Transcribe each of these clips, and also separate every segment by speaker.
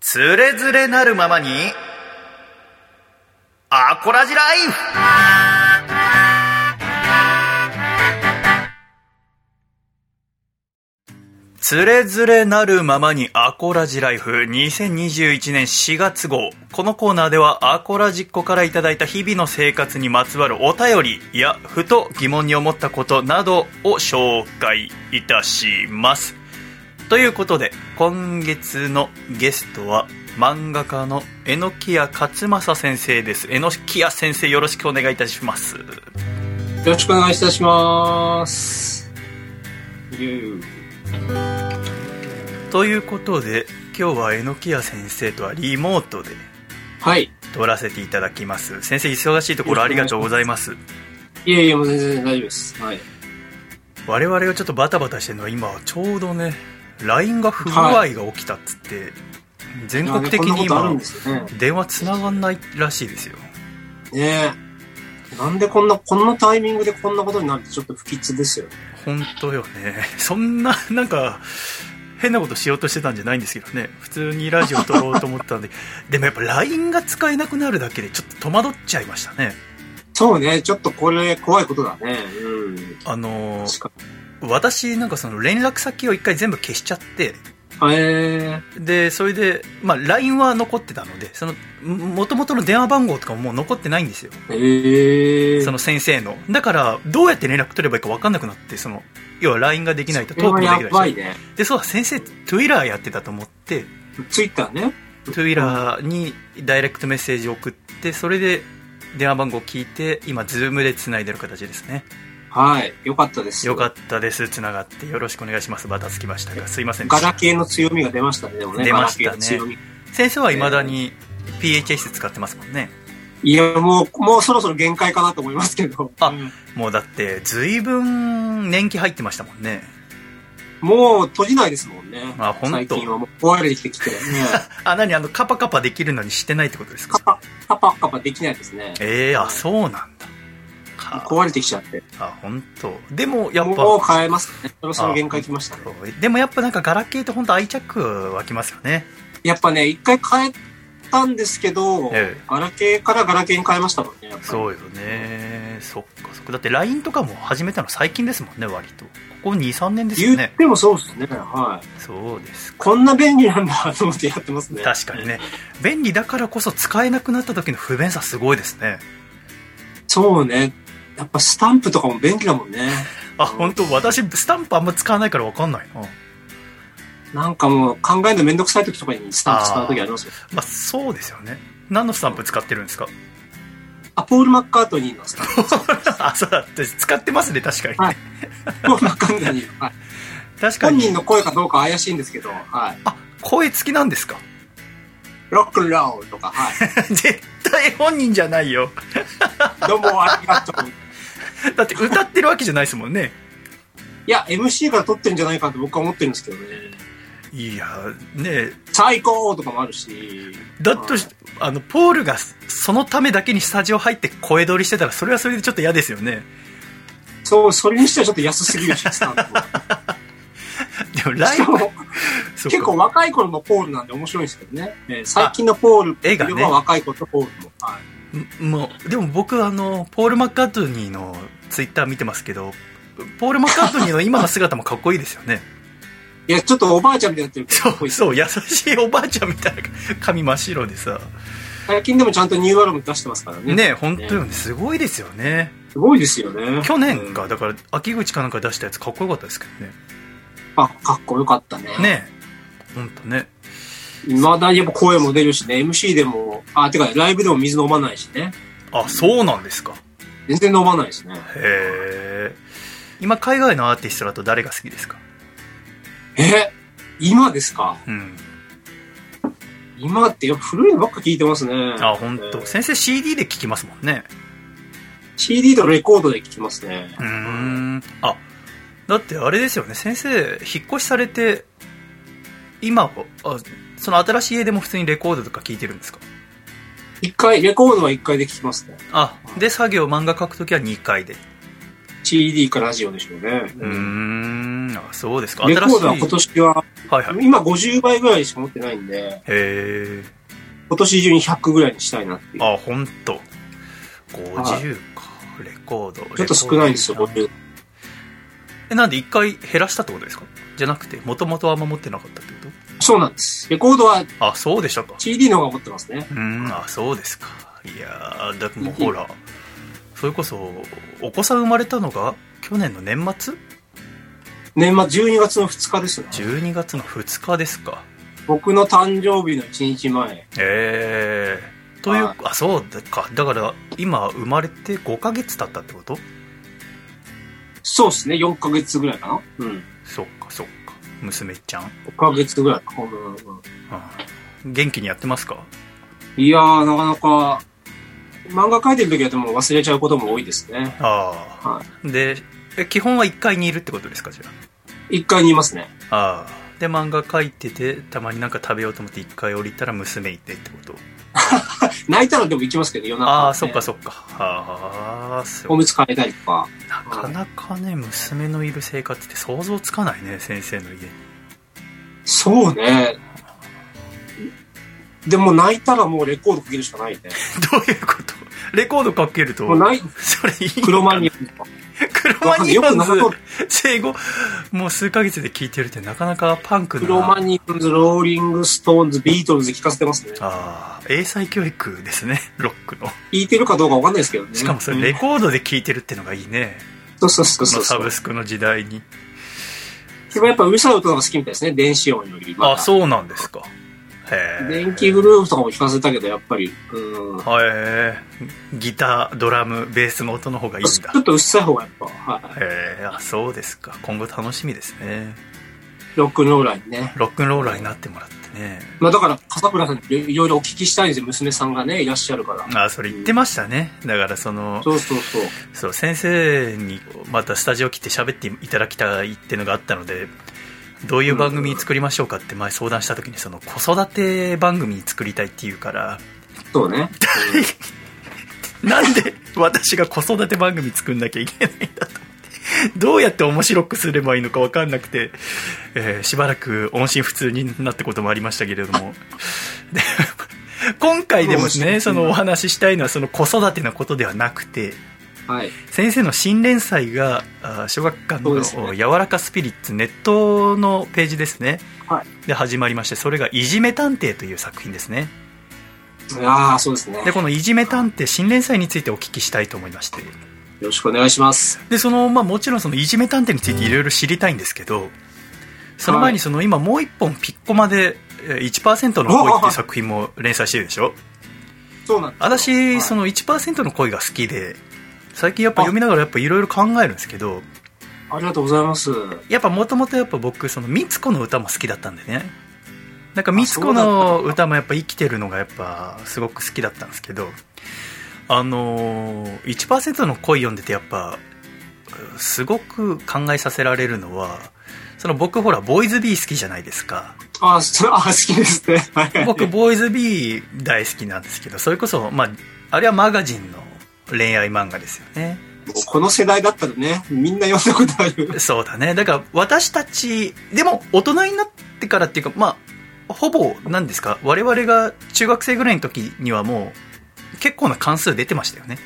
Speaker 1: つれづれなるままに、アコラジライフつれづれなるままにアコラジライフ2021年4月号このコーナーではアコラジっ子からいただいた日々の生活にまつわるお便りやふと疑問に思ったことなどを紹介いたしますということで今月のゲストは漫画家の榎谷勝正先生です榎谷先生よろしくお願いいたします
Speaker 2: よろしくお願いいたします。
Speaker 1: ということで今日は榎谷先生とはリモートで
Speaker 2: はい。
Speaker 1: 撮らせていただきます先生忙しいところありがとうございます
Speaker 2: いやいや、もう全然大丈夫です。はい。
Speaker 1: 我々がちょっとバタバタしてるのは今ちょうどね LINE が不具合が起きたっつって、全国的に
Speaker 2: いやねこんなことあるん
Speaker 1: 今
Speaker 2: ですね。
Speaker 1: 電話つながんないらしいですよ
Speaker 2: ねえ。なんでこんな、このタイミングでこんなことになるってちょっと不吉ですよね。
Speaker 1: 本当よねそんななんか変なことしようとしてたんじゃないんですけどね普通にラジオ撮ろうと思ったんで でもやっぱ LINE が使えなくなるだけでちょっと戸惑っちゃいましたね
Speaker 2: そうね、ちょっとこれ怖いことだね。うん。
Speaker 1: あの
Speaker 2: 確か
Speaker 1: 私なんかその連絡先を一回全部消しちゃって
Speaker 2: に。え
Speaker 1: でそれで、まあ、LINE は残ってたのでそのもともとの電話番号とかももう残ってないんですよ
Speaker 2: ー、えー。
Speaker 1: その先生のだからどうやって連絡取ればいいか分かんなくなってその要は LINE ができないとトークも
Speaker 2: こ
Speaker 1: で
Speaker 2: れ
Speaker 1: きな
Speaker 2: はい
Speaker 1: し
Speaker 2: やばいね。
Speaker 1: でそうだ先生 Twitter やってたと思って
Speaker 2: ツイッターね。
Speaker 1: Twitter にダイレクトメッセージを送ってそれで電話番号を聞いて今 Zoom でつないでる形ですね
Speaker 2: はい。よかったです。
Speaker 1: よか
Speaker 2: っ
Speaker 1: ったですつながってよろしくお願いしますバタつきましたがすいませんで
Speaker 2: ガ
Speaker 1: し
Speaker 2: ラ
Speaker 1: た
Speaker 2: ケーの強みが出ましたね、でもね。
Speaker 1: 出ましたね
Speaker 2: ガラケーの強み。
Speaker 1: 先生はいまだに PHS 使ってますもんね
Speaker 2: いや、もう、もうそろそろ限界かなと思いますけど。
Speaker 1: あ
Speaker 2: うん
Speaker 1: もうだって随分年季入ってましたもんね
Speaker 2: もう閉じないですもんね。
Speaker 1: あ本当
Speaker 2: 最近はもう壊れて きて、ね、
Speaker 1: あ何あのカパカパできるのにしてないってことです
Speaker 2: カ
Speaker 1: か
Speaker 2: パ、カパカパできないですね。
Speaker 1: ええあそうなんだか
Speaker 2: 壊れてきちゃって。
Speaker 1: あ本当。でもやっぱ
Speaker 2: もう変えますね。そろそろ限界来ましたね。
Speaker 1: でもやっぱなんかガラケーって本当愛着湧きますよね
Speaker 2: やっぱね、一回変えたんですけど、
Speaker 1: ええ
Speaker 2: ガラケーからガラケーに変えましたもんね、やっぱり。
Speaker 1: そうよね、そっかそっかだって LINE とかも始めたの最近ですもんね割とここ23年ですよ
Speaker 2: 言っ
Speaker 1: ね
Speaker 2: てもそうですね。はい。
Speaker 1: そうです
Speaker 2: こんな便利なんだと思ってやってますね。
Speaker 1: 確かにね便利だからこそ使えなくなった時の不便さすごいですね
Speaker 2: そうね。やっぱスタンプとかも便利だもんね。
Speaker 1: あ本当私スタンプあんま使わないから分かんないな
Speaker 2: なんかもう考えるのめんどくさい時とかにスタンプ使う時ありますよ。
Speaker 1: まあそうですよね何のスタンプ使ってるんですか
Speaker 2: あ、ポール・マッカートニーのスタンプ。
Speaker 1: あそうだ私使ってますね確かに、
Speaker 2: はいポール・マッカートニー。はい。
Speaker 1: 確か
Speaker 2: 本
Speaker 1: に
Speaker 2: 人の声かどうか怪しいんですけど、はい。
Speaker 1: あ声付きなんですか
Speaker 2: ロックンロールとか、はい。
Speaker 1: 絶対本人じゃないよ
Speaker 2: どうもありがとう。
Speaker 1: だって歌ってるわけじゃないですもんね
Speaker 2: いや、MC から撮ってるんじゃないかって僕は思ってるんですけどね。
Speaker 1: いやねえ
Speaker 2: 最高とかもあるし。
Speaker 1: だとし
Speaker 2: はい
Speaker 1: あのポールがそのためだけにスタジオ入って声取りしてたらそれはそれでちょっと嫌ですよね
Speaker 2: そう、それにしてはちょっと安すぎるし、スタンプは。
Speaker 1: でも ライ
Speaker 2: しか
Speaker 1: ブ
Speaker 2: も
Speaker 1: そうか
Speaker 2: 結構若い頃のポールなんで面白いんですけどね。えー最近のポール
Speaker 1: 絵がね
Speaker 2: よりは若い頃のポールも。はい。
Speaker 1: んもうでも僕あのポール・マッカートニーのツイッター見てますけどポール・マッカートニーの今の姿もかっこいいですよ ね
Speaker 2: いや、ちょっとおばあちゃんみたいになってるけど、
Speaker 1: そうそう優しいおばあちゃんみたいな髪真っ白でさ
Speaker 2: 最近でもちゃんとニューアルバム出してますからね。
Speaker 1: ねえ本当よねすごいですよね
Speaker 2: すごいですよね。
Speaker 1: 去年かだから秋口かなんか出したやつかっこよかったですけどね
Speaker 2: あ、かっこよかったね。
Speaker 1: ねえ本当ね
Speaker 2: まだやっぱ声も出るしね、MC でも、あ、てかライブでも水飲まないしね。
Speaker 1: あそうなんですか
Speaker 2: 全然飲まないしね。
Speaker 1: へえ今海外のアーティストだと誰が好きですか
Speaker 2: え今ですか
Speaker 1: うん
Speaker 2: 今ってやっぱ古いのばっか聞いてますね。
Speaker 1: あ本
Speaker 2: え
Speaker 1: 当
Speaker 2: ー
Speaker 1: 先生 CD で聴きますもんね
Speaker 2: CD とレコードで聞きますね。
Speaker 1: うーんあだってあれですよね先生引っ越しされて今はあその新しい家でも普通にレコードとか聴いてるんですか
Speaker 2: 一回、レコードは一回で聞きますね。
Speaker 1: あで作業漫画書くときは2回で
Speaker 2: CD かラジオでしょうね。
Speaker 1: うーんあそうですか
Speaker 2: レコード
Speaker 1: 新
Speaker 2: は
Speaker 1: し
Speaker 2: 今
Speaker 1: い
Speaker 2: 年は
Speaker 1: はいはいへ
Speaker 2: 今50倍ぐらいしか持ってないんで、
Speaker 1: え
Speaker 2: 今年中に100ぐらいにしたいなっていう。
Speaker 1: あ本当。50かレコード
Speaker 2: ちょっと少ないんですよ、
Speaker 1: レコード
Speaker 2: 50。
Speaker 1: えなんで1回減らしたってことですかじゃなくてもともとあんま持ってなかったってこ
Speaker 2: そうなんです。レコードは
Speaker 1: とあそうでしたか
Speaker 2: CD の方が持ってますね。
Speaker 1: うーんあそうですかいやーだってもうほらそれこそお子さん生まれたのが去年の年末
Speaker 2: 年末12月の2日ですね。
Speaker 1: 12月の2日ですか
Speaker 2: 僕の誕生日の1日前。
Speaker 1: ええという
Speaker 2: は
Speaker 1: あそうかだから今生まれて5ヶ月経ったってこと
Speaker 2: そうですね、4ヶ月ぐらいかな。うん。
Speaker 1: そっかそっか娘ちゃん、
Speaker 2: 5ヶ月ぐらいか。うんうんうん
Speaker 1: うん、元気にやってますか
Speaker 2: いやー、なかなか、漫画描いてる時はでも忘れちゃうことも多いですね。
Speaker 1: ああ、
Speaker 2: は
Speaker 1: でえ基本は1階にいるってことですかじゃ
Speaker 2: 1階にいますね。
Speaker 1: あああで漫画描いててたまになんか食べようと思って1階降りたら娘いてってこと
Speaker 2: 泣いたらでも行きますけど、夜中、ね。
Speaker 1: ああそっかそっかああそ
Speaker 2: お
Speaker 1: う
Speaker 2: むつ替えたりとか。
Speaker 1: なかなかね娘のいる生活って想像つかないね先生の家に
Speaker 2: そうね。でも泣いたらもうレコードかけるしかないね。
Speaker 1: どういうことレコードかけると
Speaker 2: もうない、
Speaker 1: それいいのか
Speaker 2: 黒マニアとか。
Speaker 1: クロマニオン
Speaker 2: よく
Speaker 1: ズ
Speaker 2: 残る
Speaker 1: 生後もう数ヶ月で聴いてるってなかなかパンク
Speaker 2: クロマ
Speaker 1: な
Speaker 2: ニオンズ、ローリングストーンズ、ビートルズ聞かせてますね。
Speaker 1: ああ英才教育ですねロックの
Speaker 2: 聞いてるかどうかわかんないですけどね。
Speaker 1: しかもそれ
Speaker 2: う
Speaker 1: レ
Speaker 2: ん
Speaker 1: コードで聴いてるってのがいいね
Speaker 2: そうそうそ
Speaker 1: こ
Speaker 2: うそ
Speaker 1: の
Speaker 2: う
Speaker 1: サブスクの時代に
Speaker 2: でもやっぱうるさい音の方が好きみたいですね。電子音より。
Speaker 1: あそうなんですかへえ
Speaker 2: 電気グループとかも聞かせたけど、やっぱり、うん。ち
Speaker 1: へえギタードラムベースの音の方がいいんだ
Speaker 2: ょっとうっさい方がやっぱ、はい。
Speaker 1: へえあそうですか今後楽しみですね
Speaker 2: ロックンローラーにね。
Speaker 1: ロックンローラーになってもらってね
Speaker 2: まあだから、笠倉さんにいろいろお聞きしたいんですよ。娘さんがね、いらっしゃるから。
Speaker 1: あそれ言ってましたねだからその
Speaker 2: そうそうそう。
Speaker 1: そう先生にまたスタジオ来て喋っていただきたいっていうのがあったのでどういう番組作りましょうかって前相談した時にその子育て番組作りたいって言うから
Speaker 2: そうね。
Speaker 1: なんで私が子育て番組作んなきゃいけないんだと思ってどうやって面白くすればいいのか分かんなくて、えーしばらく音信不通になったこともありましたけれどもで今回でも
Speaker 2: 音信不
Speaker 1: ね
Speaker 2: 通
Speaker 1: そのお話ししたいのはその子育てのことではなくて
Speaker 2: はい。
Speaker 1: 先生の新連載があ小学館
Speaker 2: そう
Speaker 1: の、
Speaker 2: ですね
Speaker 1: 柔らかスピリッツ」ネットのページですね、
Speaker 2: は
Speaker 1: で始まりましてそれが「いじめ探偵」という作品ですね
Speaker 2: ああ、そうですね。
Speaker 1: で
Speaker 2: よ
Speaker 1: この「いじめ探偵」新連載についてお聞きしたいと思いまして
Speaker 2: ろしくお願いします。
Speaker 1: でその、まあ、もちろんその「いじめ探偵」についていろいろ知りたいんですけどその前にその今もう一本ピッコマでえー「1%の恋」っていう作品も連載してるでしょ
Speaker 2: そうなんですよ。
Speaker 1: 私そ
Speaker 2: の、
Speaker 1: の1%の恋が好きで最近やっぱ読みながらやっぱいろいろ考えるんですけど
Speaker 2: ありがとうございます。
Speaker 1: やっぱもともとやっぱ僕その美津子の歌も好きだったんでねなんか美津子の歌もやっぱ生きてるのがやっぱすごく好きだったんですけどあのー1%の恋読んでてやっぱうんすごく考えさせられるのはその僕ほらボーイズビー好きじゃないですか
Speaker 2: あーそうあー、好きですね。はい
Speaker 1: 僕ボーイズビー大好きなんですけどそれこそまああれはマガジンの恋愛漫画ですよね
Speaker 2: もうこの世代だったらね、みんな読んだことある。
Speaker 1: そうだねだから私たちでも大人になってからっていうかまあほぼ何ですか我々が中学生ぐらいの時にはもう結構な関数出てましたよね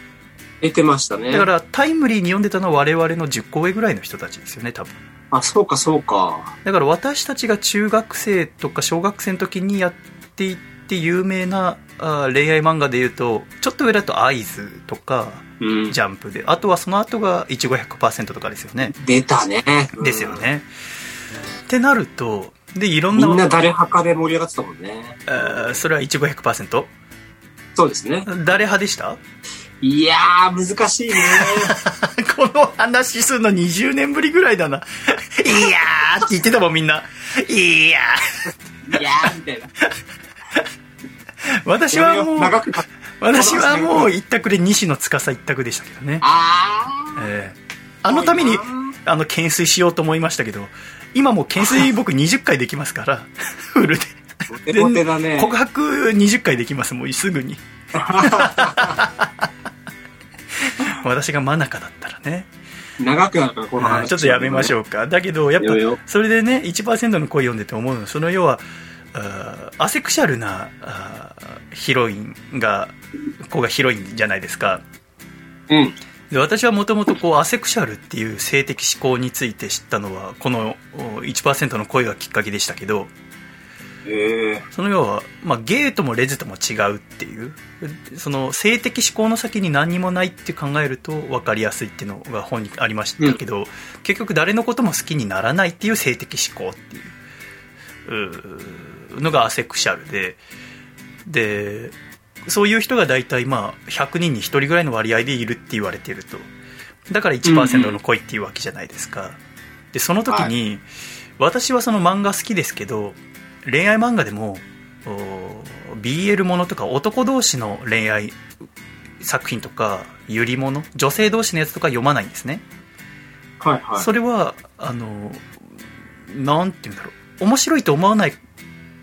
Speaker 2: 出てましたね。
Speaker 1: だからタイムリーに読んでたのは我々の10個上ぐらいの人たちですよね多分
Speaker 2: あ、そうか、そうか。
Speaker 1: だから私たちが中学生とか小学生の時にやっていって有名なあー恋愛漫画でいうとちょっと上だと「合図」とか
Speaker 2: う
Speaker 1: 「
Speaker 2: ん
Speaker 1: ジ。ャンプで」あとはその後が「いちご100%」とかですよね
Speaker 2: 出たね。うん
Speaker 1: ですよ。ね。ってなるとでいろん
Speaker 2: み
Speaker 1: なん
Speaker 2: な誰派かで盛り上がってたもんね。
Speaker 1: えーそれはいちご100%
Speaker 2: そうですね。
Speaker 1: 誰派でした
Speaker 2: いやー、難しいね。
Speaker 1: この話するの20年ぶりぐらいだな いやーって言ってたもんみんないや
Speaker 2: いやー、みたいな。
Speaker 1: ー私はもう
Speaker 2: 長く書く
Speaker 1: 私はもう一択で西野司一択でしたけどね、
Speaker 2: あー。
Speaker 1: えーあのために
Speaker 2: 多いな
Speaker 1: あの懸垂しようと思いましたけど今もう懸垂僕20回できますから フルで
Speaker 2: モテモテだね。
Speaker 1: 告白20回できますもうすぐ に私が真中だったらね
Speaker 2: 長くなるから、この
Speaker 1: はい
Speaker 2: 話。
Speaker 1: ちょっとやめまし
Speaker 2: ょ
Speaker 1: ょうか。だけど、やっ
Speaker 2: やめよう
Speaker 1: ぱ、それでね、1%の声読んでて思うのは、その要は、あーアセクシャルなあーヒロインが、子がヒロインじゃないですか。
Speaker 2: う。うん。
Speaker 1: で私はもともとこうアセクシャルっていう性的指向について知ったのはこのお1%の声がきっかけでしたけど
Speaker 2: ええ
Speaker 1: その要は、まあ、ゲイともレズとも違うっていうその性的指向の先に何にもないって考えると分かりやすいっていうのが本にありましたけど、結局誰のことも好きにならないっていう性的指向っていううーのがアセクシャルででそういう人が大体まあ100人に1人ぐらいの割合でいるって言われているとだから1%の恋っていうわけじゃないですか、でその時に、私はその漫画好きですけど恋愛漫画でもお BL ものとか男同士の恋愛作品とかゆりもの女性同士のやつとか読まないんですね、
Speaker 2: はいはい。
Speaker 1: それはあのなんて言うんだろう面白いと思わない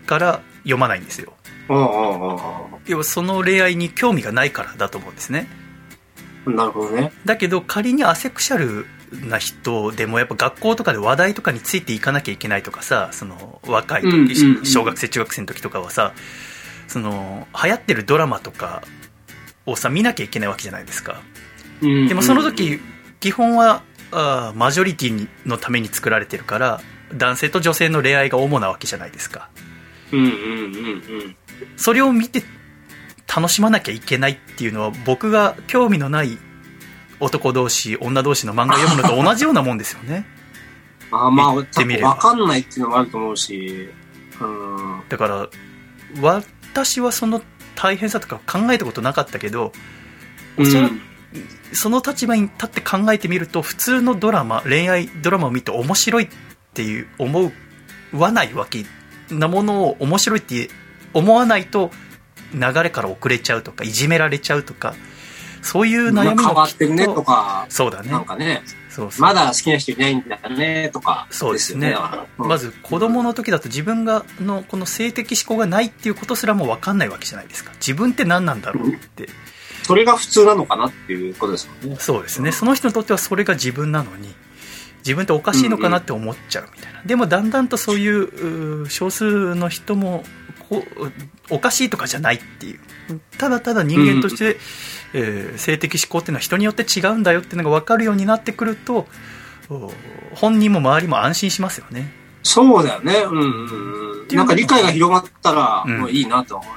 Speaker 1: から読まないんですよ
Speaker 2: ああ、ああ、あ
Speaker 1: 要はその恋愛に興味がないからだと思うんですね
Speaker 2: あ。なるほどね。
Speaker 1: だけど仮にアセクシャルな人でもやっぱ学校とかで話題とかについていかなきゃいけないとかさその若い時、
Speaker 2: うんうんうん
Speaker 1: 小学生中学生の時とかはさその流行ってるドラマとかをさ見なきゃいけないわけじゃないですか
Speaker 2: うん。
Speaker 1: でもその時基本はあーマジョリティにのために作られてるから男性と女性の恋愛が主なわけじゃないですか
Speaker 2: うん、うん、うん、うん。
Speaker 1: それを見て楽しまなきゃいけないっていうのは僕が興味のない男同士女同士の漫画を読むのと同じようなもんですよ ね
Speaker 2: ああ、まあ、
Speaker 1: 言ってみれば
Speaker 2: わかんないっていうのもあると思うし、うん。
Speaker 1: だから私はその大変さとか考えたことなかったけどそらくその立場に立って考えてみると普通のドラマ恋愛ドラマを見て面白いっていう思わないわけなものを面白いって思わないと流れから遅れちゃうとかいじめられちゃうとかそういう
Speaker 2: まあ
Speaker 1: 悩みも
Speaker 2: 変わ
Speaker 1: き
Speaker 2: っ
Speaker 1: っと
Speaker 2: てるねとか、
Speaker 1: そうだね
Speaker 2: なんかね、
Speaker 1: そうそう
Speaker 2: まだ好きな人いないんだねとか、
Speaker 1: そうですね
Speaker 2: だから
Speaker 1: まず子供の時だと自分がのこの性的思考がないっていうことすらも分かんないわけじゃないですか自分って何なんだろうって
Speaker 2: それが普通なのかなっていうことですもんね。
Speaker 1: そうですねその人にとってはそれが自分なのに自分っておかしいのかなって思っちゃうみたいな、でもだんだんとそういううー少数の人もこうおかしいとかじゃないっていうただただ人間として、えー性的思考っていうのは人によって違うんだよっていうのが分かるようになってくるとお本人も周りも安心しますよね
Speaker 2: そうだよね。うんうんうん。なんか理解が広がったら、もういいなとは思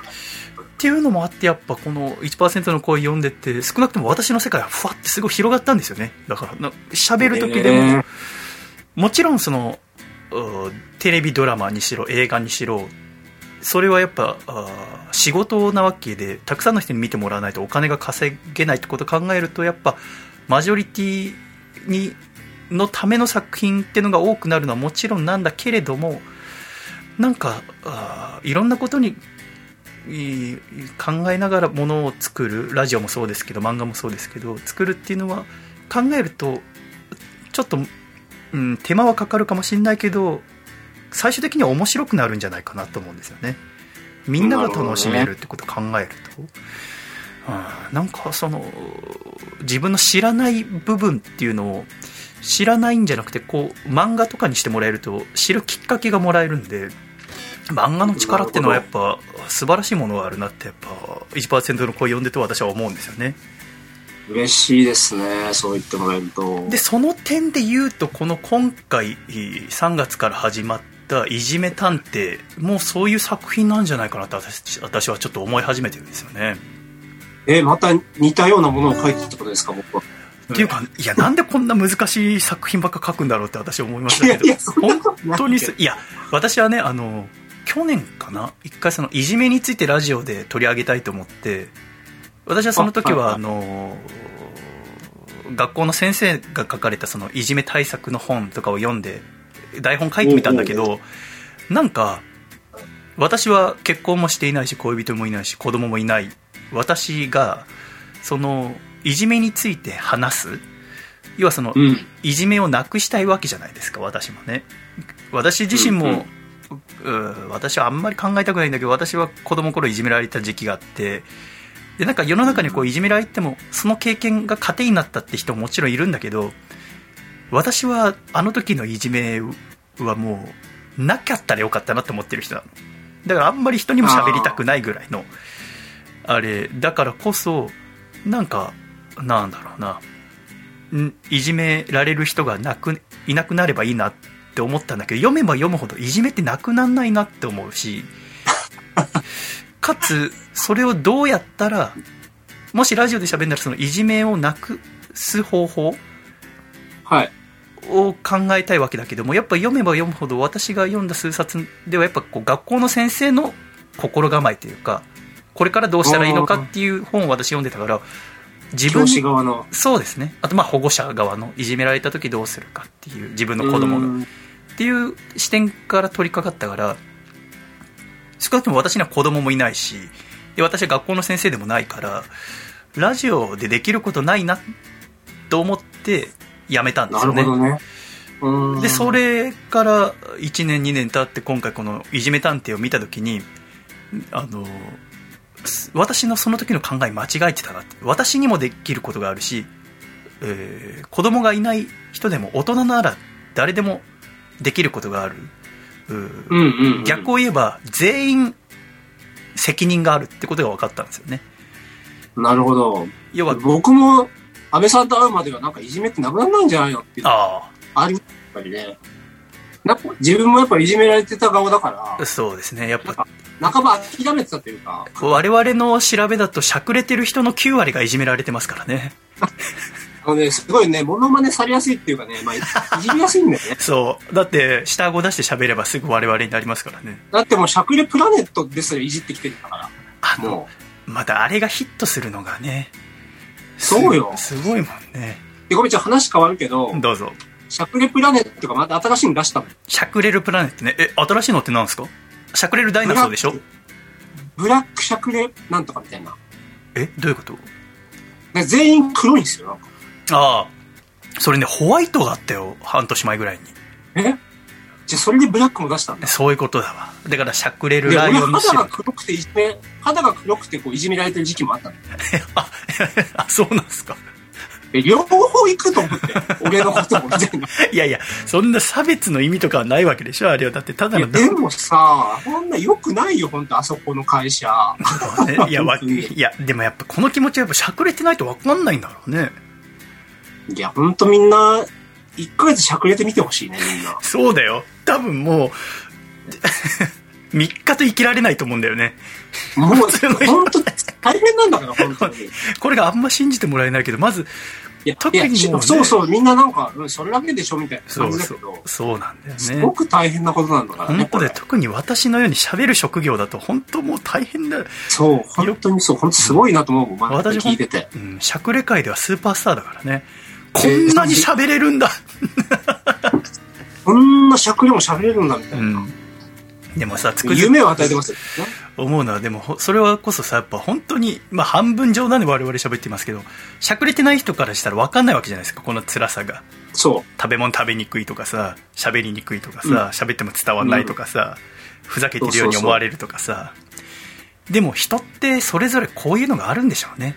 Speaker 2: う。
Speaker 1: っていうのもあってやっぱこの1%の声読んでて少なくとも私の世界はふわってすごい広がったんですよねだからな喋る時でも、
Speaker 2: えー
Speaker 1: もちろんそのうんテレビドラマにしろ映画にしろそれはやっぱあー仕事なわけでたくさんの人に見てもらわないとお金が稼げないってことを考えるとやっぱマジョリティにのための作品っていうのが多くなるのはもちろんなんだけれどもなんかあーいろんなことにい考えながらものを作るラジオもそうですけど漫画もそうですけど作るっていうのは考えるとちょっと、うん、手間はかかるかもしれないけど最終的には面白くなるんじゃないかなと思うんですよねみんなが楽しめるってことを考えるとうんなんかその自分の知らない部分っていうのを知らないんじゃなくてこう漫画とかにしてもらえると知るきっかけがもらえるんで漫画の力っていうのはやっぱ素晴らしいものがあるなってやっぱ1%の声読んでと私は思うんですよね
Speaker 2: 嬉しいですね。そう言ってもらえると。
Speaker 1: でその点で言うとこの今回3月から始まった「いじめ探偵」もうそういう作品なんじゃないかなって私私はちょっと思い始めてるんですよね
Speaker 2: え、また似たようなものを書いてるってことですか、僕は。
Speaker 1: っていうか、いや、なんでこんな難しい作品ばっか書くんだろうって私 思いましたけど、
Speaker 2: いやいやそんなことない
Speaker 1: 本当にす、いや、私はね、あの、去年かな、一回その、いじめについてラジオで取り上げたいと思って、私はその時は、あ
Speaker 2: あはい
Speaker 1: の、学校の先生が書かれたその、いじめ対策の本とかを読んで、台本書いてみたんだけど、なんか、私は結婚もしていないし、恋人もいないし、子供もいない、私が、そのいじめについて話す要はその
Speaker 2: うん。
Speaker 1: いじめをなくしたいわけじゃないですか私もね私自身も、うん私はあんまり考えたくないんだけど私は子供の頃いじめられた時期があってでなんか世の中にこういじめられてもその経験が糧になったって人ももちろんいるんだけど私はあの時のいじめはもうなかったらよかったなって思ってる人なのだからあんまり人にも喋りたくないぐらいのあれだからこそなんかなんだろうなんいじめられる人がなくいなくなればいいなって思ったんだけど読めば読むほどいじめってなくなんないなって思うしかつそれをどうやったらもしラジオで喋るならそのいじめをなくす方法
Speaker 2: はい。
Speaker 1: を考えたいわけだけどもやっぱ読めば読むほど私が読んだ数冊ではやっぱこう学校の先生の心構えというかこれからどうしたらいいのかっていう本を私読んでたから自分
Speaker 2: 教師
Speaker 1: に
Speaker 2: 側の。
Speaker 1: そうですねあとまあ保護者側のいじめられた時どうするかっていう自分の子供が
Speaker 2: が。
Speaker 1: っていう視点から取り掛かったから少なくとも私には子供もいないしで私は学校の先生でもないからラジオでできることないなと思ってやめたんですよ
Speaker 2: なる
Speaker 1: ね
Speaker 2: ほどね。うん
Speaker 1: でそ。れから1年2年経って今回この「いじめ探偵」を見た時にあのす私のその時の考え間違えてたなって私にもできることがあるし、えー子供がいない人でも大人なら誰でもできることがあるうー
Speaker 2: うんうん、うん。
Speaker 1: 逆を言えば全員責任があるってことが分かったんですよね
Speaker 2: なるほど。
Speaker 1: 要は
Speaker 2: 僕も、安倍さんと会うまではなんかいじめってなくならないんじゃないのっていう。
Speaker 1: あ
Speaker 2: ありますやっぱりね。なんか自分もやっぱいじめられてた側だか
Speaker 1: あそうですねやっぱ
Speaker 2: ら、半ば諦めてたというか、
Speaker 1: 我々の調べだとしゃくれてる人の9割がいじめられてますからね。
Speaker 2: あのね、すごいね、モノマネされやすいっていうかね、まあ、いいじりやすいんだよね
Speaker 1: そうだって下顎出して喋ればすぐ我々になりますからね
Speaker 2: だってもう、しゃくれプラネットですらいじってきてるんだか
Speaker 1: あ
Speaker 2: ら、
Speaker 1: の
Speaker 2: もう。
Speaker 1: またあれがヒットするのがねす
Speaker 2: そうよ
Speaker 1: すごいもんね
Speaker 2: で、ごめんちゃん、話変わるけど、
Speaker 1: どうぞ
Speaker 2: しゃくれプラネットがまた新しいの出したの。
Speaker 1: しゃくれるプラネットねえ新しいのって何ですかしゃくれるダイナソーでしょ
Speaker 2: ブラックしゃくれなんとかみたいな。
Speaker 1: えどういうこと
Speaker 2: で全員黒いんですよ、なんか。
Speaker 1: ああそれねホワイトがあったよ半年前ぐらいに
Speaker 2: えじゃあ、それでブラックも出したんだ。
Speaker 1: そういうことだわだからしゃくれる
Speaker 2: で、
Speaker 1: ラ
Speaker 2: 俺
Speaker 1: イオンの
Speaker 2: 肌
Speaker 1: 白
Speaker 2: が黒くていじめ、肌が黒くてこういじめられてる時期もあったの。
Speaker 1: あ あそうなんですか
Speaker 2: で両方行く と思って、俺のことも全部。
Speaker 1: いやいやそんな差別の意味とかはないわけでしょあれはだってただ
Speaker 2: いや
Speaker 1: の
Speaker 2: でもさ、そんな良くないよ、本当あそこの 会社。
Speaker 1: ね いやわいやでもやっぱこの気持ちはやっぱしゃくれてないと分かんないんだろうね
Speaker 2: いや、本当みんな、一ヶ月しゃくれてみてほしいね、みんな。
Speaker 1: そうだよ多分 もう3日と生きられないと思うんだよね
Speaker 2: もう、
Speaker 1: 普通の人
Speaker 2: 本当大変なんだ から、本当に。い
Speaker 1: これがあんま信じてもらえないけどまず
Speaker 2: や、
Speaker 1: 特にもうね
Speaker 2: いやしそうそう、みんななんか、うんそれだけでしょ、みたいな
Speaker 1: そ
Speaker 2: 感
Speaker 1: う
Speaker 2: じだけ
Speaker 1: そ
Speaker 2: ど、
Speaker 1: うそうなんだよ
Speaker 2: すご
Speaker 1: ね
Speaker 2: く大変なことなんだからね
Speaker 1: 本。当
Speaker 2: こ
Speaker 1: で
Speaker 2: れ
Speaker 1: 特に私のように喋る職業だと本当もう大変だ、
Speaker 2: そう、本当にそう、本当すごいなと思うもん、ま
Speaker 1: 私
Speaker 2: 聞いてて。
Speaker 1: うん、しゃくれ界ではスーパースターだからねこんなに喋れるんだ、
Speaker 2: こんなしゃくれもしゃべれるんだ、みたい
Speaker 1: う
Speaker 2: な。
Speaker 1: ん、でもさつくづく
Speaker 2: 夢を与えてますよ、ね。
Speaker 1: 思うのはでもほそれはこそさやっぱ本当にまあ半分冗談で我々喋ってますけどしゃくれてない人からしたら分かんないわけじゃないですかこの辛さが
Speaker 2: そ
Speaker 1: 食べ物食べにくいとかさ喋りにくいとかさ喋、っても伝わんないとかさ、ふざけてるように思われるとかさでも人ってそれぞれこういうのがあるんでしょうね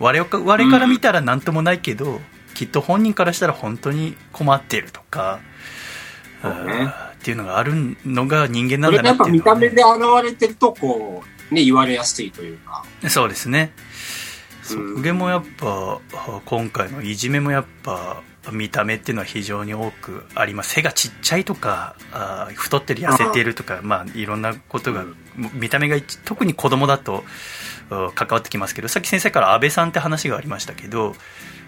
Speaker 1: 我々か我から見たら何ともないけど、きっと本人からしたら本当に困ってるとか、
Speaker 2: そうね
Speaker 1: あーっていうのがあるのが人間なん
Speaker 2: う。これ
Speaker 1: だ
Speaker 2: がや
Speaker 1: な
Speaker 2: っ
Speaker 1: って
Speaker 2: ぱ
Speaker 1: いう
Speaker 2: 見
Speaker 1: のは
Speaker 2: た
Speaker 1: ね
Speaker 2: 目で現れてると、こう、ね、言われやすいというか。
Speaker 1: そうですね
Speaker 2: う
Speaker 1: そ
Speaker 2: ん
Speaker 1: れもやっぱあ今回のいじめもやっぱ見た目っていうのは非常に多くあります背がちっちゃいとかあ太ってる痩せてるとかまあいろんなことが、
Speaker 2: うん
Speaker 1: 見た目が一特に子供だとあ関わってきますけどさっき先生から安倍さんって話がありましたけど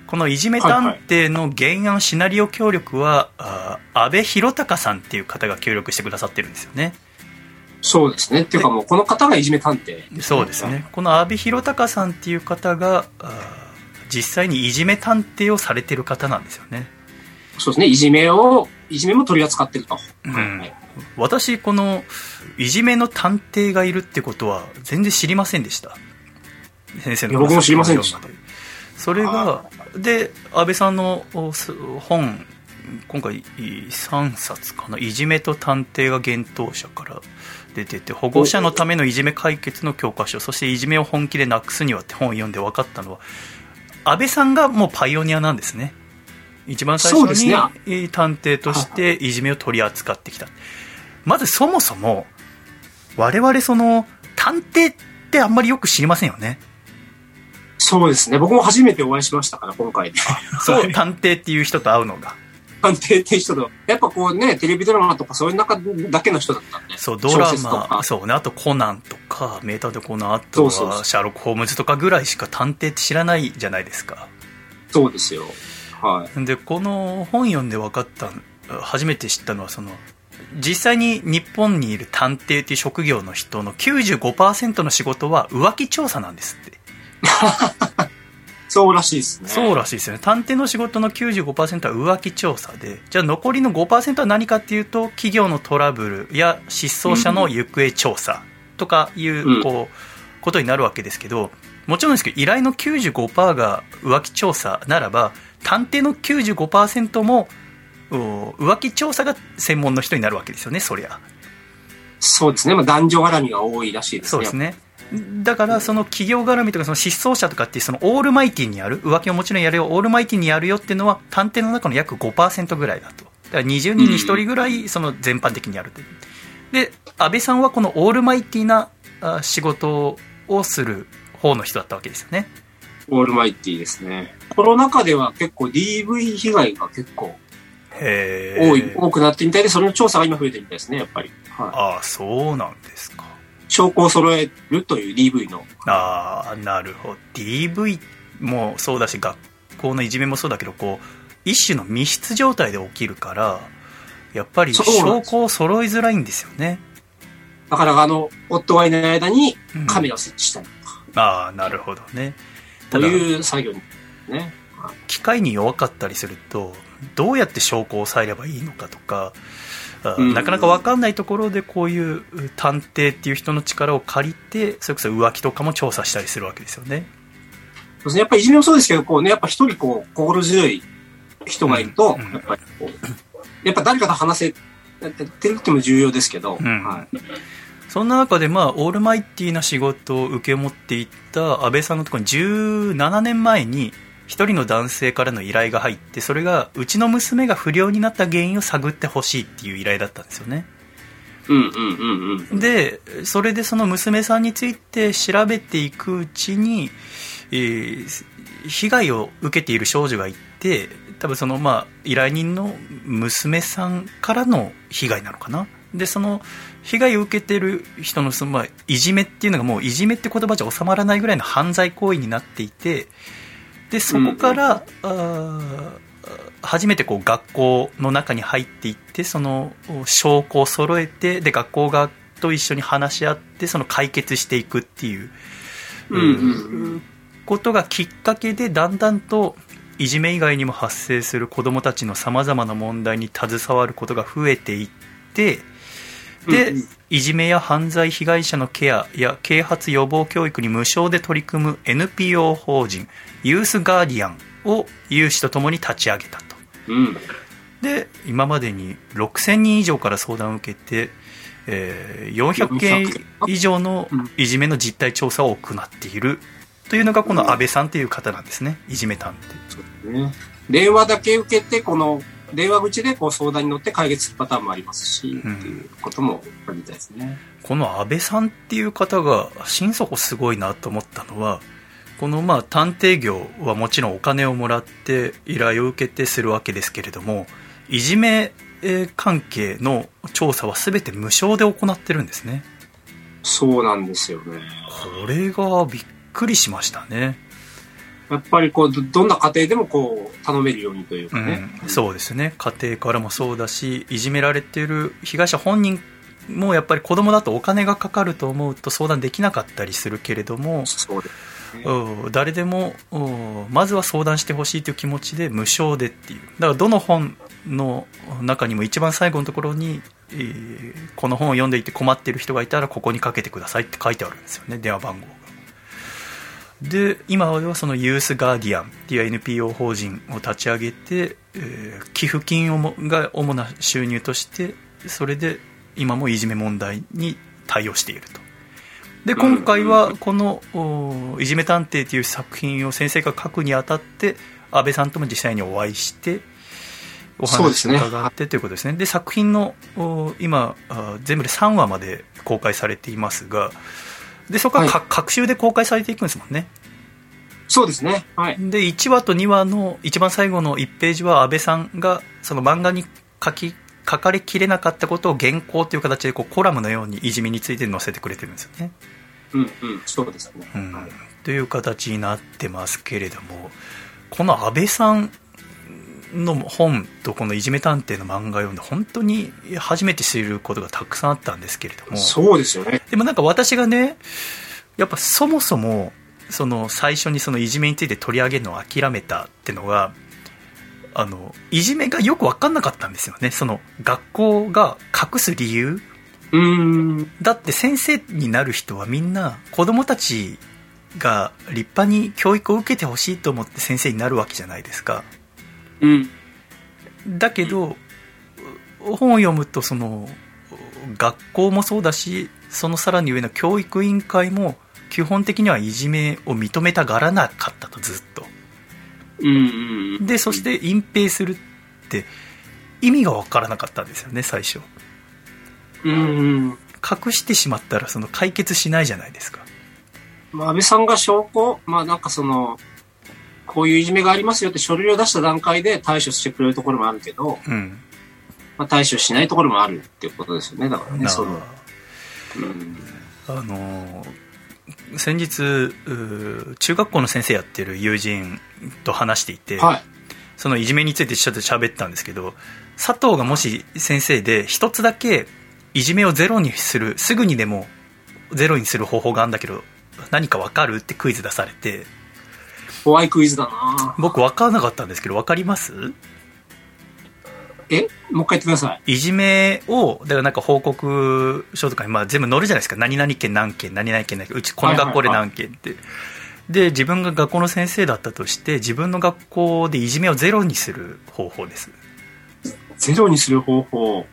Speaker 1: このいじめ探偵の原案シナリオ協力は、あ安倍博隆さんっていう方が協力してくださってるんですよね。
Speaker 2: そうですね。っていうかもう、この方がいじめ探偵。
Speaker 1: そうですね。この阿部寛隆さんっていう方があー実際にいじめ探偵をされてる方なんですよね
Speaker 2: そうですね。いじめを、いじめも取り扱ってると。
Speaker 1: うん
Speaker 2: はい
Speaker 1: 私このいじめの探偵がいるってことは全然知りませんでした先生の
Speaker 2: いや僕も知りませんでした
Speaker 1: それが
Speaker 2: は
Speaker 1: で安倍さんのおす本今回い3冊かな「いじめと探偵」が厳冬者から出てて保護者のためのいじめ解決の教科書そして「いじめを本気でなくすには」って本を読んで分かったのは安倍さんがもうパイオニアなんですね一番最
Speaker 2: そうで
Speaker 1: 初
Speaker 2: す
Speaker 1: に
Speaker 2: ね
Speaker 1: えー探偵としていじめを取り扱ってきた、まずそもそも我々その探偵ってあんまりよく知りませんよ ね
Speaker 2: そうですね。僕も初めてお会いしましたから、今回で。
Speaker 1: そ
Speaker 2: は
Speaker 1: う
Speaker 2: い
Speaker 1: 探偵っていう人と会うのが
Speaker 2: 探偵っていう人と、やっぱこうね、テレビドラマとかそういう中だけの人だったんで。
Speaker 1: そうドラ
Speaker 2: 小説と
Speaker 1: マ
Speaker 2: か
Speaker 1: そうねあとコナンとか名探偵コナンあとは
Speaker 2: そうそうそう
Speaker 1: シャーロック・ホームズとかぐらいしか探偵って知らないじゃないですか
Speaker 2: そうですよ。はい。
Speaker 1: でこの本読んで分かった初めて知ったのはその実際に日本にいる探偵っていう職業の人の95%の仕事は浮気調査なんですって
Speaker 2: そうらしいですね。
Speaker 1: そうらしいですよね探偵の仕事の95%は浮気調査でじゃあ残りの5%は何かっていうと企業のトラブルや失踪者の行方調査とかいう,、
Speaker 2: うん
Speaker 1: こうことになるわけですけどもちろんですけど依頼の95%が浮気調査ならば探偵の95%もお浮気調査が専門の人になるわけですよねそりゃ。
Speaker 2: そうですね。まあ、男女絡みが多いらしいですね。
Speaker 1: そうですねだからその企業絡みとかその失踪者とかっていうそのオールマイティにやる浮気をもちろんやるよオールマイティにやるよっていうのは探偵の中の約5%ぐらいだとだから20人に1人ぐらいその全般的にやるというで安倍さんはこのオールマイティなあ仕事をする方の人だったわけですよね
Speaker 2: オールマイティですね。コロナ禍では結構 DV 被害が結構
Speaker 1: へ
Speaker 2: 多い、多くなってみたいで、その調査が今増えてるみたいですね、やっぱり。は
Speaker 1: ああそうなんですか
Speaker 2: い、証拠を揃えるという DV の。
Speaker 1: ああなるほど DV もそうだし学校のいじめもそうだけどこう一種の密室状態で起きるからやっぱり
Speaker 2: そうな
Speaker 1: 証
Speaker 2: んです
Speaker 1: 拠を揃いづらいんですよね、
Speaker 2: だから、あの、夫がいない間に
Speaker 1: うん
Speaker 2: カメラを設置したりとか、
Speaker 1: ああなるほどねた
Speaker 2: と
Speaker 1: だ
Speaker 2: いう作業に。ね。
Speaker 1: 機械に弱かったりするとどうやって証拠を抑えればいいのかとかあー
Speaker 2: うん
Speaker 1: なかなか分かんないところでこういう探偵っていう人の力を借りてそれこそ浮気とかも調査したりするわけですよね
Speaker 2: そうですね。やっぱりいじめもそうですけど、こうね、やっぱ一人こう、心強い人がいると、
Speaker 1: うんうん
Speaker 2: やっぱりこう、やっぱ誰かと話せ、やってるっても重要ですけど、
Speaker 1: うん
Speaker 2: はい。
Speaker 1: そんな中で、まあ、オールマイティな仕事を受け持っていった安倍さんのところに17年前に一人の男性からの依頼が入ってそれがうちの娘が不良になった原因を探ってほしいっていう依頼だったんですよね
Speaker 2: うんうんうんうん。
Speaker 1: でそれでその娘さんについて調べていくうちに、えー被害を受けている少女がいて多分そのまあ依頼人の娘さんからの被害なのかなでその被害を受けてる人のその、まあ、いじめっていうのがもういじめって言葉じゃ収まらないぐらいの犯罪行為になっていてでそこから、あー初めてこう学校の中に入っていってその証拠を揃えてで学校側と一緒に話し合ってその解決していくっていう
Speaker 2: うんうんうん。
Speaker 1: ことがきっかけでだんだんといじめ以外にも発生する子どもたちのさまざまな問題に携わることが増えていってで、
Speaker 2: うんうん
Speaker 1: いじめや犯罪被害者のケアや啓発予防教育に無償で取り組む NPO 法人ユースガーディアンを有志とともに立ち上げたと
Speaker 2: うん。
Speaker 1: で今までに6000人以上から相談を受けて、えー400件以上の
Speaker 2: うん
Speaker 1: いじめの実態調査を行っているというのがこの安倍さんという方なんですねいじめ探
Speaker 2: そうですね。電話だけ受けて、この、電話口でこう相談に乗って解決するパターンもありますし、
Speaker 1: うん
Speaker 2: っていうこともありたいですね。
Speaker 1: 偵この安倍さんっていう方が心底すごいなと思ったのはこのまあ探偵業はもちろんお金をもらって依頼を受けてするわけですけれどもいじめえー関係の調査は全て無償で行ってるんですね
Speaker 2: そうなんですよね。
Speaker 1: これがびっくりしましたね
Speaker 2: やっぱりこう、どどんな家庭でもこう、頼めるようにというかね。
Speaker 1: うん、そうですね家庭からもそうだしいじめられてる被害者本人もやっぱり子供だとお金がかかると思うと相談できなかったりするけれども、
Speaker 2: そうです。
Speaker 1: うん誰でもうんまずは相談してほしいという気持ちで無償でっていうだからどの本の中にも一番最後のところに、えーこの本を読んでいて困っている人がいたらここにかけてくださいって書いてあるんですよね電話番号がで今はそのユースガーディアンっていう NPO 法人を立ち上げて、えー寄付金をもが主な収入としてそれで今もいじめ問題に対応しているとで
Speaker 2: うん
Speaker 1: 今回はこの「おいじめ探偵」という作品を先生が書くにあたって安倍さんとも実際にお会いしてお
Speaker 2: そうです
Speaker 1: 話を
Speaker 2: ね
Speaker 1: 伺ってということですねで作品のお今あー全部で3話まで公開されていますがでそこからか、各週で公開されていくんですもんね
Speaker 2: そうですね。はい。
Speaker 1: で1話と2話の一番最後の1ページは安倍さんがその漫画に書き書かれきれなかったことを原稿という形でこうコラムのようにいじめについて載せてくれてるんですよね、
Speaker 2: うんうん。そうですね。
Speaker 1: うん
Speaker 2: はい、
Speaker 1: という形になってますけれどもこの安倍さんの本とこの「いじめ探偵」の漫画を読んで本当に初めて知ることがたくさんあったんですけれども
Speaker 2: そうですよね。
Speaker 1: でもなんか私がねやっぱそもそもその最初にそのいじめについて取り上げるのを諦めたってのがあのいじめがよく分かんなかったんですよねその学校が隠す理由
Speaker 2: うーん。
Speaker 1: だって先生になる人はみんな子供たちが立派に教育を受けてほしいと思って先生になるわけじゃないですか
Speaker 2: うん。
Speaker 1: だけど本を読むとその学校もそうだしそのさらに上の教育委員会も基本的にはいじめを認めたがらなかったとずっと
Speaker 2: うんうんうん。
Speaker 1: でそし、て隠蔽するって意味が分からなかったんですよね最初
Speaker 2: うんうん。
Speaker 1: 隠してしまったらその解決しないじゃないですか
Speaker 2: まあ、安倍さんが証拠、まあなんかその、こういういじめがありますよって書類を出した段階で対処してくれるところもあるけど、
Speaker 1: うん
Speaker 2: まあ、対処しないところもあるっていうことですよね、だからね、
Speaker 1: な
Speaker 2: その。うん
Speaker 1: あのー先日うー中学校の先生やってる友人と話していて、
Speaker 2: はい。
Speaker 1: そのいじめについてちょっと喋ったんですけど佐藤がもし先生で一つだけいじめをゼロにするすぐにでもゼロにする方法があるんだけど何か分かるってクイズ出されて
Speaker 2: 怖いクイズだな
Speaker 1: 僕分からなかったんですけど分かります
Speaker 2: えもう一回言ってください。
Speaker 1: いじめをだからなんか報告書とかにまあ全部載るじゃないですか何々県何県何々県何県うちこの学校で何県って、で自分が学校の先生だったとして自分の学校でいじめをゼロにする方法です
Speaker 2: ゼロにする方法。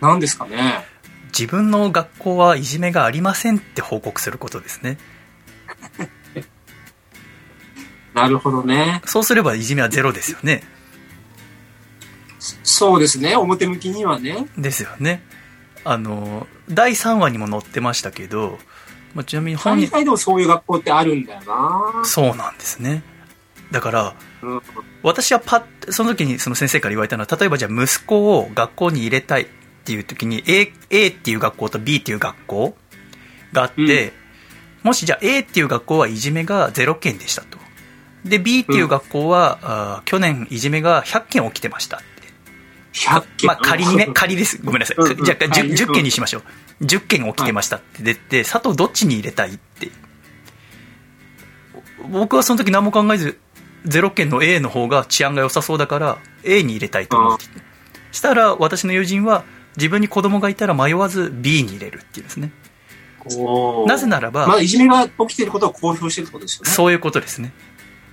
Speaker 2: 何ですかね
Speaker 1: 自分の学校はいじめがありませんって報告することですね
Speaker 2: なるほどね。
Speaker 1: そうすればいじめはゼロですよね
Speaker 2: そうですね。表向きにはね。
Speaker 1: ですよねあの第3話にも載ってましたけど、まあ、ちなみに本
Speaker 2: 海
Speaker 1: 人
Speaker 2: 外でもそういう学校ってあるんだよな
Speaker 1: そうなんですねだから
Speaker 2: うん。
Speaker 1: 私はパッその時にその先生から言われたのは例えばじゃあ息子を学校に入れたいっていう時に A, A っていう学校と B っていう学校があって、もしじゃあ A っていう学校はいじめが0件でしたとで B っていう学校は、あー去年いじめが100件起きてましたって
Speaker 2: 100件。
Speaker 1: まあ、仮にね 仮ですごめんなさい、
Speaker 2: うんうん
Speaker 1: じゃあ
Speaker 2: 仮
Speaker 1: 10,
Speaker 2: に
Speaker 1: 10件にしましょう10件起きてましたって出て、佐藤どっちに入れたいって僕はその時何も考えず0件の A の方が治安が良さそうだから A に入れたいと思ってしたら私の友人は自分に子供がいたら迷わず B に入れるっていうんですね
Speaker 2: おー
Speaker 1: なぜならば、
Speaker 2: まあ、いじめが起きてることを公表してるってことですよね。
Speaker 1: そういうことですね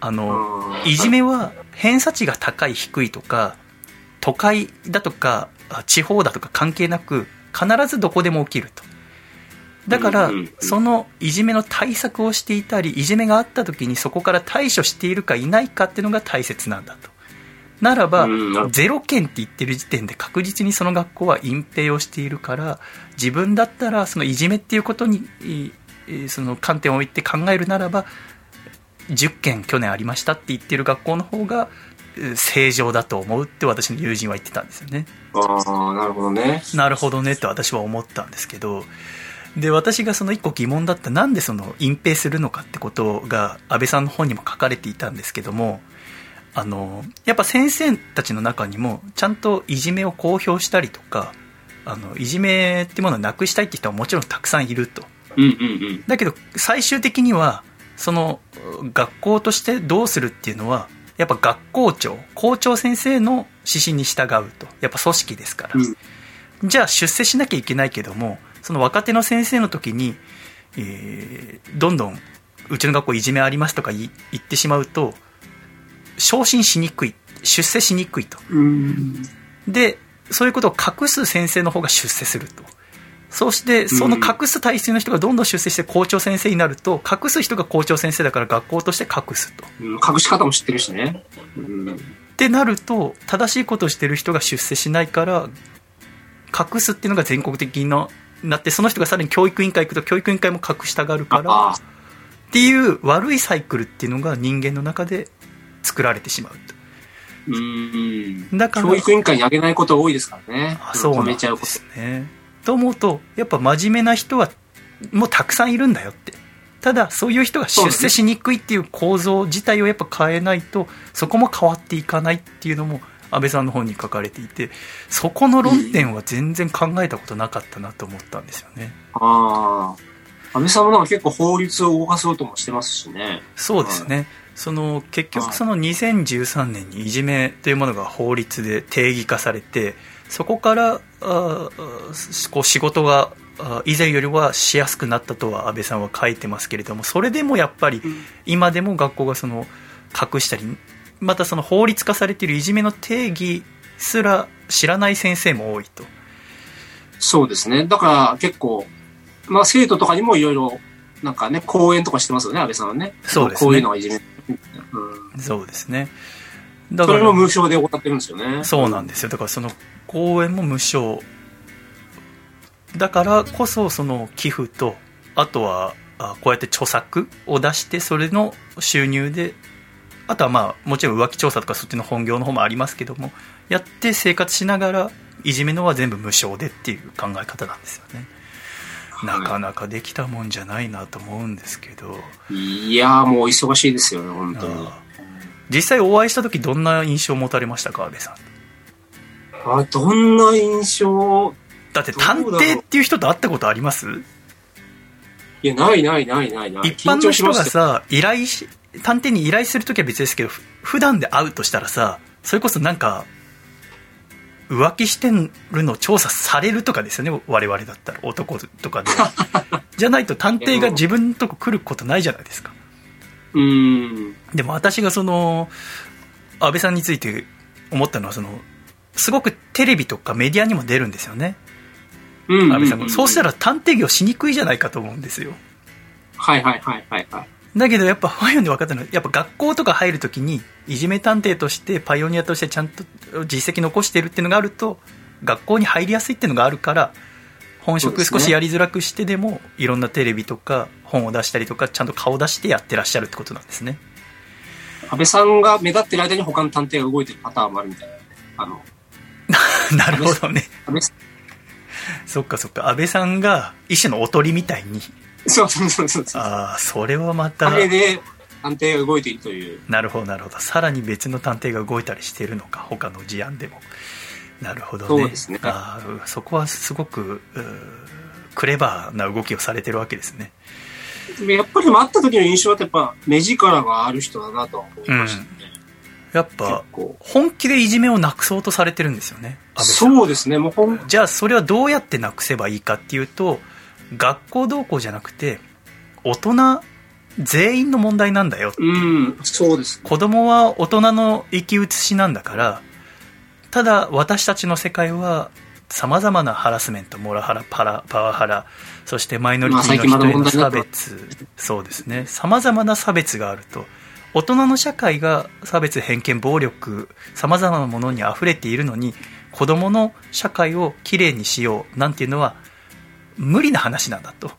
Speaker 1: あ
Speaker 2: う
Speaker 1: の、
Speaker 2: ん
Speaker 1: いじめは偏差値が高い低いとか都会だとかあ地方だとか関係なく必ずどこでも起きるとだから、
Speaker 2: うんうんうん
Speaker 1: そのいじめの対策をしていたりいじめがあった時にそこから対処しているかいないかっていうのが大切なんだとならば、
Speaker 2: うんなるほど
Speaker 1: ゼロ件って言ってる時点で確実にその学校は隠蔽をしているから自分だったらそのいじめっていうことにえーえーその観点を置いて考えるならば10件去年ありましたって言ってる学校の方がえー正常だと思うって私の友人は言ってたんですよね
Speaker 2: ああ、なるほどね。
Speaker 1: なるほどねって私は思ったんですけどで私がその一個疑問だったなんでその隠蔽するのかってことが安倍さんの本にも書かれていたんですけどもあのやっぱ先生たちの中にもちゃんといじめを公表したりとかあのいじめってものをなくしたいって人はもちろんたくさんいると
Speaker 2: うんうん
Speaker 1: だけど最終的にはその学校としてどうするっていうのはやっぱ学校長校長先生の指針に従うとやっぱ組織ですから、
Speaker 2: うん
Speaker 1: じゃあ出世しなきゃいけないけどもその若手の先生の時に、えーどんどんうちの学校いじめありますとかい言ってしまうと昇進しにくい出世しにくいと
Speaker 2: うん。うん。
Speaker 1: でそういうことを隠す先生の方が出世するとそうしてその隠す体質の人がどんどん出世して校長先生になると隠す人が校長先生だから学校として隠すと
Speaker 2: うん隠し方も知ってるしね。うん。
Speaker 1: ってなると正しいことをしてる人が出世しないから隠すっていうのが全国的にななってその人がさらに教育委員会行くと教育委員会も隠したがるから
Speaker 2: ああ、
Speaker 1: っていう悪いサイクルっていうのが人間の中で作られてしまう
Speaker 2: うーん。
Speaker 1: とだから
Speaker 2: 教育委員会にあげないこと多いですからね。
Speaker 1: あそうなん
Speaker 2: め
Speaker 1: で
Speaker 2: ちゃうこと。
Speaker 1: すねと思うとやっぱ真面目な人はもうたくさんいるんだよってただそういう人が出世しにくいっていう構造自体をやっぱ変えないとそこも変わっていかないっていうのも安倍さんの本に書かれていてそこの論点は全然考えたことなかったなと思ったんですよね
Speaker 2: ああ。安倍さんもなんか結構法律を動かそうともしてますしね。
Speaker 1: そうですね、その結局その2013年にいじめというものが法律で定義化されてそこからあーすこう仕事があー以前よりはしやすくなったとは安倍さんは書いてますけれどもそれでもやっぱり今でも学校がその隠したりまたその法律化されているいじめの定義すら知らない先生も多いと
Speaker 2: そうですね。だから結構、まあ生徒とかにもいろいろ、なんかね、講演とかしてますよね、安倍さんはね。
Speaker 1: そうですね
Speaker 2: こういうのがいじめ。うん。
Speaker 1: そうですねだ
Speaker 2: それも無償で行ってるんですよね。
Speaker 1: そうなんですよだからその公演も無償だからこそその寄付とあとはあこうやって著作を出してそれの収入であとはまあもちろん浮気調査とかそっちの本業の方もありますけどもやって生活しながらいじめのは全部無償でっていう考え方なんですよねなかなかできたもんじゃないなと思うんですけど、
Speaker 2: いやーもう忙しいですよね、本当に。
Speaker 1: あー実際お会いした時どんな印象を持たれましたか安部さん
Speaker 2: あどんな印象
Speaker 1: だって探偵っていう人と会ったことあります
Speaker 2: いや、ないないないないない。
Speaker 1: 一般の人が
Speaker 2: 緊張しますよ
Speaker 1: さ依頼し探偵に依頼するときは別ですけどふ普段で会うとしたらさそれこそなんか浮気してるのを調査されるとかですよね我々だったら男と かでじゃないと探偵が自分のとこ来ることないじゃないですか
Speaker 2: うーん。
Speaker 1: でも私がその安倍さんについて思ったのはそのすごくテレビとかメディアにも出るんですよね
Speaker 2: うん
Speaker 1: 安倍さんもそうした
Speaker 2: ら。
Speaker 1: ら探偵業しにくいじゃないかと思うんですよ
Speaker 2: はいはいはいはいはい。
Speaker 1: だけどやっぱ本読んで分かったのはやっぱ学校とか入るときにいじめ探偵としてパイオニアとしてちゃんと実績残してるっていうのがあると学校に入りやすいっていうのがあるから本
Speaker 2: そう
Speaker 1: 職
Speaker 2: です
Speaker 1: 少
Speaker 2: ね
Speaker 1: しやりづらくしてでもいろんなテレビとか本を出したりとかちゃんと顔出してやってらっしゃるってことなんですね
Speaker 2: 安倍さんが目立ってる間に他の探偵が動いてるパターンもあるみたいな。あの、
Speaker 1: なるほどね
Speaker 2: 安倍さん、
Speaker 1: そっかそっか安倍さんが一種のおとりみたいに
Speaker 2: そうそうそうそうそう。
Speaker 1: ああそれはまた
Speaker 2: 陰で探偵が動いているという。
Speaker 1: なるほどなるほどさらに別の探偵が動いたりしてるのか他の事案でもなるほどね
Speaker 2: そうですね
Speaker 1: あーうんそこはすごくうークレバーな動きをされてるわけですね
Speaker 2: でもやっぱりでも会った時の印象はやっぱ目力がある人だなとは思いましたね。
Speaker 1: やっぱ
Speaker 2: 結構。
Speaker 1: 本気でいじめをなくそうとされてるんですよね安倍さん
Speaker 2: そうですね、もうほん、
Speaker 1: じゃあそれはどうやってなくせばいいかっていうと学校同行じゃなくて大人全員の問題なんだよ
Speaker 2: うん、そうです。
Speaker 1: 子供は大人の生き写しなんだからただ私たちの世界はさまざまなハラスメントモラハラパラパワハラそしてマイノリティの
Speaker 2: まあ
Speaker 1: 人
Speaker 2: 最
Speaker 1: へ
Speaker 2: 近まだ問
Speaker 1: の
Speaker 2: 題にな
Speaker 1: 差
Speaker 2: ってま
Speaker 1: 別そうですねさまざまな差別があると大人の社会が差別偏見暴力さまざまなものにあふれているのに子供の社会をきれいにしようなんていうのは無理な話なんだと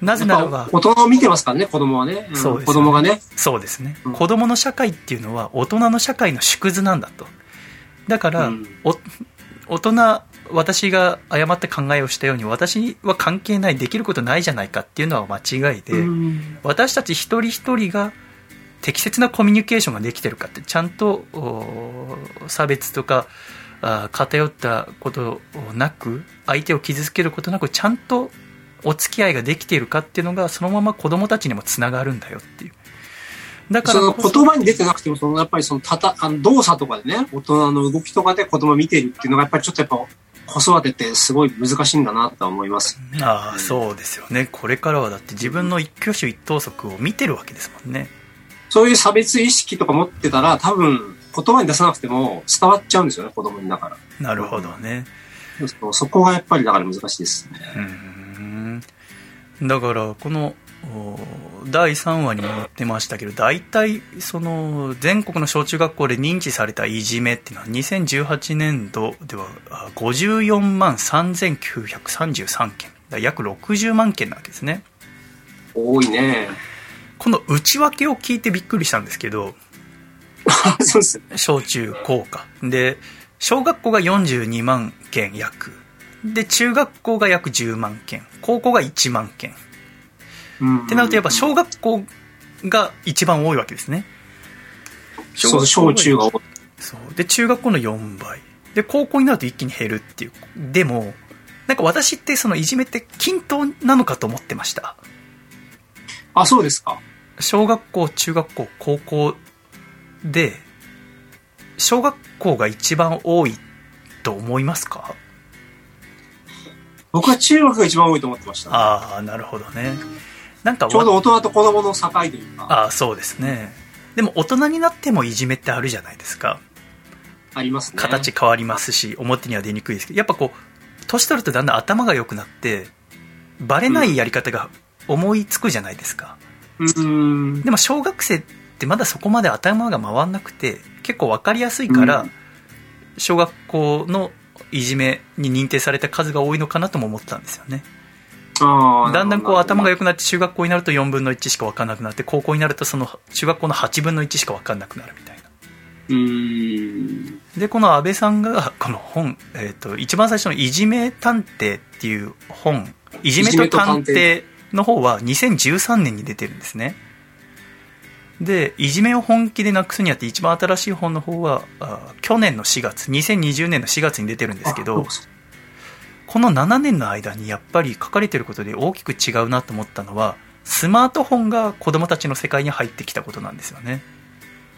Speaker 1: なぜならば
Speaker 2: やっぱ大人を見てますからね、子供はね。ん
Speaker 1: そうですね
Speaker 2: 子供がね。
Speaker 1: そうですね、
Speaker 2: うん
Speaker 1: 子供の社会っていうのは大人の社会の縮図なんだとだから、
Speaker 2: うん
Speaker 1: お大人私が誤った考えをしたように私は関係ないできることないじゃないかっていうのは間違いで、
Speaker 2: うん
Speaker 1: 私たち一人一人が適切なコミュニケーションができてるかってちゃんとおー差別とかあー偏ったことなく相手を傷つけることなくちゃんとお付き合いができているかっていうのがそのまま子供たちにもつながるんだよっていうだか
Speaker 2: そ
Speaker 1: ら
Speaker 2: の
Speaker 1: こそ
Speaker 2: 言葉に出てなくても、そのやっぱりそのたた、あの動作とかでね、大人の動きとかで子供見ているっていうのが、やっぱりちょっとやっぱ、子育てってすごい難しいんだなとは思います。
Speaker 1: ああそうですよねこれからはだって自分の一挙手一投足を見てるわけですもんね
Speaker 2: そういう差別意識とか持ってたら、多分、言葉に出さなくても伝わっちゃうんですよね、子供にだから。
Speaker 1: なるほどね
Speaker 2: そうそこがやっぱりだから難しいですね。
Speaker 1: うーんだからこのお第3話にも載ってましたけど大体その全国の小中学校で認知されたいじめっていうのは2018年度ではあ54万3933件だから約60万件なわけですね
Speaker 2: 多 いね。
Speaker 1: この内訳を聞いてびっくりしたんですけど
Speaker 2: そうです。
Speaker 1: 小中高かで小学校が42万件約で中学校が約10万件高校が1万件
Speaker 2: っ
Speaker 1: ってなるとやっぱ小学校が一番多いわけですね
Speaker 2: そう、小中が多い。
Speaker 1: そうで中学校の4倍で高校になると一気に減るっていうでもなんか私ってそのいじめって均等なのかと思ってました
Speaker 2: あ、そうですか。
Speaker 1: 小学校中学校高校で小学校が一番多いと思いますか
Speaker 2: 僕は中学が一番多いと思ってました。
Speaker 1: ああなるほどねなんかわ
Speaker 2: ちょうど大人と子供の境というか、
Speaker 1: ああそうですねでも大人になってもいじめってあるじゃないですか
Speaker 2: ありますね。
Speaker 1: 形。変わりますし表には出にくいですけどやっぱこう年取るとだんだん頭が良くなってバレないやり方が思いつくじゃないですか、
Speaker 2: うーん。
Speaker 1: でも小学生ってまだそこまで頭が回んなくて結構分かりやすいから、
Speaker 2: うん
Speaker 1: 小学校のいじめに認定された数が多いのかなとも思ってたんですよね
Speaker 2: あー
Speaker 1: だんだんこう頭が良
Speaker 2: く。
Speaker 1: くなって中学校になると4分の1しか分かんなくなって高校になるとその中学校の8分の1しか分かんなくなるみたいな
Speaker 2: うーん。
Speaker 1: でこの安倍さんがこの本、えー、と一番最初の「いじめ探偵」っていう本「いじめと探
Speaker 2: いじめ
Speaker 1: 偵」の方は2013年に出てるんですねでいじめを本気でなくすにあって一番新しい本の方はあ去年の4月2020年の4月に出てるんですけど
Speaker 2: あそうか
Speaker 1: この7年の間にやっぱり書かれてることで大きく違うなと思ったのはスマートフォンが子供たちの世界に入ってきたことなんですよね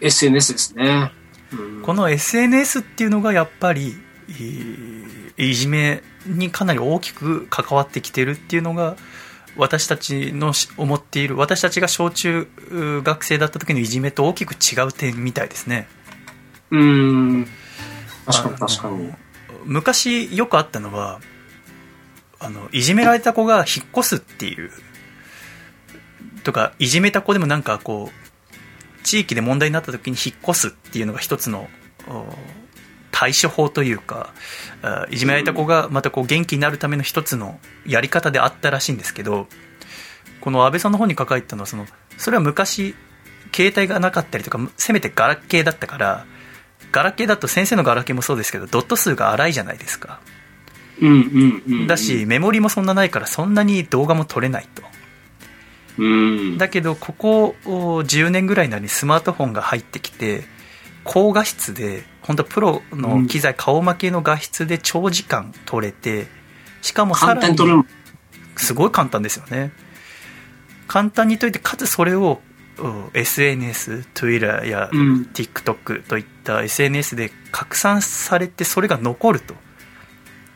Speaker 2: SNS ですね。うん
Speaker 1: この SNS っていうのがやっぱりえーいじめにかなり大きく関わってきてるっていうのが私たちのし思っている私たちが小中う学生だった時のいじめと大きく違う点みたいですね
Speaker 2: うーん。確かに確か
Speaker 1: あ
Speaker 2: に
Speaker 1: の。昔よくあったのはあのいじめられた子が引っ越すっていうとかいじめた子でもなんかこう地域で問題になった時に引っ越すっていうのが一つのお対処法というかあいじめられた子がまたこう元気になるための一つのやり方であったらしいんですけどこの安倍さんの方に書かれてたのはそのそれは昔携帯がなかったりとかせめてガラケーだったからガラケーだと先生のガラケーもそうですけどドット数が荒いじゃないですか
Speaker 2: うんうんうんうん。
Speaker 1: だし、メモリもそんなないからそんなに動画も撮れないと
Speaker 2: うん。
Speaker 1: だけどここお10年ぐらいなのにスマートフォンが入ってきて高画質で本当プロの機材、顔負けの画質で長時間撮れてしかもさら
Speaker 2: 簡単に
Speaker 1: に
Speaker 2: 撮れるもん。
Speaker 1: すごい簡単ですよね簡単にといてかつそれを SNSTwitter や
Speaker 2: うん
Speaker 1: TikTok といった SNS で拡散されてそれが残ると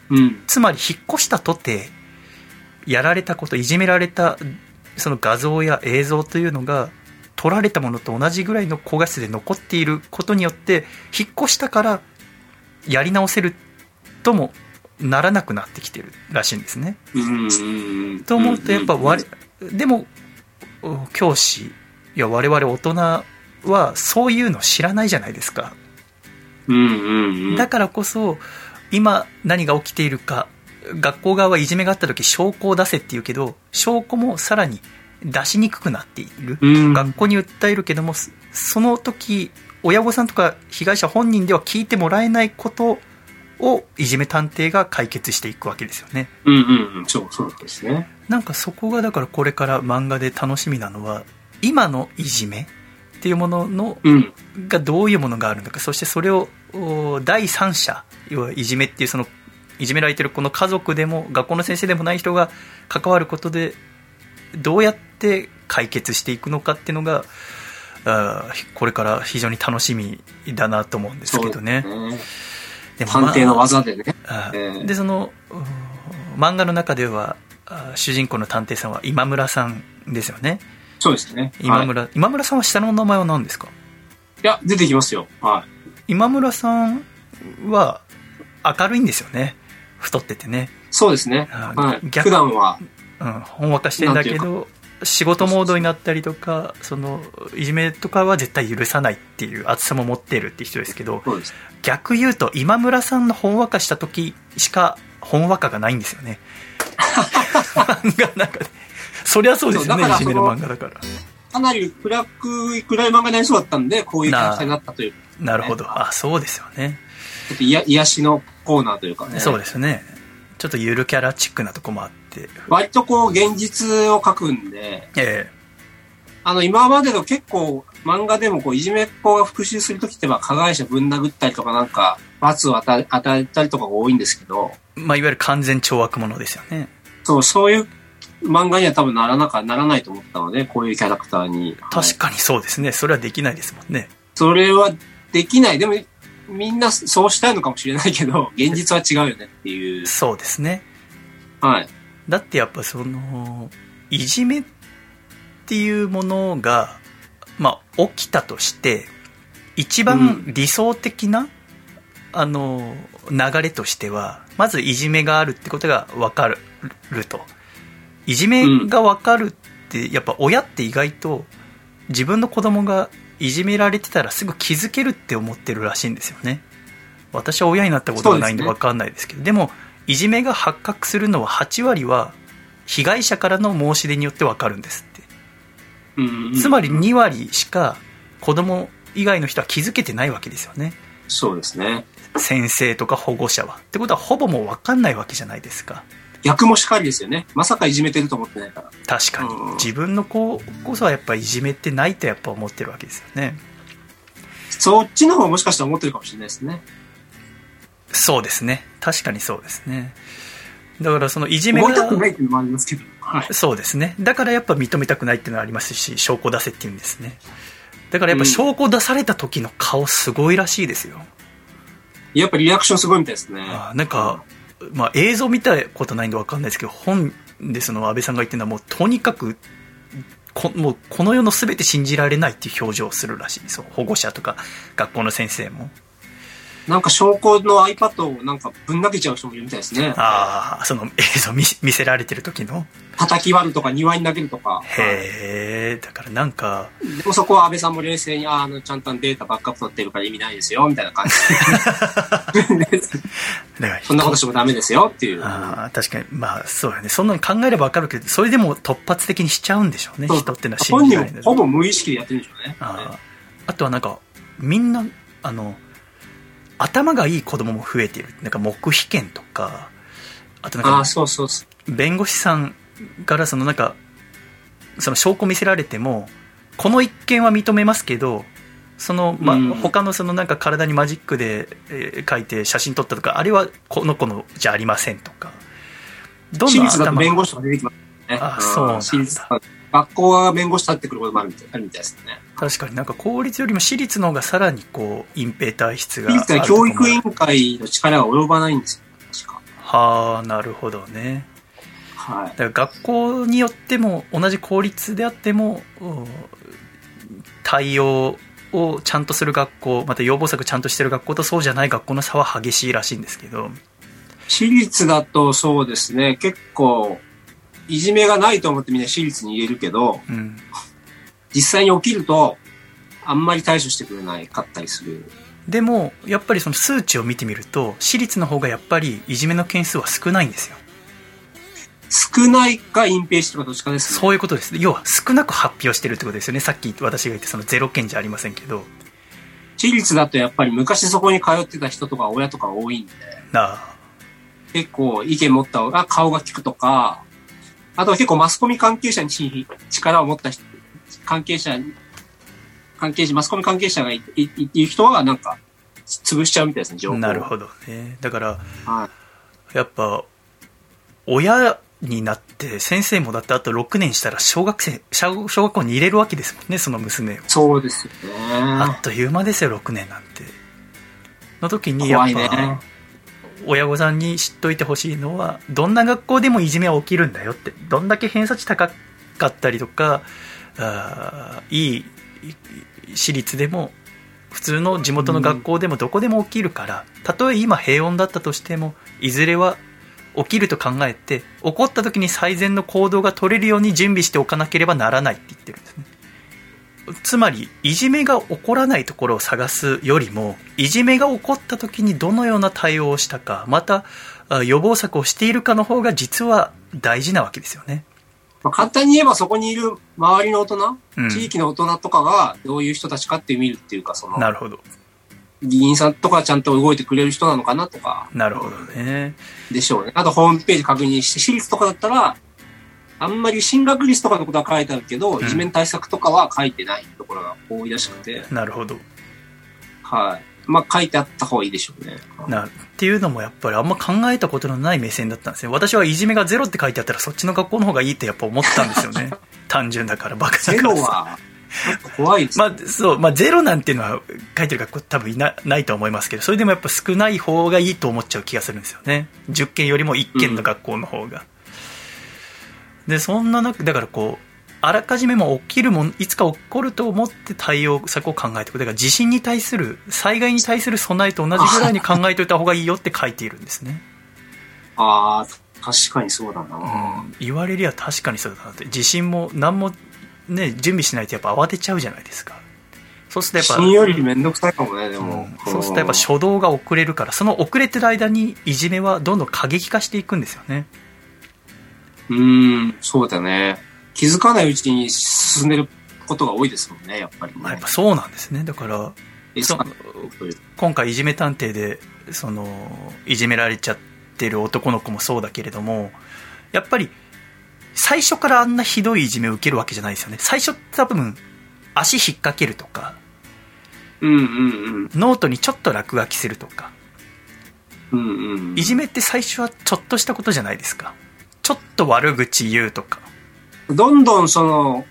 Speaker 2: うん。
Speaker 1: つまり引っ越したとてやられたこといじめられたその画像や映像というのが撮られたものと同じぐらいの高画質で残っていることによって引っ越したからやり直せるともならなくなってきてるらしいんですね。
Speaker 2: うんうんうん。
Speaker 1: と思うとやっぱ我でもお教師いや我々大人はそういうの知らないじゃないですか
Speaker 2: うんうんうん。
Speaker 1: だからこそ今何が起きているか学校側はいじめがあった時証拠を出せって言うけど証拠もさらに出しにくくなっている
Speaker 2: うん
Speaker 1: 学校に訴えるけどもそその時親御さんとか被害者本人では聞いてもらえないことをいじめ探偵が解決していくわけですよね
Speaker 2: うんうんうん。そう、そうなんですね。
Speaker 1: なんかそこがだからこれから漫画で楽しみなのは今のいじめっていうものの
Speaker 2: うん。
Speaker 1: がどういうものがあるのかそしてそれをお第三者要はいじめっていうそのいじめられてるこの家族でも学校の先生でもない人が関わることでどうやって解決していくのかっていうのがあーこれから非常に楽しみだなと思うんですけどね。
Speaker 2: そうですね
Speaker 1: でもま
Speaker 2: 探
Speaker 1: あ
Speaker 2: 偵の技でね。
Speaker 1: あ
Speaker 2: えー
Speaker 1: でそのうん漫画の中ではあ主人公の探偵さんは今村さんですよね
Speaker 2: そうですね。
Speaker 1: 今
Speaker 2: はい。
Speaker 1: 村、今村さんは下の名前は何ですか
Speaker 2: いや、出てきますよ。はい。
Speaker 1: 今村さんは明るいんですよね太っててね
Speaker 2: そうですね。
Speaker 1: あ
Speaker 2: はい。
Speaker 1: 逆
Speaker 2: 普段は
Speaker 1: うん、ほんわかしてんだけ
Speaker 2: なんて
Speaker 1: ど仕事モードになったりとかそのいじめとかは絶対許さないっていう厚さも持ってるって人ですけど
Speaker 2: そうです。
Speaker 1: 逆言うと今村さんのほんわかした時しかほんわかがないんですよね漫画の中でそりゃそうですよね
Speaker 2: そうだから
Speaker 1: いじめる漫画だから
Speaker 2: かなり暗く、暗い漫画になりそうだったんで、こういうキャラクターになったという、ち
Speaker 1: なるほどあそうですよね
Speaker 2: ょっと癒癒しのコーナーというかね。
Speaker 1: そうですねちょっとゆるキャラチックなとこもあって
Speaker 2: 割とこう、現実を書くんで、
Speaker 1: え
Speaker 2: あの、今までの結構、漫画でもこう、いじめっ子が復讐するときってば、加害者ぶん殴ったりとかなんか、罰を与え与えたりとかが多いんですけど、
Speaker 1: えまあいわゆる完全懲悪者ですよね
Speaker 2: そう、そういう漫画には多分ならなか、ならないと思ったので、こういうキャラクターに。はい
Speaker 1: 確かにそうですねそれはできないですもんね
Speaker 2: それはできない。でも、みんなそうしたいのかもしれないけど、 現実は違うよねっていう。
Speaker 1: そうですね
Speaker 2: はい。
Speaker 1: だってやっぱそのいじめっていうものが、まあ、起きたとして一番理想的な、あの流れとしてはまずいじめがあるってことが分かるといじめが分かるってやっぱ親って意外と自分の子供がいじめられてたらすぐ気づけるって思ってるらしいんですよね私は親になったことがないんで
Speaker 2: そうですね
Speaker 1: 分かんないですけどでもいじめが発覚するのは8割は被害者からの申し出によって分かるんですって
Speaker 2: うん、
Speaker 1: つまり2割しか子供以外の人は気づけてないわけですよね
Speaker 2: そうですね。
Speaker 1: 先生とか保護者はってことはほぼもう分かんないわけじゃないですか
Speaker 2: 逆もしかりですよね。まさかいじめてると思ってないから。
Speaker 1: 確かに
Speaker 2: うん
Speaker 1: 自分の子こそはやっぱいじめってないとやっぱ思ってるわけですよね
Speaker 2: そっちの方もしかしたら思ってるかもしれないですね。
Speaker 1: そうですね確かにそうですねだからそのいじめ
Speaker 2: 思い
Speaker 1: が
Speaker 2: たくないっていうのもありますけど。はい。
Speaker 1: そうですねだからやっぱ認めたくないっていうのはありますし証拠出せっていうんですねだからやっぱ証拠出された時の顔すごいらしいですよ、
Speaker 2: やっぱリアクションすごいみたいですね。
Speaker 1: あーなんか、まあ、映像見たことないんで分かんないですけど本でその安倍さんが言ってるのはもうとにかくこもうこの世の全て信じられないっていう表情をするらしいですよ保護者とか学校の先生も
Speaker 2: なんか証拠の iPad をなんかぶん投げちゃう人もいるみたいですね。
Speaker 1: ああその映像見見せられてる時の
Speaker 2: 叩き割るとか庭に投げるとか。はい
Speaker 1: へえだからなんか
Speaker 2: でもそこは安倍さんも冷静に、あーあの、ちゃんとデータバックアップ取ってるから意味ないですよ、みたい な感じ
Speaker 1: だ
Speaker 2: で。
Speaker 1: から
Speaker 2: そんなことしてもダメですよっていう。
Speaker 1: ああ確かにまあそうだねそんなの考えれば分かるけどそれでも突発的にしちゃうんでしょうね
Speaker 2: そう
Speaker 1: 人ってのは信じ
Speaker 2: 本人
Speaker 1: ら
Speaker 2: も
Speaker 1: れない
Speaker 2: ほぼ無意識でやってるんでしょうね。
Speaker 1: あーあとはなんかみんなあの頭がいい子供も増えているなんか黙秘権とかあとなん
Speaker 2: あ
Speaker 1: か
Speaker 2: あ、そうそうそう。
Speaker 1: 弁護士さんからそのなんかその証拠見せられてもこの一件は認めますけどその、ま
Speaker 2: うん
Speaker 1: 他のそのなんか体にマジックで、えー書いて写真撮ったとかあれはこの子のじゃありませんとかどん
Speaker 2: 私
Speaker 1: どん
Speaker 2: 立だと
Speaker 1: 頭
Speaker 2: 弁護士とか出てきますね。
Speaker 1: あそうなんだ
Speaker 2: 私立だと学校は弁護士立ってくることもあるみたいあるみたいですね。
Speaker 1: 確かになんか公立よりも私立の方がさらにこう隠蔽体質が
Speaker 2: 私立は教育委員会の力が及ばないんですよ。確か。
Speaker 1: はあなるほどね
Speaker 2: はい。
Speaker 1: だから学校によっても同じ公立であってもうん対応をちゃんとする学校また要望策ちゃんとしてる学校とそうじゃない学校の差は激しいらしいんですけど
Speaker 2: 私立だとそうですね、結構、いじめがないと思ってみんな私立に入れるけど、
Speaker 1: うん
Speaker 2: 実際に起きると、あんまり対処してくれないかったりする。
Speaker 1: でもやっぱりその数値を見てみると私立の方がやっぱりいじめの件数は少ないんですよ
Speaker 2: 少ないか隠蔽してるかどっちかですね。
Speaker 1: そういうことです要は少なく発表してるってことですよねさっき私が言ってそのゼロ件じゃありませんけど
Speaker 2: 私立だとやっぱり昔そこに通ってた人とか親とか多いんで、
Speaker 1: なあ
Speaker 2: 結構意見持った方が顔が利くとか、あとは結構マスコミ関係者に力を持った人関係者に、関係者、マスコミ関係者がいいいいる人はなんか、潰しちゃうみたいですね、情報を
Speaker 1: なるほどねだから
Speaker 2: はい。
Speaker 1: やっぱ親になって先生もだってあと6年したら小学生小小学校に入れるわけですもんねその娘を
Speaker 2: そうですよね。
Speaker 1: あっという間ですよ6年なんての時にや
Speaker 2: 怖
Speaker 1: っ
Speaker 2: い
Speaker 1: ぱ、
Speaker 2: ね。
Speaker 1: 親御さんに知っといてほしいのはどんな学校でもいじめは起きるんだよってどんだけ偏差値高かったりとかあーいいい私立でも普通の地元の学校でもどこでも起きるからたとえ今平穏だったとしてもいずれは起きると考えて起こった時に最善の行動が取れるように準備しておかなければならないって言ってるんですねつまりいじめが起こらないところを探すよりもいじめが起こった時にどのような対応をしたかまたあ予防策をしているかの方が実は大事なわけですよね
Speaker 2: まあ、簡単に言えばそこにいる周りの大人、
Speaker 1: うん
Speaker 2: 地域の大人とかがどういう人たちかって見るっていうか、その、
Speaker 1: なるほど
Speaker 2: 議員さんとかちゃんと動いてくれる人なのかなとか、
Speaker 1: なるほどね
Speaker 2: でしょうね。あとホームページ確認して、私立とかだったら、あんまり進学率とかのことは書いてあるけど、
Speaker 1: ん
Speaker 2: いじめの対策とかは書いてないところが多いらしくて、
Speaker 1: なるほど
Speaker 2: はい。まあ書いてあった方がいいでしょうね。
Speaker 1: なっていうのもやっぱりあんま考えたことのない目線だったんですね私はいじめがゼロって書いてあったらそっちの学校の方がいいってやっぱ思ったんですよ ね単純だからバカだ
Speaker 2: ゼ
Speaker 1: から
Speaker 2: ロは、ちょっと怖いです、ね。
Speaker 1: まあそうまあ、ゼロなんていうのは書いてる学校多分いなないとは思いますけどそれでもやっぱ少ない方がいいと思っちゃう気がするんですよね10件よりも1件の学校の方が、でそんな中だからこうあらかじめも起きるもんいつか起こると思って対応策を考えておくだから地震に対する災害に対する備えと同じぐらいに考えておいた方がいいよって書いているんですね、
Speaker 2: ああ、確かにそうだな。
Speaker 1: うん、言われりゃ確かにそうだなって地震も何もね準備しないとやっぱ慌てちゃうじゃないですかそうするとやっぱ
Speaker 2: 死よりめんどくさいかもね、で
Speaker 1: う
Speaker 2: も
Speaker 1: ん。そうするとやっぱ初動が遅れるからその遅れてる間にいじめはどんどん過激化していくんですよね
Speaker 2: うーん、そうだね。気づかないうちに進んでることが多いですもんね、やっぱり、ね。
Speaker 1: まあやっぱそうなんですねだから
Speaker 2: エス
Speaker 1: そ
Speaker 2: カレートという
Speaker 1: 今回いじめ探偵でそのいじめられちゃってる男の子もそうだけれどもやっぱり最初からあんなひどいいじめを受けるわけじゃないですよね最初って多分足引っ掛けるとか
Speaker 2: うんうん
Speaker 1: ノートにちょっと落書きするとか
Speaker 2: うん。うんうん。
Speaker 1: いじめって最初はちょっとしたことじゃないですかちょっと悪口言うとか
Speaker 2: どんどんその、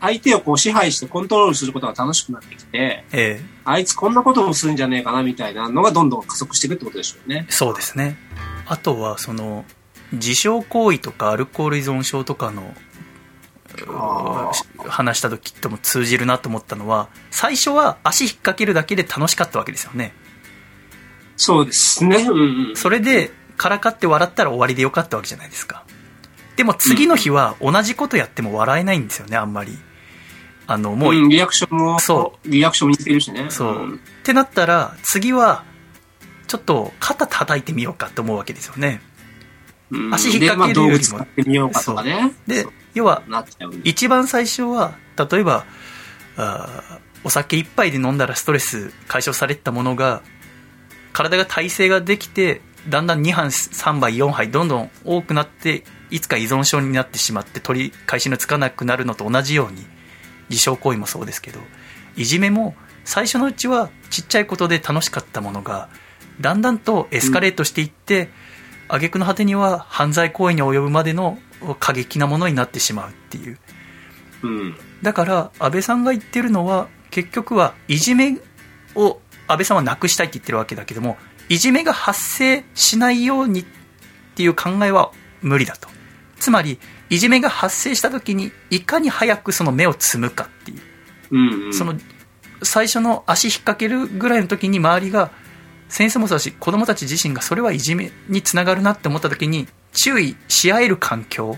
Speaker 2: 相手をこう支配してコントロールすることが楽しくなってきて、
Speaker 1: ええ
Speaker 2: あいつこんなこともするんじゃねえかなみたいなのがどんどん加速していくってことでしょうね。
Speaker 1: そうですねあとはその自傷行為とかアルコール依存症とかの
Speaker 2: あー
Speaker 1: 話した時とも通じるなと思ったのは最初は足引っ掛けるだけで楽しかったわけですよね
Speaker 2: そうですね。うんうん。
Speaker 1: それでからかって笑ったら終わりでよかったわけじゃないですかでも次の日は同じことやっても笑えないんですよねあんまりあのもう、
Speaker 2: ん、リアクションも、。
Speaker 1: そう
Speaker 2: リアクションも似てるしね。
Speaker 1: そう、っ
Speaker 2: ん
Speaker 1: てなったら次はちょっと肩叩いてみようかと思うわけですよね
Speaker 2: うん、
Speaker 1: 足引っ掛ける
Speaker 2: でまあ、道
Speaker 1: よりも
Speaker 2: 具使ってみようかとかね。
Speaker 1: で要は
Speaker 2: なっちゃうんで。
Speaker 1: 一番最初は例えばあーお酒一杯で飲んだらストレス解消されてたものが体が耐性ができてだんだん2杯3杯4杯どんどん多くなっていつか依存症になってしまって取り返しのつかなくなるのと同じように自傷行為もそうですけどいじめも最初のうちはちっちゃいことで楽しかったものがだんだんとエスカレートしていって、挙句の果てには犯罪行為に及ぶまでの過激なものになってしまうっていう
Speaker 2: うん。
Speaker 1: だから安倍さんが言ってるのは結局はいじめを安倍さんはなくしたいって言ってるわけだけどもいじめが発生しないようにっていう考えは無理だとつまりいじめが発生した時にいかに早くその目をつむかっていう
Speaker 2: うん、うん。
Speaker 1: その最初の足引っ掛けるぐらいの時に周りが先生もそうだし子供たち自身がそれはいじめにつながるなって思った時に注意し合える環境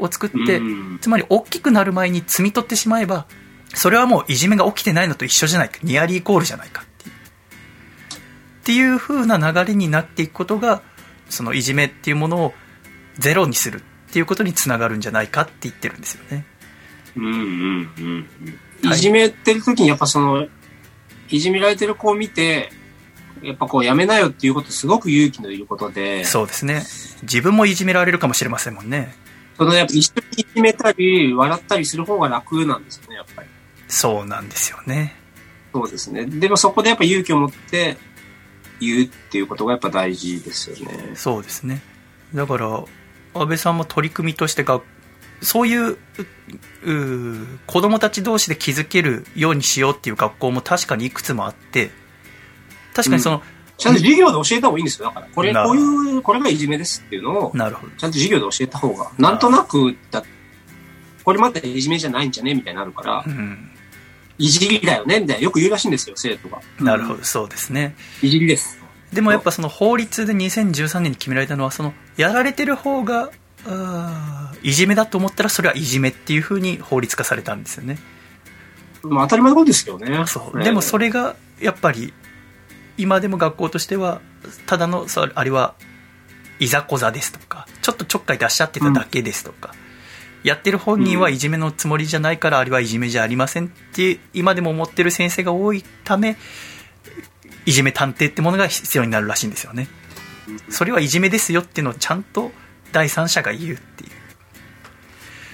Speaker 1: を作って、
Speaker 2: うん
Speaker 1: つまり大きくなる前に摘み取ってしまえばそれはもういじめが起きてないのと一緒じゃないかニアリーイコールじゃないかっていうっていう風な流れになっていくことがそのいじめっていうものをゼロにするっていうことにつながるんじゃないかって言ってるんですよね。
Speaker 2: うんうんうんう
Speaker 1: は
Speaker 2: ん。
Speaker 1: い
Speaker 2: いじめてる時にやっぱその、いじめられてる子を見て、やっぱこうやめなよっていうことすごく勇気のいることで、そ
Speaker 1: そうですね自分もいじめられるかもしれませんもんね。
Speaker 2: のやっぱ一緒にいじめたり、笑ったりする方が楽なんですよね、やっぱり。
Speaker 1: そうなんですよね。
Speaker 2: そうですね。でもそこでやっぱ勇気を持って言うっていうことがやっぱ大事ですよね。
Speaker 1: そうですねだから安倍さんも取り組みとしてがそういううう子供たち同士で気づけるようにしようっていう学校も確かにいくつもあって確かにその、
Speaker 2: ちゃんと授業で教えた方がいいんですよ。だから、これ、
Speaker 1: なる
Speaker 2: こ
Speaker 1: ほ
Speaker 2: う
Speaker 1: ど
Speaker 2: いう、これがいじめですっていうのを、
Speaker 1: なるほど
Speaker 2: ちゃんと授業で教えた方が、なんとなくだ、これまでいじめじゃないんじゃねみたいになるから、
Speaker 1: うん
Speaker 2: いじりだよねみたいな、よく言うらしいんですよ、生徒が。
Speaker 1: なるほどそうですね
Speaker 2: いじりです。
Speaker 1: でもやっぱその法律で2013年に決められたのはそのやられてる方があーいじめだと思ったらそれはいじめっていうふうに法律化されたんですよね
Speaker 2: まあ、当たり前のことですけどね。
Speaker 1: そうでもそ
Speaker 2: れ。
Speaker 1: れがやっぱり今でも学校としてはただのそあれはいざこざですとかちょっとちょっかい出しちゃってただけですとか、やってる本人はいじめのつもりじゃないからあれはいじめじゃありませんって今でも思ってる先生が多いためいじめ探偵ってものが必要になるらしいんですよねそれはいじめですよっていうのをちゃんと第三者が言うっていう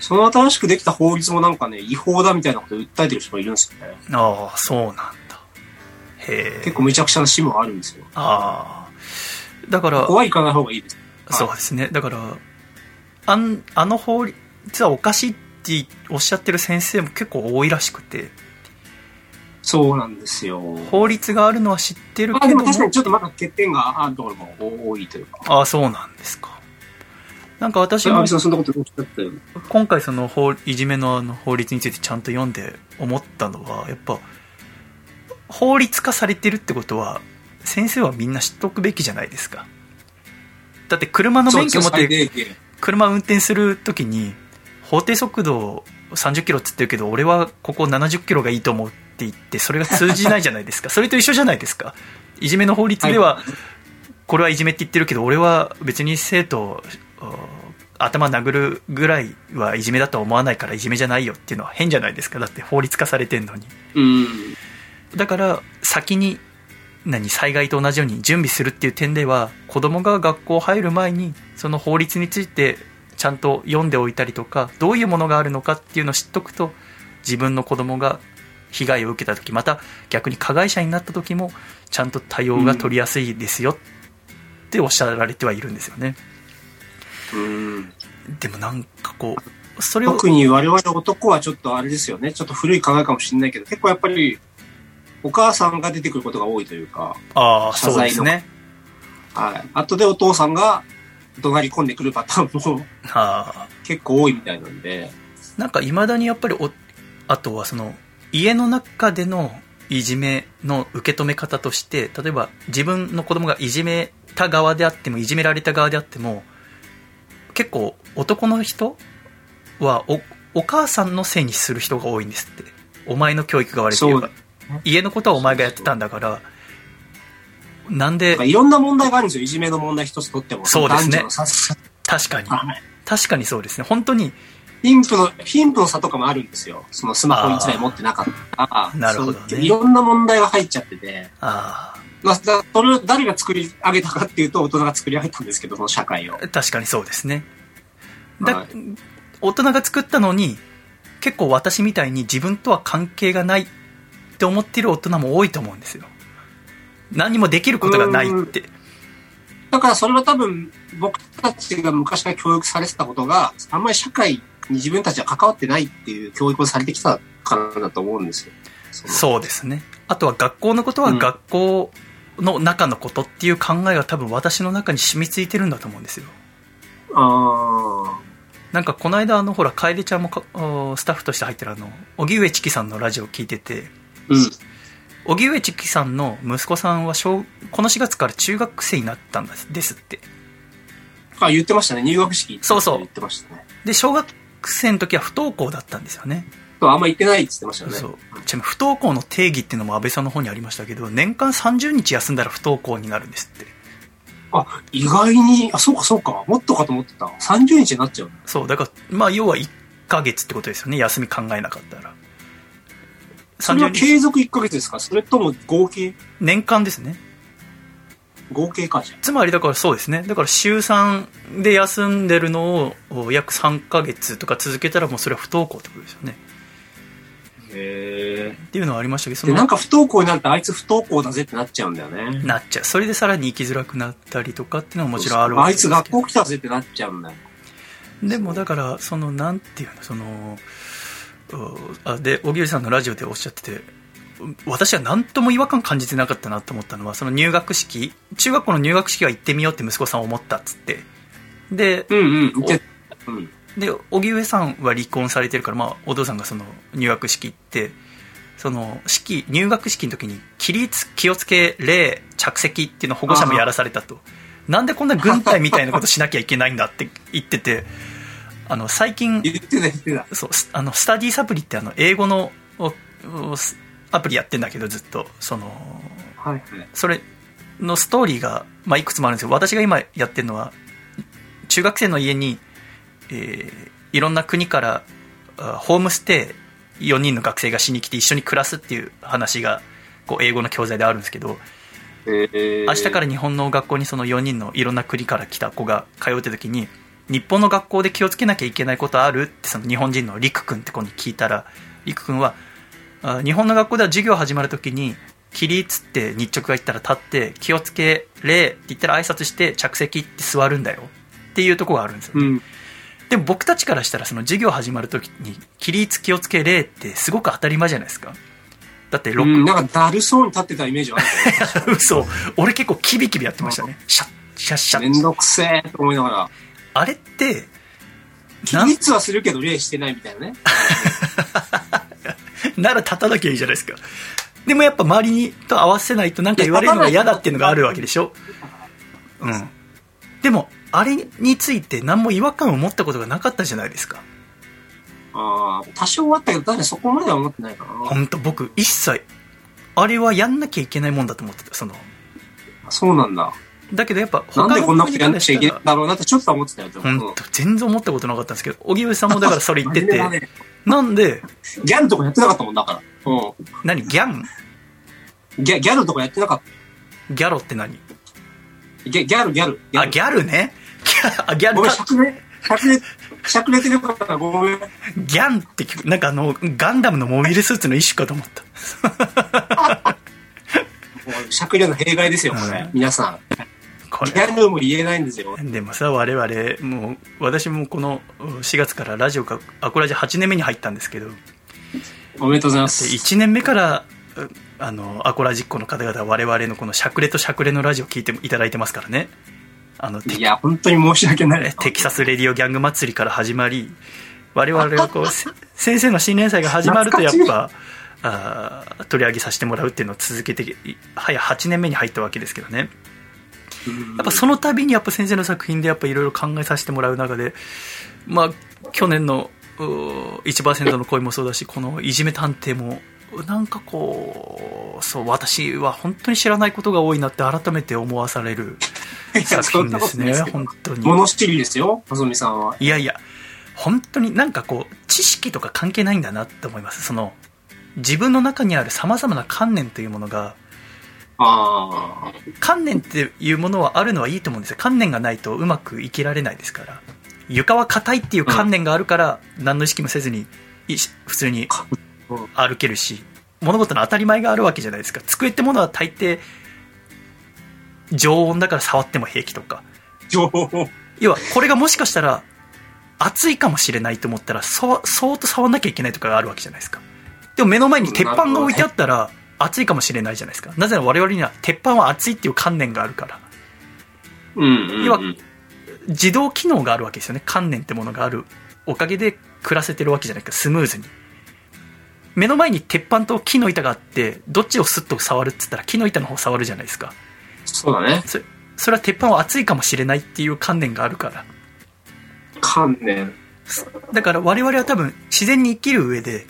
Speaker 2: その新しくできた法律もなんかね、違法だみたいなことを訴えてる人がいるんですよね。
Speaker 1: ああそうなんだへえ
Speaker 2: 結構むちゃくちゃな支部があるんですよ。
Speaker 1: ああだから
Speaker 2: 怖い行かない方がいいです。はい
Speaker 1: そうですねだからあんあの法律はおかしいっておっしゃってる先生も結構多いらしくて
Speaker 2: そうなんですよ。
Speaker 1: 法律があるのは知ってる
Speaker 2: ま
Speaker 1: け
Speaker 2: あで
Speaker 1: ど
Speaker 2: も確か
Speaker 1: も
Speaker 2: にちょっとまだ欠点があるところも多いというか。
Speaker 1: ああそうなんですかなんか私
Speaker 2: 安
Speaker 1: も
Speaker 2: 倍さんそんなことおっしゃったよね。
Speaker 1: 今回その法いじめのあの法律についてちゃんと読んで思ったのはやっぱ法律化されてるってことは先生はみんな知っとくべきじゃないですかだって車の免許持って
Speaker 2: そうですね最低限
Speaker 1: 車運転するときに法定速度30キロっつってるけど俺はここ70キロがいいと思うって言ってそれが通じないじゃない ですかそれと一緒じゃないですかいじめの法律では、これはいじめって言ってるけど俺は別に生徒をあ頭殴るぐらいはいじめだとは思わないからいじめじゃないよっていうのは変じゃないですかだって法律化されてんのに
Speaker 2: うん。
Speaker 1: だから先に何災害と同じように準備するっていう点では子供が学校入る前にその法律についてちゃんと読んでおいたりとかどういうものがあるのかっていうのを知っとくと自分の子供が被害を受けた時また逆に加害者になった時もちゃんと対応が取りやすいですよっておっしゃられてはいるんですよね
Speaker 2: うん
Speaker 1: でもなんかこうそれを
Speaker 2: 特に我々男はちょっとあれですよね。ちょっと古い考えかもしれないけど、結構やっぱり、お母さんが出てくることが多いというか、
Speaker 1: ああ
Speaker 2: 謝罪の
Speaker 1: そうですね
Speaker 2: はい。後でお父さんが怒鳴り込んでくるパターンも
Speaker 1: ああ
Speaker 2: 結構多いみたいなんで、
Speaker 1: なんかいまだにやっぱりおあとはその家の中でのいじめの受け止め方として例えば自分の子供がいじめた側であってもいじめられた側であっても結構男の人はおお母さんのせいにする人が多いんですってお前の教育が悪いっていうか家のことはお前がやってたんだからなん
Speaker 2: な
Speaker 1: で
Speaker 2: んかいろんな問題があるんですよ。いじめの問題一つとっても。
Speaker 1: そうですね
Speaker 2: 男女の差
Speaker 1: 確かに
Speaker 2: はい
Speaker 1: 確かにそうですね本当に
Speaker 2: 貧富の、貧富の差とかもあるんですよ。そのスマホ一台持ってなかったから。
Speaker 1: なるほどね
Speaker 2: そういろんな問題が入っちゃってて。
Speaker 1: ああ
Speaker 2: まあ、だそれを誰が作り上げたかっていうと、大人が作り上げたんですけど、その社会を。
Speaker 1: 確かにそうですねだ、
Speaker 2: はい
Speaker 1: 大人が作ったのに結構私みたいに自分とは関係がないって思ってる大人も多いと思うんですよ何もできることがないって
Speaker 2: だからそれは多分、僕たちが昔から教育されてたことが、あんまり社会に自分たちは関わってないっていう教育をされてきたからだと思うんですよ。その
Speaker 1: そうですねあとは学校のことは
Speaker 2: うん
Speaker 1: 学校の中のことっていう考えが多分私の中に染みついてるんだと思うんですよ
Speaker 2: あ
Speaker 1: なんかこの間あのほら楓ちゃんもかあースタッフとして入ってるあの荻上チキさんのラジオを聞いてて
Speaker 2: ーうん。
Speaker 1: 荻上チキさんの息子さんは小この4月から中学生になったんですって
Speaker 2: あ、言ってましたね。入学式。
Speaker 1: そうそう
Speaker 2: 言ってましたね。
Speaker 1: で小学生の時は不登校だったんですよね
Speaker 2: そうあんま言ってないって言ってましたよね。
Speaker 1: そうちなみに不登校の定義っていうのも安倍さんの方にありましたけど年間30日休んだら不登校になるんですって
Speaker 2: あ、意外に、あ、そうかそうか。もっとかと思ってた。30日になっちゃうね。
Speaker 1: そうだからまあ要は1ヶ月ってことですよね休み考えなかったら
Speaker 2: それは
Speaker 1: 30日
Speaker 2: 継続1ヶ月ですかそれとも合計
Speaker 1: 年間ですね
Speaker 2: 合計かじゃん。
Speaker 1: つまりだからそうですねだから週3で休んでるのを約3ヶ月とか続けたらもうそれは不登校ってことですよね
Speaker 2: へ
Speaker 1: っていうのはありましたけどそ
Speaker 2: で、
Speaker 1: の
Speaker 2: なんか不登校になるとあいつ不登校だぜってなっちゃうんだよね。
Speaker 1: なっちゃうそれでさらに生きづらくなったりとかっていうのはもちろんあるわ
Speaker 2: あ
Speaker 1: け
Speaker 2: い
Speaker 1: ですけ
Speaker 2: つ
Speaker 1: ど
Speaker 2: 学校来たぜってなっちゃうんだよ。
Speaker 1: でもだからそのなんていうのそのうあで荻上さんのラジオでおっしゃっててう私は何とも違和感感じてなかったなと思ったのはその入学式中学校の入学式は行ってみようって息子さん思ったっつってで
Speaker 2: うんうん。でうん。
Speaker 1: で荻上さんは離婚されてるから、まあ、お父さんがその入学式行ってその式入学式の時に起立気をつけ礼着席っていうのを保護者もやらされたとなんでこんな軍隊みたいなことしなきゃいけないんだって 言っててあの最近
Speaker 2: 言ってた言ってた。
Speaker 1: そうスあのスタディサプリってあの英語のおおスアプリやってんだけどずっとその
Speaker 2: はいはい。
Speaker 1: それのストーリーが、まあ、いくつもあるんですけど私が今やってるのは中学生の家に、えーいろんな国からあホームステイ4人の学生がしに来て一緒に暮らすっていう話がこう英語の教材であるんですけど明
Speaker 2: 明
Speaker 1: 日から日本の学校にその4人のいろんな国から来た子が通うって時に日本の学校で気をつけなきゃいけないことあるってその日本人のりくくんって子に聞いたらりくくんはあ日本の学校では授業始まる時に起立って日直が言ったら立って気をつけ礼って言ったら挨拶して着席って座るんだよっていうとこがあるんですよ、
Speaker 2: うん。
Speaker 1: でも僕たちからしたらその授業始まる時に起立気をつけ礼ってすごく当たり前じゃないですかだって
Speaker 2: う
Speaker 1: 六
Speaker 2: ん、なんかだるそうに立ってたイメージはある
Speaker 1: 嘘俺結構キビキビやってましたねシャッシャッシ
Speaker 2: け
Speaker 1: ャ
Speaker 2: ど。
Speaker 1: ッ
Speaker 2: めんどくせえと思いながら。
Speaker 1: あれって
Speaker 2: 起
Speaker 1: なん
Speaker 2: 立はするけど、礼してないみたいなね。
Speaker 1: なら立たなきゃいいじゃないですかでもやっぱ周りにと合わせないとなんか言われるのが嫌だっていうのがあるわけでしょうんでもあれについて何も違和感を持ったことがなかったじゃないですか
Speaker 2: ああ、多少はあったけど、確かにそこまでは思ってないか
Speaker 1: 本当僕一切あれはやんなきゃいけないもんだと思ってたその
Speaker 2: な。そうなんだ。
Speaker 1: だけどやっぱ他
Speaker 2: な
Speaker 1: の
Speaker 2: んでこんなことや
Speaker 1: 国
Speaker 2: んな
Speaker 1: で
Speaker 2: く
Speaker 1: した
Speaker 2: ち
Speaker 1: ら
Speaker 2: ゃいけないんだろうなってちょっとは思ってたよ、でも
Speaker 1: 本当全然思ったことなかったんですけど荻上さんもだからそれ言ってて
Speaker 2: 真面目だね
Speaker 1: なんで
Speaker 2: ギャルとかやってなかったもんだから。う
Speaker 1: 何ギャン
Speaker 2: ん。ギャギャルとかやってなかっ
Speaker 1: ギャロって何
Speaker 2: た。ギャギャル、ギャル。ギャ
Speaker 1: あ
Speaker 2: ル
Speaker 1: ギャルねギャあギャル
Speaker 2: ごめん、
Speaker 1: か
Speaker 2: しゃくれ、しゃくれ、しゃくれてるからごめん。
Speaker 1: ギャンって聞くなんかあのガンダムのモビルスーツの一種かと思った
Speaker 2: しゃくれの弊害ですよ、こ
Speaker 1: う
Speaker 2: れ
Speaker 1: ん。
Speaker 2: 皆さ
Speaker 1: こ
Speaker 2: ん。ギャルも言えないんですよ。
Speaker 1: れでもさ我々もう私もこの4月からラジオがアコラジ8年目に入ったんですけどで
Speaker 2: おめでとうございます。
Speaker 1: 1年目からうあのアコラジっ子の方々は我々のこのしゃくれとしゃくれのラジオ聞いていただいてますからねあのテ
Speaker 2: いや、本当に申し訳な い。
Speaker 1: テキサス・レディオ・ギャング祭りから始まり我々はこうせ先生の新年祭が始まるとやっぱあー取り上げさせてもらうっていうのを続けてい早8年目に入ったわけですけどね
Speaker 2: うん
Speaker 1: やっぱその度にやっぱ先生の作品でやっぱいろいろ考えさせてもらう中で、まあ、去年のうー1%の恋もそうだしこの「いじめ探偵も」なんかこうそう私は本当に知らないことが多いなって改めて思わされる
Speaker 2: いや
Speaker 1: 作
Speaker 2: そん
Speaker 1: 品
Speaker 2: な
Speaker 1: で
Speaker 2: こと
Speaker 1: す
Speaker 2: ないで
Speaker 1: ね
Speaker 2: すけど
Speaker 1: 本当に
Speaker 2: 物知りですよ、細見さんは。
Speaker 1: いやいや本当になんかこう知識とか関係ないんだなって思いますその自分の中にあるさまざまな観念というものが
Speaker 2: ああ。
Speaker 1: 観念っていうものはあるのはいいと思うんですよ観念がないとうまく生きられないですから床は硬いっていう観念があるから何の意識もせずにい普通に
Speaker 2: うん
Speaker 1: 歩けるし物事の当たり前があるわけじゃないですか机ってものは大抵常温だから触っても平気とか
Speaker 2: 情報。
Speaker 1: 要はこれがもしかしたら熱いかもしれないと思ったらそそーっと触んなきゃいけないとかがあるわけじゃないですかでも目の前に鉄板が置いてあったら熱いかもしれないじゃないですかなぜなら我々には鉄板は熱いっていう観念があるから
Speaker 2: うんうん、
Speaker 1: 要
Speaker 2: う
Speaker 1: は
Speaker 2: ん。
Speaker 1: 自動機能があるわけですよね観念ってものがあるおかげで暮らせてるわけじゃないかスムーズに目の前に鉄板と木の板があってどっちをスッと触るっつったら木の板の方触るじゃないですか
Speaker 2: そうだね。
Speaker 1: そそれは鉄板は熱いかもしれないっていう観念があるから
Speaker 2: 観念。
Speaker 1: だから我々は多分自然に生きる上で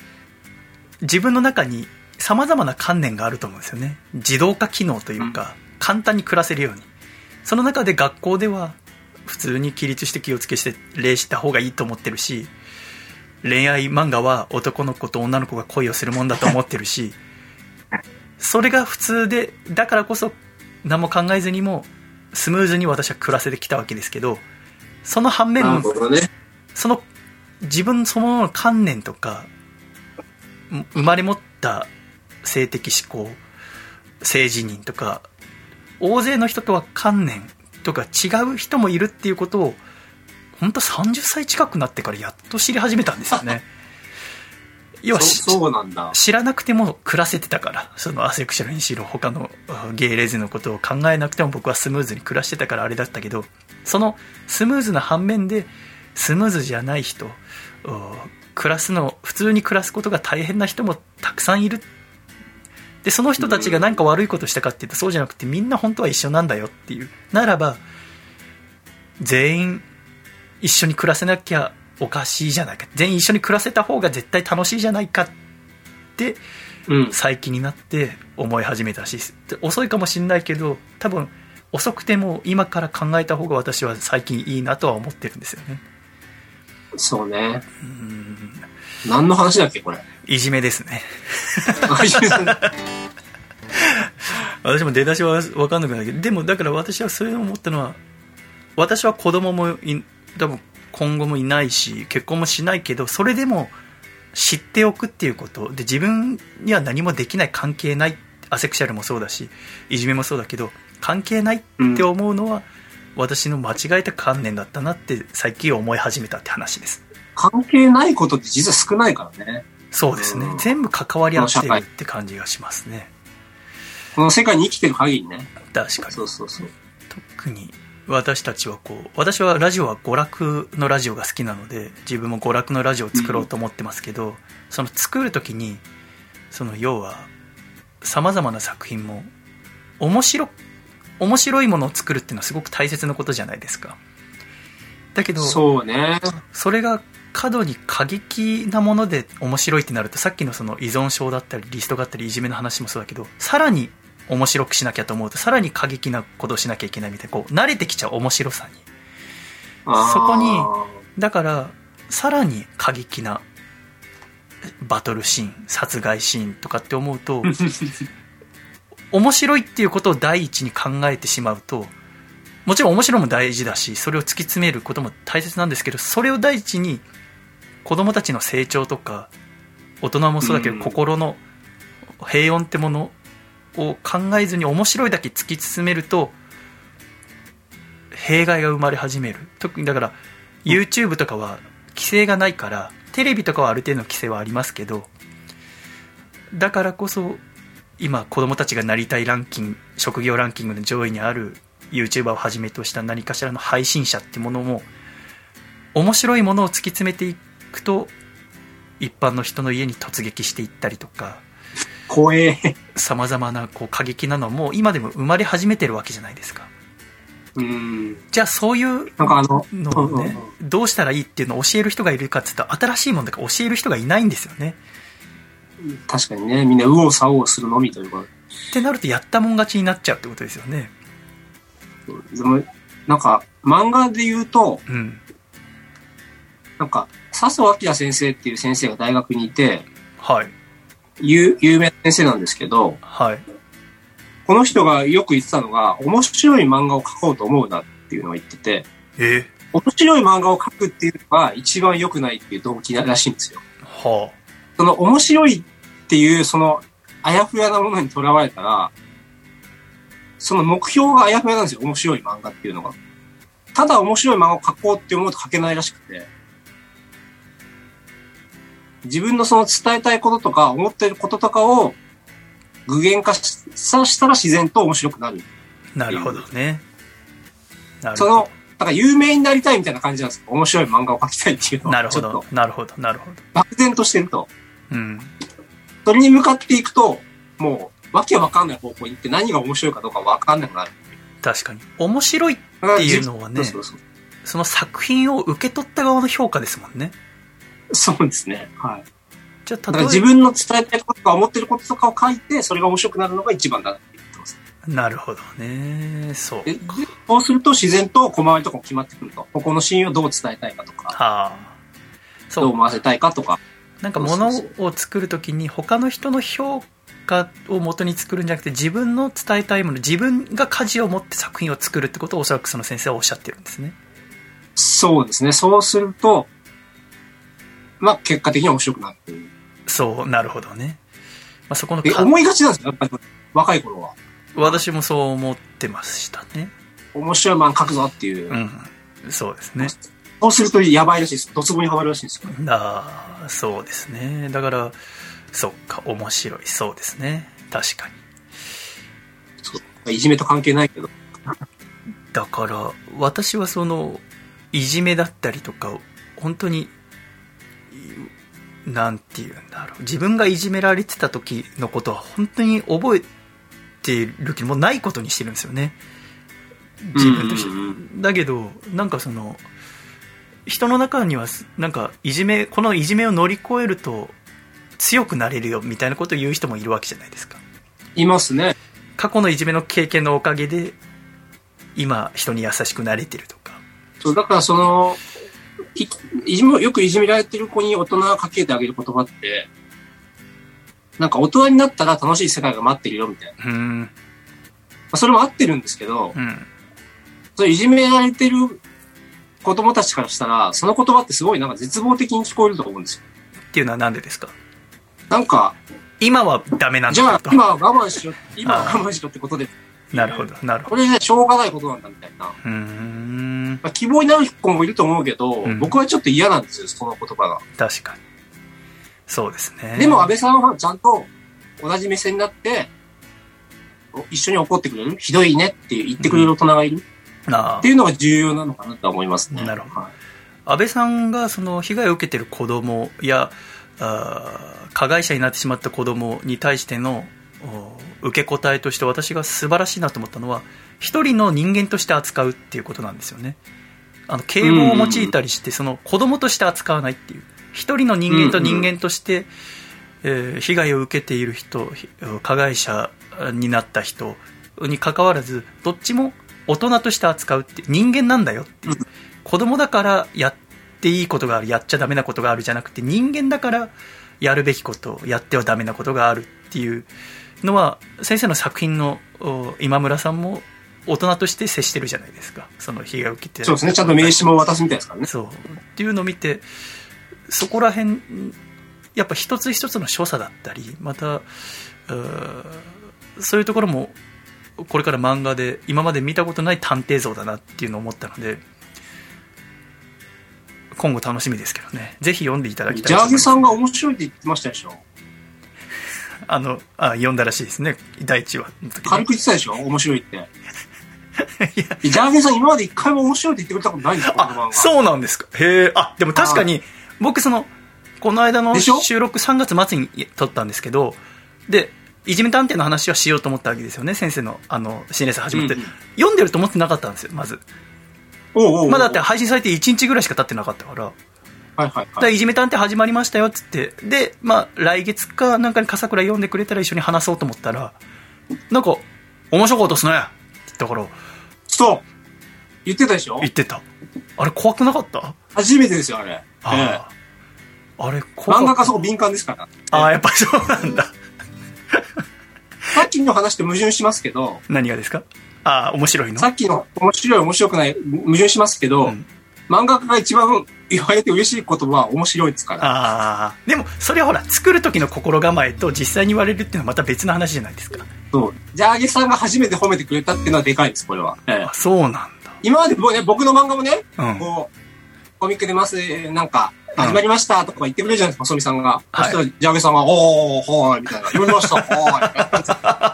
Speaker 1: 自分の中に様々な観念があると思うんですよね自動化機能というか簡単に暮らせるようにその中で学校では普通に起立して気をつけして礼した方がいいと思ってるし恋愛漫画は男の子と女の子が恋をするもんだと思ってる しそれが普通でだからこそ何も考えずにもスムーズに私は暮らせてきたわけですけどその反面
Speaker 2: なるほどね。
Speaker 1: その自分そのものの観念とかん生まれ持った性的指向性自認とか大勢の人とは観念とか違う人もいるっていうことを本当30歳近くなってからやっと知り始めたんですよ ね要はし
Speaker 2: そうそうなんだ。
Speaker 1: 知らなくても暮らせてたからそのアセクシャルにしろ他のあゲイレズのことを考えなくても僕はスムーズに暮らしてたからあれだったけどそのスムーズな反面でスムーズじゃない人お暮らすの普通に暮らすことが大変な人もたくさんいるでその人たちが何か悪いことしたかって言ったらそうじゃなくてみんな本当は一緒なんだよっていうならば全員一緒に暮らせなきゃおかしいじゃないか全員一緒に暮らせた方が絶対楽しいじゃないかって
Speaker 2: うん。
Speaker 1: 最近になって思い始めたしで遅いかもしれないけど多分遅くても今から考えた方が私は最近いいなとは思ってるんですよね
Speaker 2: そうね。
Speaker 1: うん
Speaker 2: 何の話だっけ、 これ。
Speaker 1: いじめですね私も出だしは分かんなくないけどでもだから私はそれを思ったのは私は子供もい多分今後もいないし結婚もしないけどそれでも知っておくっていうことで自分には何もできない関係ないアセクシャルもそうだしいじめもそうだけど関係ないって思うのは、私の間違えた観念だったなって最近思い始めたって話です
Speaker 2: 関係ないことって実は少ないからね。
Speaker 1: そうですね、
Speaker 2: うん
Speaker 1: 全部関わり合って
Speaker 2: この社
Speaker 1: る
Speaker 2: 会
Speaker 1: って感じがしますね
Speaker 2: この世界に生きてる限りね。
Speaker 1: 確かに
Speaker 2: そうそうそう。
Speaker 1: 特に私たちはこう私はラジオは娯楽のラジオが好きなので自分も娯楽のラジオを作ろうと思ってますけど、その作る時にその要はさまざまな作品も面白面白いものを作るっていうのはすごく大切なことじゃないですかだけど
Speaker 2: そうね。
Speaker 1: それが過度に過激なもので面白いってなるとさっきのその依存症だったりリストがあったりいじめの話もそうだけどさらに面白くしなきゃと思うとさらに過激なことをしなきゃいけないみたいなこう慣れてきちゃう面白さに
Speaker 2: あー
Speaker 1: そこにだからさらに過激なバトルシーン殺害シーンとかって思う と面白いっていうことを第一に考えてしまうともちろん面白も大事だしそれを突き詰めることも大切なんですけどそれを第一に子供たちの成長とか大人もそうだけど
Speaker 2: うん
Speaker 1: 心の平穏ってものを考えずに面白いだけ突き進めると弊害が生まれ始める特にだから YouTube とかは規制がないからテレビとかはある程度の規制はありますけどだからこそ今子供たちがなりたいランキング職業ランキングの上位にある YouTuber をはじめとした何かしらの配信者ってものも面白いものを突き詰めていくと一般の人の家に突撃していったりとか
Speaker 2: 怖え。
Speaker 1: さまざまなこう過激なのも今でも生まれ始めてるわけじゃないですか
Speaker 2: うん。
Speaker 1: じゃあそういう
Speaker 2: なんかあの、
Speaker 1: のをね
Speaker 2: うんうん
Speaker 1: どうしたらいいっていうのを教える人がいるかって言ったら新しいもんだから教える人がいないんですよね
Speaker 2: うん確かにね、みんな右往左往するのみというか。
Speaker 1: ってなるとやったもん勝ちになっちゃうってことですよね
Speaker 2: でも、なんか、漫画で言うと、
Speaker 1: うん
Speaker 2: なんか、笹生明先生っていう先生が大学にいて、
Speaker 1: はい
Speaker 2: 有有名な先生なんですけど、
Speaker 1: はい
Speaker 2: この人がよく言ってたのが、面白い漫画を描こうと思うなっていうのを言ってて、
Speaker 1: え
Speaker 2: 面白い漫画を描くっていうのが一番良くないっていう動機らしいんですよ。
Speaker 1: は
Speaker 2: その面白いっていう、その、あやふやなものにとらわれたら、その目標があやふやなんですよ、面白い漫画っていうのが。ただ面白い漫画を描こうって思うと描けないらしくて。自分のその伝えたいこととか、思ってることとかを具現化しさしたら自然と面白くなる。
Speaker 1: あなるほどねなる
Speaker 2: そ
Speaker 1: ほど
Speaker 2: の、だから有名になりたいみたいな感じなんですよ。面白い漫画を描きたいっていうの
Speaker 1: な
Speaker 2: は、
Speaker 1: る
Speaker 2: ち
Speaker 1: ほ
Speaker 2: ょっ
Speaker 1: ど
Speaker 2: と
Speaker 1: なるほどなるほど
Speaker 2: 漠然としてると。
Speaker 1: うん
Speaker 2: それに向かっていくと、もう、わけわかんない方向に行って何が面白いかどうかわかんなくなる。
Speaker 1: 確かに面白いっ
Speaker 2: って
Speaker 1: いうのはね
Speaker 2: そうそう
Speaker 1: その作品を受け取った側の評価ですもんね
Speaker 2: そう。そうですね。はい。
Speaker 1: じゃあ
Speaker 2: だか
Speaker 1: 例え
Speaker 2: ら
Speaker 1: ば
Speaker 2: 自分の伝えたいこととか思ってることとかを書いて、それが面白くなるのが一番だって言ってます。
Speaker 1: なるほどねそう
Speaker 2: ででそうすると自然と小回りとかも決まってくると。ここのシーンをどう伝えたいかとか、
Speaker 1: はあそう
Speaker 2: どう回せたいかとか。
Speaker 1: なんか物を作るときに他の人の評価を元に作るんじゃなくて自分の伝えたいもの自分が舵を持って作品を作るってことをおそらくその先生はおっしゃってるんですね
Speaker 2: そうですね。そうすると、まあ結果的に面白くなるっていう。
Speaker 1: そうなるほどね、まあ、そこの
Speaker 2: で、
Speaker 1: か
Speaker 2: 思いがちなんですよ。やっぱり若い頃は。
Speaker 1: 私もそう思ってましたね
Speaker 2: 面白い漫画書くぞっていう。
Speaker 1: うんそうですね
Speaker 2: そうするとやばいらしいです。ドツボにはまるらしいんですよ。
Speaker 1: あーそうですねだからそっか面白いそうですね確かに
Speaker 2: そういじめと関係ないけど。
Speaker 1: だから私はそのいじめだったりとか本当にいなんていうんだろう自分がいじめられてた時のことは本当に覚えてる気もないことにしてるんですよね自分として、
Speaker 2: うんうんう
Speaker 1: だけどなんかその人の中にはすなんかいじめこのいじめを乗り越えると強くなれるよみたいなことを言う人もいるわけじゃないですか
Speaker 2: いますね。
Speaker 1: 過去のいじめの経験のおかげで今人に優しくなれてるとか
Speaker 2: そう、だからその、いいじめ、よくいじめられてる子に大人がかけてあげる言葉って、なんか大人になったら楽しい世界が待ってるよみたいな。ま
Speaker 1: うん
Speaker 2: あ、それも合ってるんですけど、
Speaker 1: うん
Speaker 2: それいじめられてる子供たちからしたら、その言葉ってすごいなんか絶望的に聞こえると思うんですよ。
Speaker 1: っていうのはなんでですか
Speaker 2: なんか、
Speaker 1: 今はダメなん
Speaker 2: じゃ
Speaker 1: だ
Speaker 2: あ
Speaker 1: と
Speaker 2: 今は我慢しろ、今は我慢しろってことで、
Speaker 1: なるほどなるほ
Speaker 2: こ
Speaker 1: ど
Speaker 2: れじゃしょうがないことなんだみたいな。ま
Speaker 1: うーん
Speaker 2: あ、希望になる子もいると思うけど、
Speaker 1: うん
Speaker 2: 僕はちょっと嫌なんですよ、その言葉が。
Speaker 1: 確かにそうですね
Speaker 2: でも安倍さんはちゃんと同じ目線になって、お一緒に怒ってくれるひどいねって言ってくれる大人がいる、
Speaker 1: なあ
Speaker 2: っていうのが重要なのかなとは思いますね。
Speaker 1: なるほ
Speaker 2: はい
Speaker 1: 安倍さんがその被害を受けてる子供やあー加害者になってしまった子供に対してのお受け答えとして私が素晴らしいなと思ったのは一人の人間として扱うっていうことなんですよねあの敬語を用いたりしてその子供として扱わないっていう一人の人間と人間として、えー被害を受けている人ひ加害者になった人に関わらずどっちも大人として扱うって人間なんだよっていう子供だからやっていいことがあるやっちゃダメなことがあるじゃなくて人間だからやるべきことやってはダメなことがあるっていうのは先生の作品のお今村さんも大人として接してるじゃないですかその被害を受けて
Speaker 2: そうですね。ちゃんと名刺も渡すみたいですからね。
Speaker 1: そうっていうのを見てそこら辺やっぱ一つ一つの所作だったりまたうーそういうところもこれから漫画で今まで見たことない探偵像だなっていうのを思ったので今後楽しみですけどねぜひ読んでいただきたい
Speaker 2: ジャーゲさん
Speaker 1: が
Speaker 2: が面白いって言ってましたでしょ
Speaker 1: あのあ読んだらしいですね第1話の時に
Speaker 2: 軽く言ってたでしょ面白 いって。
Speaker 1: いや
Speaker 2: ジャーゲさん今まで一回も面白いって言ってくれたことないんですよ、この漫
Speaker 1: あ
Speaker 2: 画。
Speaker 1: そうなんですかへえあでも確かに僕そのこの間の
Speaker 2: でしょ
Speaker 1: 収録3月末に撮ったんですけどでいじめ探偵の話はしようと思ったわけですよね先生のあの心霊祭始まって、
Speaker 2: うんうん
Speaker 1: 読んでると思ってなかったんですよまず
Speaker 2: おうおうおう
Speaker 1: まあだって配信されて1日ぐらいしか経ってなかったから
Speaker 2: はいはい
Speaker 1: だから
Speaker 2: はい。
Speaker 1: いじめ探偵始まりましたよっつってでまあ来月かなんかに笠倉読んでくれたら一緒に話そうと思ったらなんか面白かったっすねって言ったから
Speaker 2: そう言ってたでしょ
Speaker 1: 言ってたあれ怖くなかった
Speaker 2: 初めてですよ、あれ。え
Speaker 1: あ
Speaker 2: え
Speaker 1: ーあれ怖
Speaker 2: 漫
Speaker 1: か
Speaker 2: 画
Speaker 1: った
Speaker 2: 家そこ敏感ですから。
Speaker 1: ああ、やっぱそうなんだ。
Speaker 2: さっきの話って矛盾しますけど、
Speaker 1: 何がですかああ、面白いの
Speaker 2: さっきの面白い面白くない矛盾しますけど、
Speaker 1: うん
Speaker 2: 漫画家が一番言われて嬉しい言葉は面白いですから。
Speaker 1: ああ。でも、それはほら、作る時の心構えと実際に言われるっていうのはまた別の話じゃないですか。
Speaker 2: そう。ジャーゲさんが初めて褒めてくれたっていうのはでかいです、これは。ええ
Speaker 1: あそうなんだ。
Speaker 2: 今まで僕ね、僕の漫画もね、
Speaker 1: うん。は
Speaker 2: こう、コミック出ます、なんか、
Speaker 1: うん
Speaker 2: 始まりましたとか言ってくれるじゃないですか、細見さんが。
Speaker 1: はい
Speaker 2: そしたら、ジャーゲさんが、おー、はーい、みたいな。読みまし た、は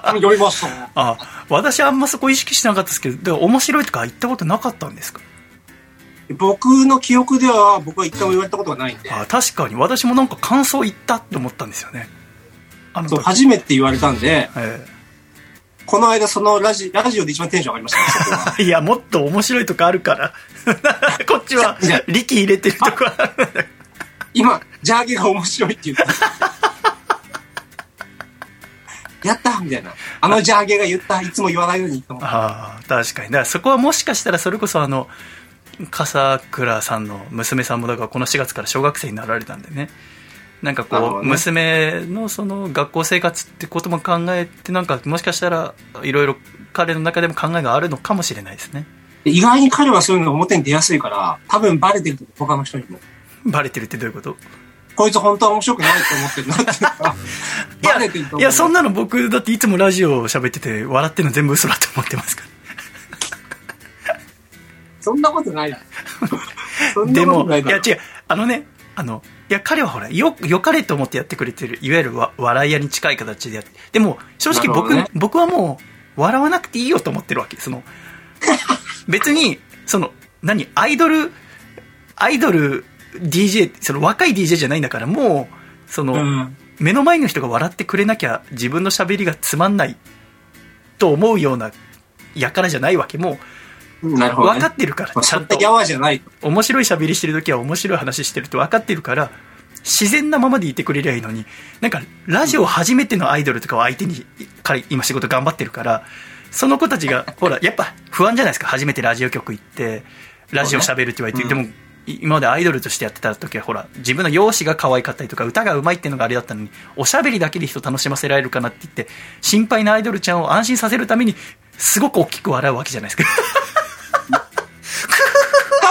Speaker 2: ーい。読みました。
Speaker 1: あ、私あんまそこ意識してなかったですけど、でも面白いとか言ったことなかったんですか
Speaker 2: 僕の記憶では、僕は一回も言われたことがないんで、
Speaker 1: あ確かに、私もなんか感想言ったって思ったんですよね。あの
Speaker 2: そう、
Speaker 1: 時、
Speaker 2: 初めて言われたんで、
Speaker 1: え
Speaker 2: この間そのラジラジオで一番テンション上がりました、ね、そこは
Speaker 1: えいや、もっと面白いとかあるから。 こっちは、力入れてるとかあるんだけ
Speaker 2: 今、ジャーゲが面白いって言った。やったみたいな。あのジャーゲが言った。いつも言わないのに。と思って
Speaker 1: ああ確かにだからそこはもしかしたらそれこそあの笠倉さんの娘さんもだからこの4月から小学生になられたんでねなんか
Speaker 2: なるほ
Speaker 1: こ
Speaker 2: ど
Speaker 1: う
Speaker 2: ね
Speaker 1: 娘のその学校生活ってことも考えてなんかもしかしたらいろいろ彼の中でも考えがあるのかもしれないですね
Speaker 2: で意外に彼はそういうのが表に出やすいから、多分バレてると思う他の人にも。
Speaker 1: バレてるってどういうこと
Speaker 2: こいつ本当は面白くないと思ってるなっていうか
Speaker 1: いや
Speaker 2: バレてると思う。
Speaker 1: いやそんなの僕だっていつもラジオ喋ってて笑ってるの全部嘘だと思ってますから
Speaker 2: そんなこと ないな。そんな
Speaker 1: で
Speaker 2: こと
Speaker 1: も、
Speaker 2: ない
Speaker 1: い
Speaker 2: だ
Speaker 1: や
Speaker 2: ろ。
Speaker 1: 違う、あのね、あの、いや彼はほら、よ、良かれと思ってやってくれてる、いわゆるわ笑い屋に近い形でやって、でも、正直僕、
Speaker 2: なるほどね
Speaker 1: 僕はもう、笑わなくていいよと思ってるわけ。その、 別に、その、何、アイドル、アイドル、DJ、その若い DJ じゃないんだから、もう、そうの、
Speaker 2: ん。
Speaker 1: 目の前の人が笑ってくれなきゃ自分のしゃべりがつまんないと思うようなやからじゃないわけも
Speaker 2: なるほど、
Speaker 1: 分
Speaker 2: ね。
Speaker 1: かってるから
Speaker 2: まあ
Speaker 1: ち
Speaker 2: シ
Speaker 1: ゃ
Speaker 2: ャッ
Speaker 1: んと
Speaker 2: ターわじゃない。
Speaker 1: 面白いしゃべりしてる時は面白い話してるって分かってるから自然なままでいてくれりゃいいのになんかラジオ初めてのアイドルとかを相手にから今仕事頑張ってるからその子たち がほらやっぱ不安じゃないですか初めてラジオ局行ってラジオ喋るって言われて、
Speaker 2: そう
Speaker 1: で
Speaker 2: ね
Speaker 1: もい今までアイドルとしてやってた時はほら自分の容姿が可愛かったりとか歌がうまいっていうのがあれだったのにおしゃべりだけで人楽しませられるかなって言って心配なアイドルちゃんを安心させるためにすごく大きく笑うわけじゃないですか。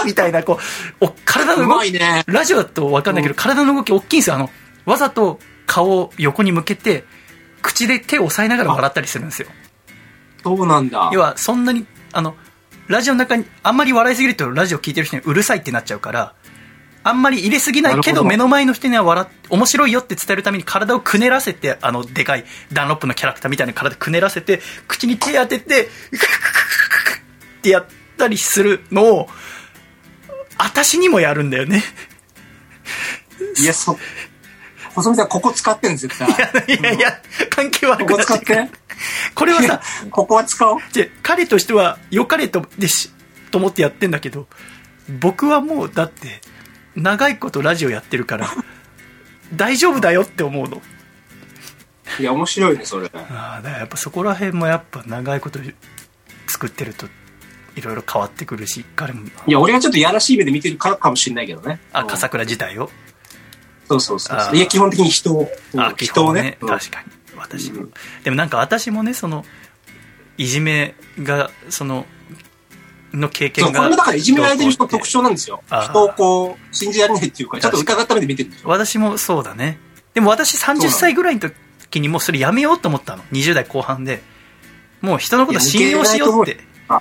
Speaker 1: みたいなこうお体
Speaker 2: う
Speaker 1: の動
Speaker 2: ま
Speaker 1: き
Speaker 2: いね。
Speaker 1: ラジオだと分かんないけど、
Speaker 2: う
Speaker 1: 体の動き大きいんですよあのわざと顔を横に向けて口で手を押さえながら笑ったりするんですよ
Speaker 2: そうなんだ。
Speaker 1: 要はそんなにあのラジオの中にあんまり笑いすぎるとラジオ聞いてる人にうるさいってなっちゃうからあんまり入れすぎないけ
Speaker 2: なる
Speaker 1: ど
Speaker 2: ほど
Speaker 1: 目の前の人には笑っ面白いよって伝えるために体をくねらせてあのでかいダンロップのキャラクターみたいな体くねらせて口に手当てて ってやったりするのを私にもやるんだよね
Speaker 2: いや、そう。細見さん、ここ使ってん絶対。
Speaker 1: いやいや関係悪
Speaker 2: こ
Speaker 1: く
Speaker 2: こ
Speaker 1: なっち
Speaker 2: 使
Speaker 1: ゃ
Speaker 2: っ
Speaker 1: うから
Speaker 2: て。
Speaker 1: これはさ
Speaker 2: ここは使おう。
Speaker 1: で彼としては良かれとでしと思ってやってんだけど僕はもうだって長いことラジオやってるから 大丈夫だよって思うの
Speaker 2: いや、面白いね、それ。
Speaker 1: ああだからやっぱそこら辺もやっぱ長いこと作ってるといろいろ変わってくるし彼も
Speaker 2: いや、俺はちょっとやらしい目で見てるからかもしれないけどね。
Speaker 1: あ
Speaker 2: うん
Speaker 1: 笠倉自体を、
Speaker 2: そうそうそう
Speaker 1: あ
Speaker 2: そ
Speaker 1: ー
Speaker 2: う。いや、基本的に人を。う
Speaker 1: あ
Speaker 2: ん人をね。うん
Speaker 1: 確かに私も、
Speaker 2: うん
Speaker 1: でもなんか私もねそのいじめがそのの経
Speaker 2: そ
Speaker 1: 験
Speaker 2: う、こ
Speaker 1: が
Speaker 2: れもだからいじめられてる人の
Speaker 1: どうこうって
Speaker 2: 特徴なんですよ
Speaker 1: あー。
Speaker 2: 人をこう、信じられないっていうか、ちょっと疑った目で見てるんでしょ。
Speaker 1: 私もそうだねでも私30歳ぐらいの時にもうそれやめようと思ったの20代後半でもう人のこと信用しようって
Speaker 2: い思うよあ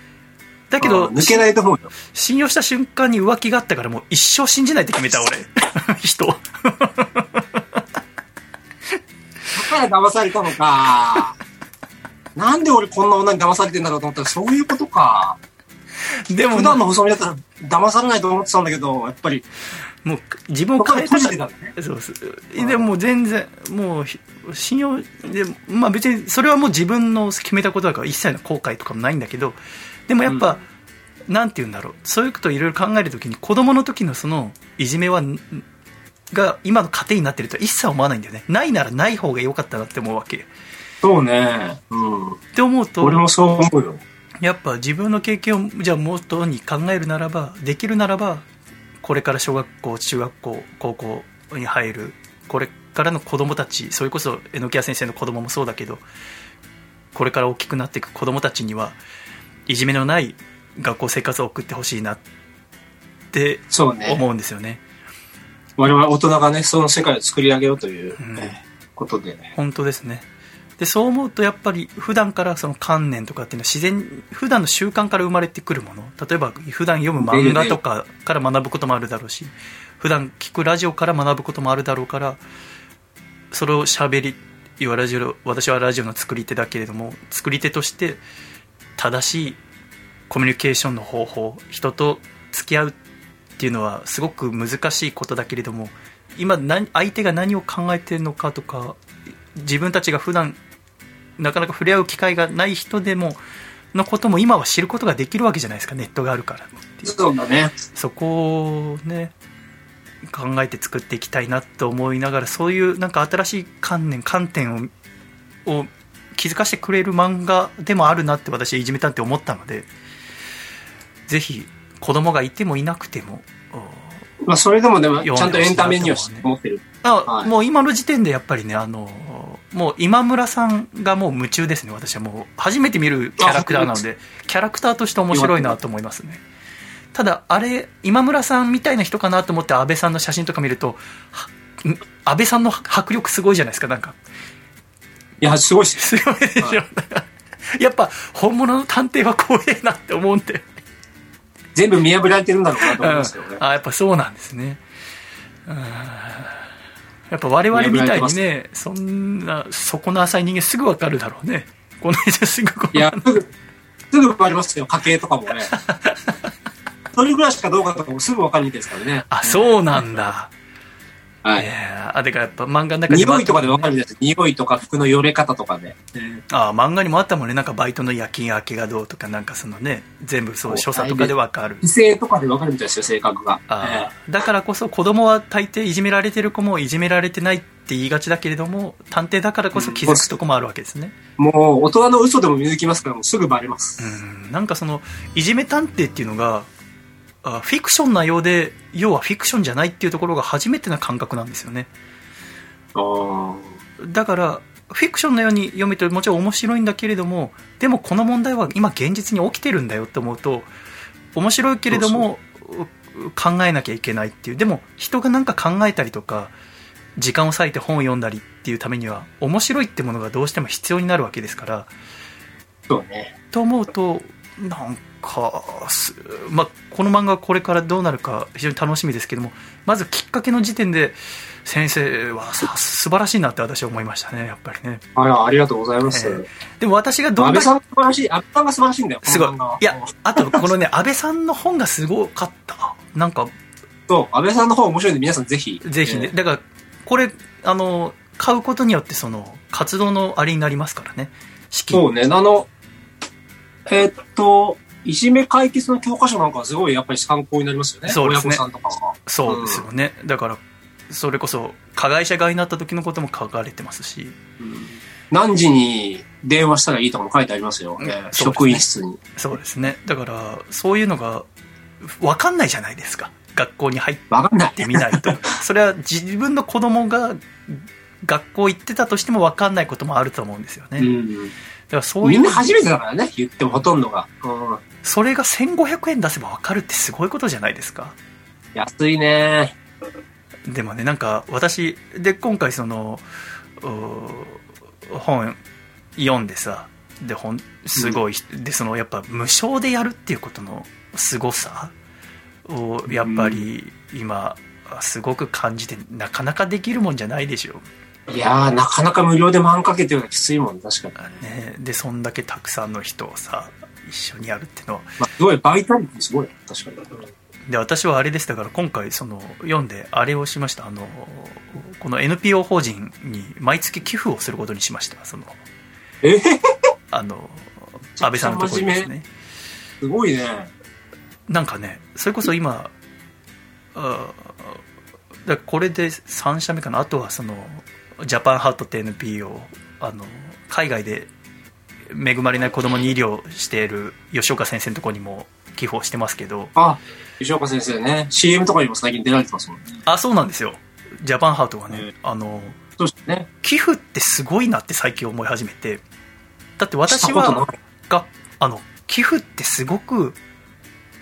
Speaker 1: だけど
Speaker 2: うん抜けないと思うよ。
Speaker 1: 信用した瞬間に浮気があったからもう一生信じないって決めた 俺人を
Speaker 2: だから騙されたの か。なんで俺こんな女に騙されてんだろうと思ったら、そういうことか。
Speaker 1: でも
Speaker 2: 普段の細身だったら騙されないと思ってたんだけど、やっぱり、
Speaker 1: もう自分を
Speaker 2: ここ
Speaker 1: 変
Speaker 2: で
Speaker 1: えた
Speaker 2: 閉
Speaker 1: か
Speaker 2: じ
Speaker 1: ら
Speaker 2: てたんだね。
Speaker 1: そうですでもう全然もうひ信用でまあ別にそれはもう自分の決めたことだから一切の後悔とかもないんだけどでもやっぱ、なんて言うんだろうそういうことをいろいろ考えるときに子供の時のそのいじめはんが今の糧になってるとは一切思わないんだよねないならない方が良かったなって思うわけっ
Speaker 2: そうね。うん。
Speaker 1: て思うと
Speaker 2: 俺もそう思うよ。
Speaker 1: やっぱ自分の経験をじゃあ元に考えるならばできるならばこれから小学校中学校高校に入るこれからの子供たちそれこそ榎谷先生の子供もそうだけどこれから大きくなっていく子供たちにはいじめのない学校生活を送ってほしいなって
Speaker 2: そうね。
Speaker 1: 思うんですよね
Speaker 2: 我々大人がね、その世界を作り上げようという、
Speaker 1: うん
Speaker 2: ねことで。
Speaker 1: 本当ですねでそう思うとやっぱり普段からその観念とかっていうのは自然普段の習慣から生まれてくるもの例えば普段読む漫画とかから学ぶこともあるだろうし普段聞くラジオから学ぶこともあるだろうからそれをしゃべり要はラジオ私はラジオの作り手だけれども作り手として正しいコミュニケーションの方法人と付き合うっていうのはすごく難しいことだけれども今何相手が何を考えてるのかとか自分たちが普段なかなか触れ合う機会がない人でものことも今は知ることができるわけじゃないですかネットがあるからっていう
Speaker 2: そうだね。
Speaker 1: そこをね考えて作っていきたいなと思いながらそういうなんか新しい観念観点をを気づかせてくれる漫画でもあるなって私はいじめたって思ったのでぜひ子供がいてもいなくても
Speaker 2: まあ、それでもでも、
Speaker 1: 読んでほしいな
Speaker 2: ちゃんとエンタメには
Speaker 1: と思うね
Speaker 2: 思ってる。
Speaker 1: あ、
Speaker 2: はい
Speaker 1: もう今の時点でやっぱりねあのもう今村さんがもう夢中ですね私はもう初めて見るキャラクターなのでキャラクターとして面白いなと思いますねただあれ今村さんみたいな人かなと思って安倍さんの写真とか見るとはん安倍さんの迫力すごいじゃないですかなんか
Speaker 2: いや、すごいっすよ。
Speaker 1: すごいでしょ、
Speaker 2: は
Speaker 1: やっぱ本物の探偵は怖えなって思うんで
Speaker 2: 全部見破られてるんだろうなと思いますけどね。
Speaker 1: あやっぱそうなんですねうんやっぱ我々みたいにねそんな底の浅い人間すぐ分かるだろうねこの人すぐこう
Speaker 2: いや、すぐ、すぐわかりますよ。家計とかもね。 それぐらいしかどうかとかもすぐわかるみたいですからね。
Speaker 1: あそうなんだ
Speaker 2: はい。
Speaker 1: えーあ、てかやっぱ漫画の中
Speaker 2: 匂いとかでわか
Speaker 1: る
Speaker 2: るじゃないですか。匂いとか服のよれ方とかで。うん
Speaker 1: ああ漫画にもあったもんねなんかバイトの夜勤明けがどうとかなんかそのね全部そう
Speaker 2: そ
Speaker 1: 所
Speaker 2: う
Speaker 1: 作とかでわかる
Speaker 2: 姿勢とかでわかるみたいですよ、性格が。
Speaker 1: ああだからこそ子供は大抵いじめられてる子もいじめられてないって言いがちだけれども探偵だからこそ気づくとこもあるわけですね
Speaker 2: ええもう、大人の嘘でも見抜きますから、もうすぐバレます。
Speaker 1: うんなんかそのいじめ探偵っていうのがあフィクションなようで要はフィクションじゃないっていうところが初めてな感覚なんですよね
Speaker 2: あ
Speaker 1: だからフィクションのように読めてもちろん面白いんだけれどもでもこの問題は今現実に起きてるんだよって思うと面白いけれどもう考えなきゃいけないっていうでも人が何か考えたりとか時間を割いて本を読んだりっていうためには面白いってものがどうしても必要になるわけですから
Speaker 2: あ。そうね。
Speaker 1: と思うとなんか、すまあ、この漫画これからどうなるか非常に楽しみですけどもまずきっかけの時点で先生はさ素晴らしいなって私は思いましたねやっぱりね
Speaker 2: あら、ありがとうございます。
Speaker 1: えでも私がど
Speaker 2: 安
Speaker 1: んだけ
Speaker 2: 倍さん素晴らしい。安倍さんが素晴らしいんだよ、
Speaker 1: すごい
Speaker 2: この漫画はい
Speaker 1: やあとこのね安倍さんの本がすごかったなんか
Speaker 2: そう、安倍さんの方面白いんで、皆さんぜひ。
Speaker 1: ぜひね、
Speaker 2: ええ
Speaker 1: だからこれあの買うことによってその活動のあれになりますからね資金
Speaker 2: そうね、あの、えーっと、いじめ解決の教科書なんかはすごいやっぱり参考になりますよね。
Speaker 1: そうですね
Speaker 2: 親御さんとかは。
Speaker 1: そうですよね、だからそれこそ加害者側になった時のことも書かれてますし
Speaker 2: うん何時に電話したらいいとかも書いてありますよ。
Speaker 1: うん
Speaker 2: え
Speaker 1: そう
Speaker 2: ー
Speaker 1: ですね
Speaker 2: 職員室に。
Speaker 1: そうですねだからそういうのが分かんないじゃないですか学校に入っ
Speaker 2: わかんない。
Speaker 1: てみないと それは自分の子供が学校行ってたとしても分かんないこともあると思うんですよね、
Speaker 2: う
Speaker 1: だ
Speaker 2: ん
Speaker 1: からそうい
Speaker 2: み
Speaker 1: うん
Speaker 2: な初めてだからね、言ってもほとんどが。うん
Speaker 1: それが1500円出せば分かるってすごいことじゃないですか
Speaker 2: 安いね。
Speaker 1: でもねなんか私で今回そのうー本読んでさで本すごい、でそのやっぱ無償でやるっていうことのすごさをやっぱり今すごく感じてなかなかできるもんじゃないでしょ
Speaker 2: いやー、なかなか無料で漫画かけてるのはきついもん、確かに。
Speaker 1: う、ね、でそんだけたくさんの人をさ一緒にやるっていうのは
Speaker 2: まあ、すごい、バイタリティすごい、確かに。
Speaker 1: で私はあれでしたから今回その読んであれをしましたあのこの NPO 法人に毎月寄付をすることにしましたその
Speaker 2: え
Speaker 1: あの安倍さんのところにですね
Speaker 2: すごいね。
Speaker 1: なんかねそれこそ今あーだからこれで3社目かなあとはそのジャパンハートって NPO あの海外で恵まれない子供に医療している吉岡先生のところにも寄付をしてますけど
Speaker 2: あ、吉岡先生ね、CM とかにも最近出られてますもんね。
Speaker 1: あそうなんですよジャパンハートがね、
Speaker 2: うん
Speaker 1: あの
Speaker 2: そうですね。
Speaker 1: 寄付ってすごいなって最近思い始めてだって私
Speaker 2: したこと
Speaker 1: は
Speaker 2: ない
Speaker 1: があの寄付ってすごく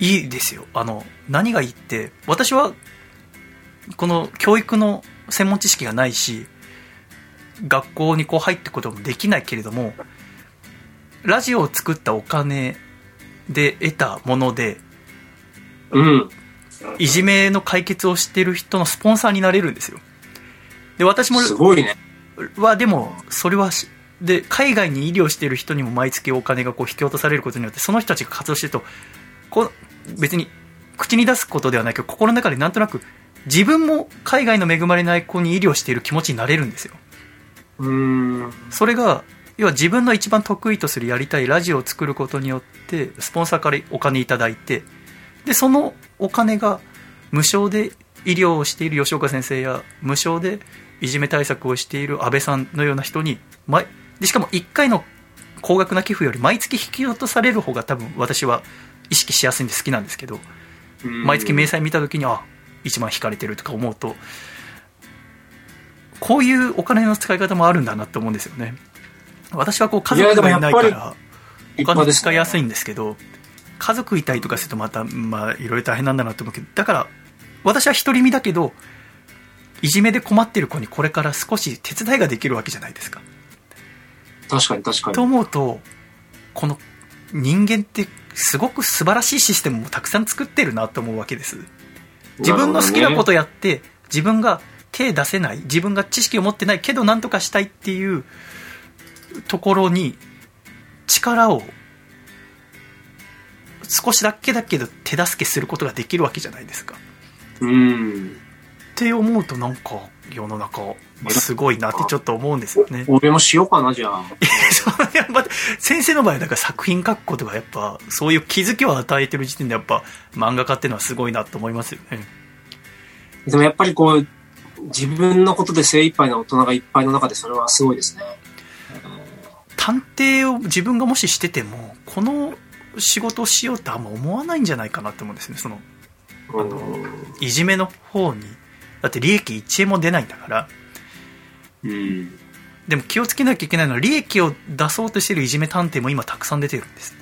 Speaker 1: いいですよあの何がいいって私はこの教育の専門知識がないし学校にこう入っていくこともできないけれどもラジオを作ったお金で得たもので
Speaker 2: うん。
Speaker 1: いじめの解決をしてる人のスポンサーになれるんですよで私も
Speaker 2: すごいね。
Speaker 1: はでもそれはしで海外に医療している人にも毎月お金がこう引き落とされることによってその人たちが活動してるとこう別に口に出すことではないけど心の中でなんとなく自分も海外の恵まれない子に医療している気持ちになれるんですよ
Speaker 2: うーん。
Speaker 1: それが要は自分の一番得意とするやりたいラジオを作ることによってスポンサーからお金いただいてでそのお金が無償で医療をしている吉岡先生や無償でいじめ対策をしている安倍さんのような人に毎でしかも1回の高額な寄付より毎月引き落とされる方が多分私は意識しやすいんで好きなんですけど毎月明
Speaker 2: 明
Speaker 1: 細見た時にあ一番引かれてるとか思うとこういうお金の使い方もあるんだなって思うんですよね私はこう家族がいない
Speaker 2: いや
Speaker 1: か
Speaker 2: でもや
Speaker 1: らお金使いやすいんですけど家族いたりとかするとまたまあいろいろ大変なんだなと思うけどだから私は独り身だけどいじめで困ってる子にこれから少し手伝いができるわけじゃないですか
Speaker 2: 確かに確か
Speaker 1: と
Speaker 2: に。
Speaker 1: 思うとこの人間ってすごく素晴らしいシステムもたくさん作ってるなと思うわけです自分の好きなことやって、自分が手出せない自分が知識を持ってないけど何とかしたいっていうところに力を少しだけだけど手助けすることができるわけじゃないですかっ
Speaker 2: うん。
Speaker 1: てって思うとなんか世の中すごいなってちょっと思うんですよね。
Speaker 2: 俺もしようかな、じゃあ。
Speaker 1: そうやっぱ先生の場合だから作品書くことがやっぱそういう気づきを与えてる時点でやっぱ漫画家っていうのはすごいなと思いますよね。
Speaker 2: でもやっぱりこう、自分のことで精一杯な大人がいっぱいの中でそれはすごいですね。
Speaker 1: 探偵を自分がもししててもこの仕事をしようってあんま思わないんじゃないかなって思うんですねその
Speaker 2: うん
Speaker 1: いじめの方にだって利益1円も出ないんだから
Speaker 2: うん。
Speaker 1: でも気をつけなきゃいけないのは利益を出そうとしてるいじめ探偵も今たくさん出てるんです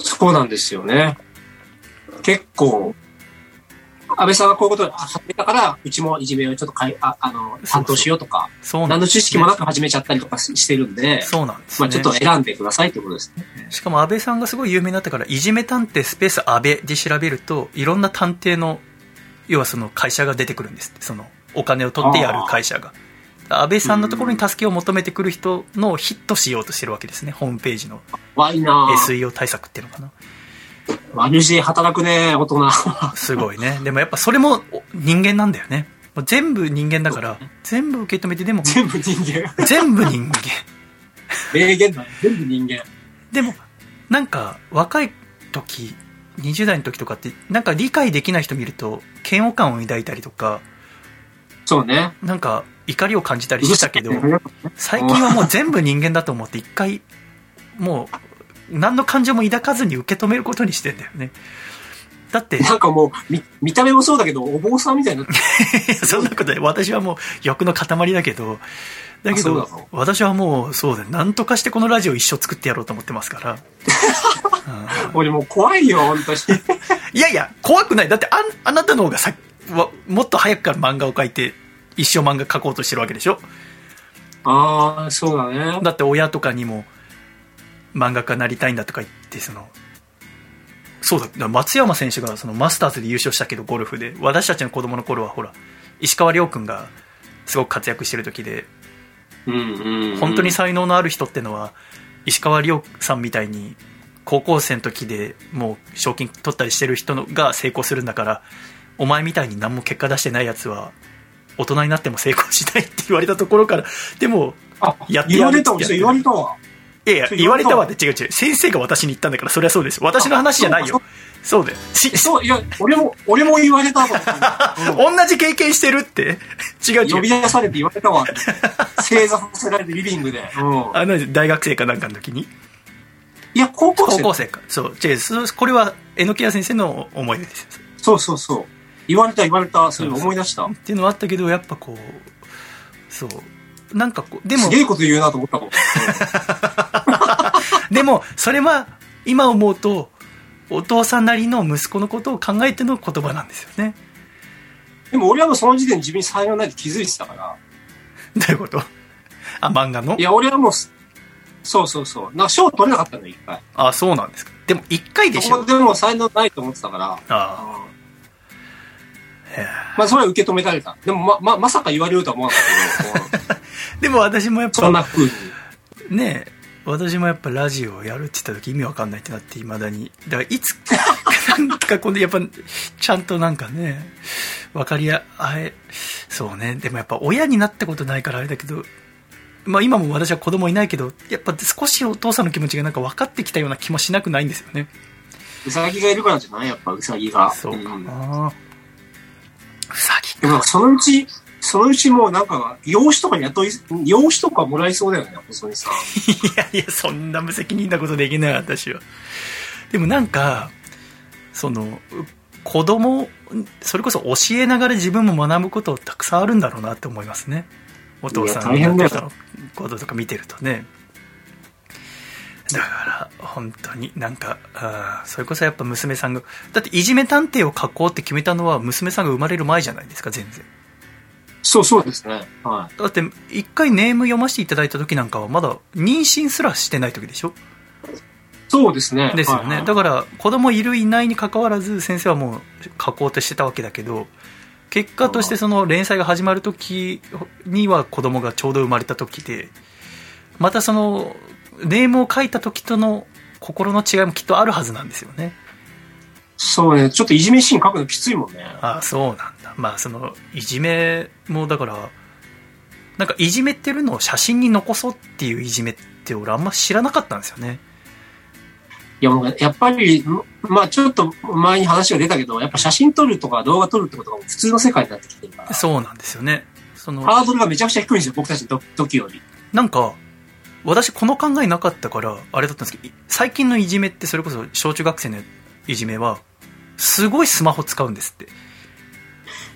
Speaker 2: そうなんですよね。結構、安倍さんがこういうことを始めたから、うちもいじめをちょっとかいああの担当しようとか、
Speaker 1: そうな
Speaker 2: 何
Speaker 1: ん
Speaker 2: の
Speaker 1: で
Speaker 2: 知
Speaker 1: す
Speaker 2: 識もなく始めちゃったりとかししてるんで、
Speaker 1: そうなんです、
Speaker 2: ま
Speaker 1: ね
Speaker 2: あ、ちょっと選んでくださいってことですね。
Speaker 1: しかも安倍さんがすごい有名になったからいじめ探偵スペース安倍で調べるといろんな探偵の要はその会社が出てくるんですってそのお金を取ってやる会社が安倍さんのところに助けを求めてくる人のヒットしようとしてるわけですねホームページの
Speaker 2: 怖いなぁ
Speaker 1: SEO 対策っていうのかな
Speaker 2: マルジで働くね、大人。
Speaker 1: すごいねでもやっぱそれもお人間なんだよねもう全部人間だから全部受け止めてでも
Speaker 2: 全部人間。
Speaker 1: 全部人間
Speaker 2: 名言だね。全部人間。
Speaker 1: でもなんか若い時20代の時とかってなんか理解できない人見ると嫌悪感を抱いたりとか
Speaker 2: そうね。
Speaker 1: なんか怒りを感じたりしてたけど
Speaker 2: うるさい
Speaker 1: 最
Speaker 2: ね
Speaker 1: 近はもう全部人間だと思って一回もう何の感情も抱かずに受け止めることにしてんだよねだって
Speaker 2: なんかもう、み見た目もそうだけど、お坊さんみたいになって
Speaker 1: そんなことで私はもう欲の塊だけどだけ
Speaker 2: あそう
Speaker 1: ど
Speaker 2: なの
Speaker 1: 私はもうそうだよなんとかしてこのラジオ一生作ってやろうと思ってます から、うん
Speaker 2: 俺もう怖いよ、本当に。
Speaker 1: いやいや、怖くない。だってあん、あなたの方がさわもっと早くから漫画を描いて、一生漫画描こうとしてるわけでしょ
Speaker 2: ああ、そうだね。
Speaker 1: だって親とかにも、漫画家なりたいんだとか言って、その、そうだ、だから松山選手がそのマスターズで優勝したけど、ゴルフで、私たちの子供の頃はほら、石川遼君がすごく活躍してる時で、
Speaker 2: うんうんうん。
Speaker 1: 本当に才能のある人ってのは、石川遼さんみたいに、高校生の時でもう賞金取ったりしてる人のが成功するんだから、お前みたいに何も結果出してないやつは、大人になっても成功しないって言われたところから、でも、
Speaker 2: あ、
Speaker 1: やってやる
Speaker 2: 言われたわ、
Speaker 1: やってやる
Speaker 2: 言われたわ。
Speaker 1: いやいや、
Speaker 2: そう
Speaker 1: 言われたわって違う違う。先生が私に言ったんだから、そりゃそうです。私の話じゃないよ。そうだよ。し
Speaker 2: そう、いや、俺も、俺も言わ れたわ。
Speaker 1: 同じ経験してるって。違う
Speaker 2: 呼び
Speaker 1: 違う。
Speaker 2: 出されて言われたわ。正座させられてリビングで。うん
Speaker 1: あの、大学生かなんかの時に。
Speaker 2: いや、高校
Speaker 1: 高
Speaker 2: 生。
Speaker 1: 校生か。そう。違う、そうこれは、えのきや先生の思い出です。
Speaker 2: そうそうそう。言われた、言われた。そういうの思い出した。
Speaker 1: っていうのはあったけどやっぱこうそうなんかこうでも
Speaker 2: すげえこと言うなと思った もん。
Speaker 1: でもそれは今思うとお父さんなりの息子のことを考えての言葉なんですよね
Speaker 2: でも俺はもうその時点で自分に才能ないって気づいてたから。
Speaker 1: どういうことあ漫画の
Speaker 2: いや、俺はもう、そうそうそう。なんか賞取れなかったんだよ、一回。
Speaker 1: あそうなんですかでも1回でし
Speaker 2: そこ
Speaker 1: ょ
Speaker 2: でも才能ないと思ってたから。
Speaker 1: あへえ
Speaker 2: まあ、それは受け止められた。でも、ま、ま、まさか言われるとは思わなかったけど、
Speaker 1: でも私もやっ
Speaker 2: そんな
Speaker 1: ぱ
Speaker 2: 風に。
Speaker 1: ねえ私もやっぱラジオをやるって言った時意味わかんないってなっていまだにだからいつなんかこのやっぱちゃんとなんかね分かり合えそうねでもやっぱ親になったことないからあれだけどまあ今も私は子供いないけどやっぱ少しお父さんの気持ちがなんか分かってきたような気もしなくないんですよね
Speaker 2: うさぎがいるからじゃないやっぱうさぎが。
Speaker 1: そうか
Speaker 2: んで
Speaker 1: なうさぎ
Speaker 2: もなんかそのうち、そのうちもうなんか、養子とか雇い、養子とかもらいそうだよね、細見さん。
Speaker 1: いやいや、そんな無責任なことできない、私は。でもなんか、その、う子供、それこそ教えながら自分も学ぶことたくさんあるんだろうなって思いますね。お父さん
Speaker 2: いや大変だよ
Speaker 1: のこととか見てるとね。だから、本当になんか、あーそれこそやっぱ娘さんが、だっていじめ探偵を書こうって決めたのは娘さんが生まれる前じゃないですか、全然。
Speaker 2: そうそうですね。は
Speaker 1: だって、一回ネーム読ませていただいた時なんかはまだ妊娠すらしてない時でしょ
Speaker 2: い。そうですね。
Speaker 1: ですよ
Speaker 2: はいは
Speaker 1: ね
Speaker 2: い
Speaker 1: だから子供いるいないに関わらず先生はもう書こうとしてたわけだけど結果としてその連載が始まる時には子供がちょうど生まれた時でまたそのネームを書いた時との心の違いもきっとあるはずなんですよね
Speaker 2: そうね、ちょっといじめシーン書くのきついもんね。
Speaker 1: あそうなんだまあそのいじめもだからなんかいじめってるのを写真に残そうっていういじめって俺あんま知らなかったんですよね
Speaker 2: いや、もうやっぱり、ままあちょっと前に話が出たけど、やっぱ写真撮るとか動画撮るってことが普通の世界になってきてるから、
Speaker 1: そうなんですよねその
Speaker 2: ハードルがめちゃくちゃ低いんですよ、僕たちの時より。
Speaker 1: なんか私この考えなかったからあれだったんですけどい最近のいじめってそれこそ小中学生のいじめはすごいスマホ使うんですって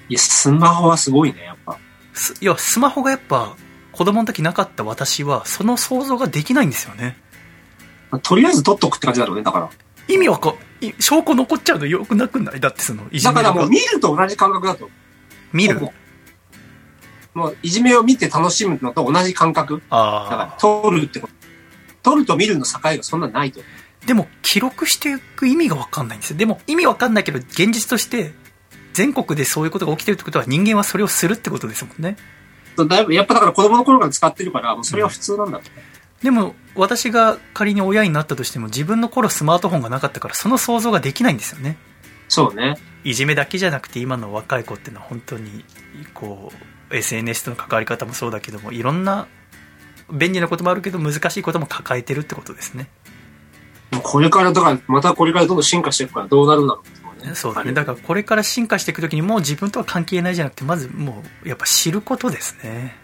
Speaker 2: いや、スマホはすごいね、やっぱ。
Speaker 1: すいやスマホがやっぱ子供の時なかった私はその想像ができないんですよね
Speaker 2: とりあえず撮っとくって感じだろうね、だから。
Speaker 1: 意味わかい証拠残っちゃうのよくなくないだってそのいじ
Speaker 2: だ
Speaker 1: めが
Speaker 2: からもう見ると同じ感覚だと。
Speaker 1: 見る
Speaker 2: ほぼもういじめを見て楽しむのと同じ感覚。だから
Speaker 1: ああ
Speaker 2: 撮るってこと。撮ると見るの境がそんなないと。
Speaker 1: でも記録していく意味がわかんないんですよでも意味わかんないけど現実として全国でそういうことが起きてるってことは人間はそれをするってことですもんね
Speaker 2: だいぶ、やっぱだから子供の頃から使ってるから、もうそれは普通なんだと。
Speaker 1: でも私が仮に親になったとしても自分の頃スマートフォンがなかったからその想像ができないんですよね
Speaker 2: そうね。
Speaker 1: いじめだけじゃなくて今の若い子っていうのは本当にこう SNS との関わり方もそうだけどもいろんな便利なこともあるけど難しいことも抱えてるってことですね
Speaker 2: もうこれから、だから、またこれからどんどん進化していくからどうなるんだろうって思ね
Speaker 1: そうだねだからこれから進化していく時にもう自分とは関係ないじゃなくてまずもうやっぱ知ることですね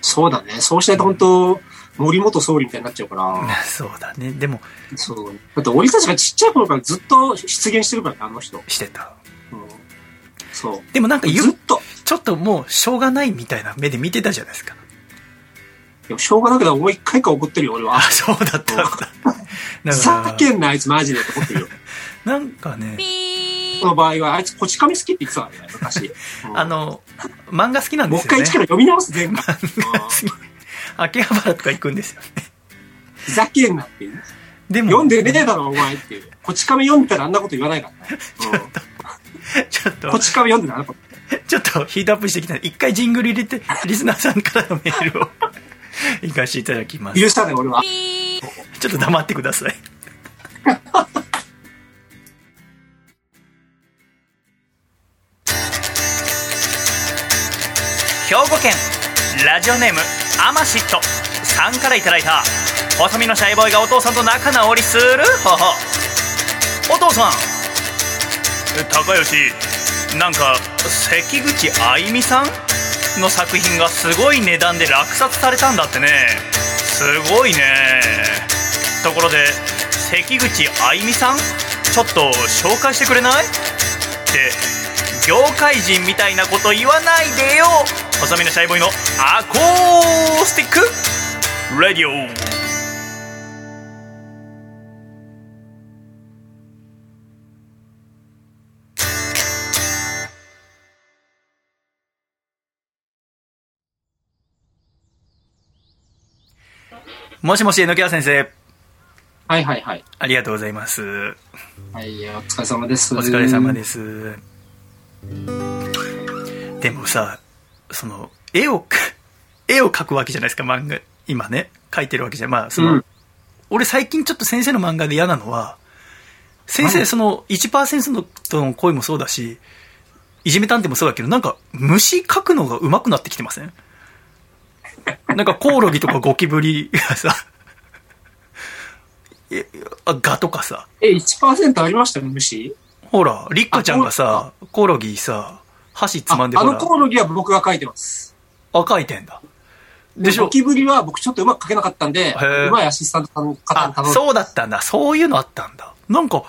Speaker 2: そうだね。そうしないと本当、森元総理みたいになっちゃうから。
Speaker 1: そうだねでも
Speaker 2: そう。だって俺たちがちっちゃい頃からずっと出現してるからね、あの人。うん
Speaker 1: してた
Speaker 2: そう。
Speaker 1: でもなんかゆ
Speaker 2: ずっと。
Speaker 1: ちょっともうしょうがないみたいな目で見てたじゃないですか
Speaker 2: いやしょうがなくだ、もう一回か怒ってるよ、俺は
Speaker 1: あ。そうだったんだ
Speaker 2: ふ
Speaker 1: だ
Speaker 2: ざ
Speaker 1: か
Speaker 2: けんな、あいつマジでって怒っ てるよ。
Speaker 1: らなんかね
Speaker 2: この場合は、あいつこち亀好きって言ってたからね、昔。う ん
Speaker 1: あ、の漫画好きなん
Speaker 2: も
Speaker 1: で
Speaker 2: う
Speaker 1: すよ
Speaker 2: 一回
Speaker 1: ね
Speaker 2: 一から読み直す、前回。うん
Speaker 1: 秋葉原とか行くんですよね
Speaker 2: ふざけんなっていう。
Speaker 1: でも
Speaker 2: 読んでねえだろ、お前っていう。こち亀読んでたらあんなこと言わないからね。うん
Speaker 1: ちょっと
Speaker 2: こち亀読んでたらあんなこと
Speaker 1: ちょっとヒートアップしてきたので一回ジングル入れてリスナーさんからのメールを 行かせていただきます
Speaker 2: 許したね、俺 は。
Speaker 1: ちょっと黙ってください。 兵庫県ラジオネームアマシットさんからいただいた細身のシャイボーイがお父さんと仲直りする方法お父さん高吉なんか関口あゆみさんの作品がすごい値段で落札されたんだってねすごいねところで関口あゆみさんちょっと紹介してくれないって業界人みたいなこと言わないでよ細身のシャイボーイのアコースティックラディオもしもし、きわ先生。
Speaker 2: はいはいはい。
Speaker 1: ありがとうございます。
Speaker 2: はい、お疲れ様です。
Speaker 1: お疲れ様です。でもさ、その、絵を、絵を描くわけじゃないですか、漫画。今ね、描いてるわけじゃん。まあ、その、
Speaker 2: うん
Speaker 1: 俺最近ちょっと先生の漫画で嫌なのは、先生、
Speaker 2: 何
Speaker 1: その、1%のとの恋もそうだし、いじめ探偵もそうだけど、なんか、虫描くのが上手くなってきてませんなんか、コオロギとかゴキブリがさ、 えあガとかさ、
Speaker 2: え、1%ありましたね、虫。
Speaker 1: ほら、リッカちゃんがさ、コオロギさ、箸つまんで
Speaker 2: ああ
Speaker 1: ほら、
Speaker 2: のコオロギは僕が書いてます。
Speaker 1: 赤い点だ。でしょ
Speaker 2: ゴキブリは僕ちょっとうまく書けなかったんで、
Speaker 1: ー
Speaker 2: うまいアシスタントさんの方に
Speaker 1: あ
Speaker 2: 頼、んで。
Speaker 1: そうだったんだ。そういうのあったんだ。なんか、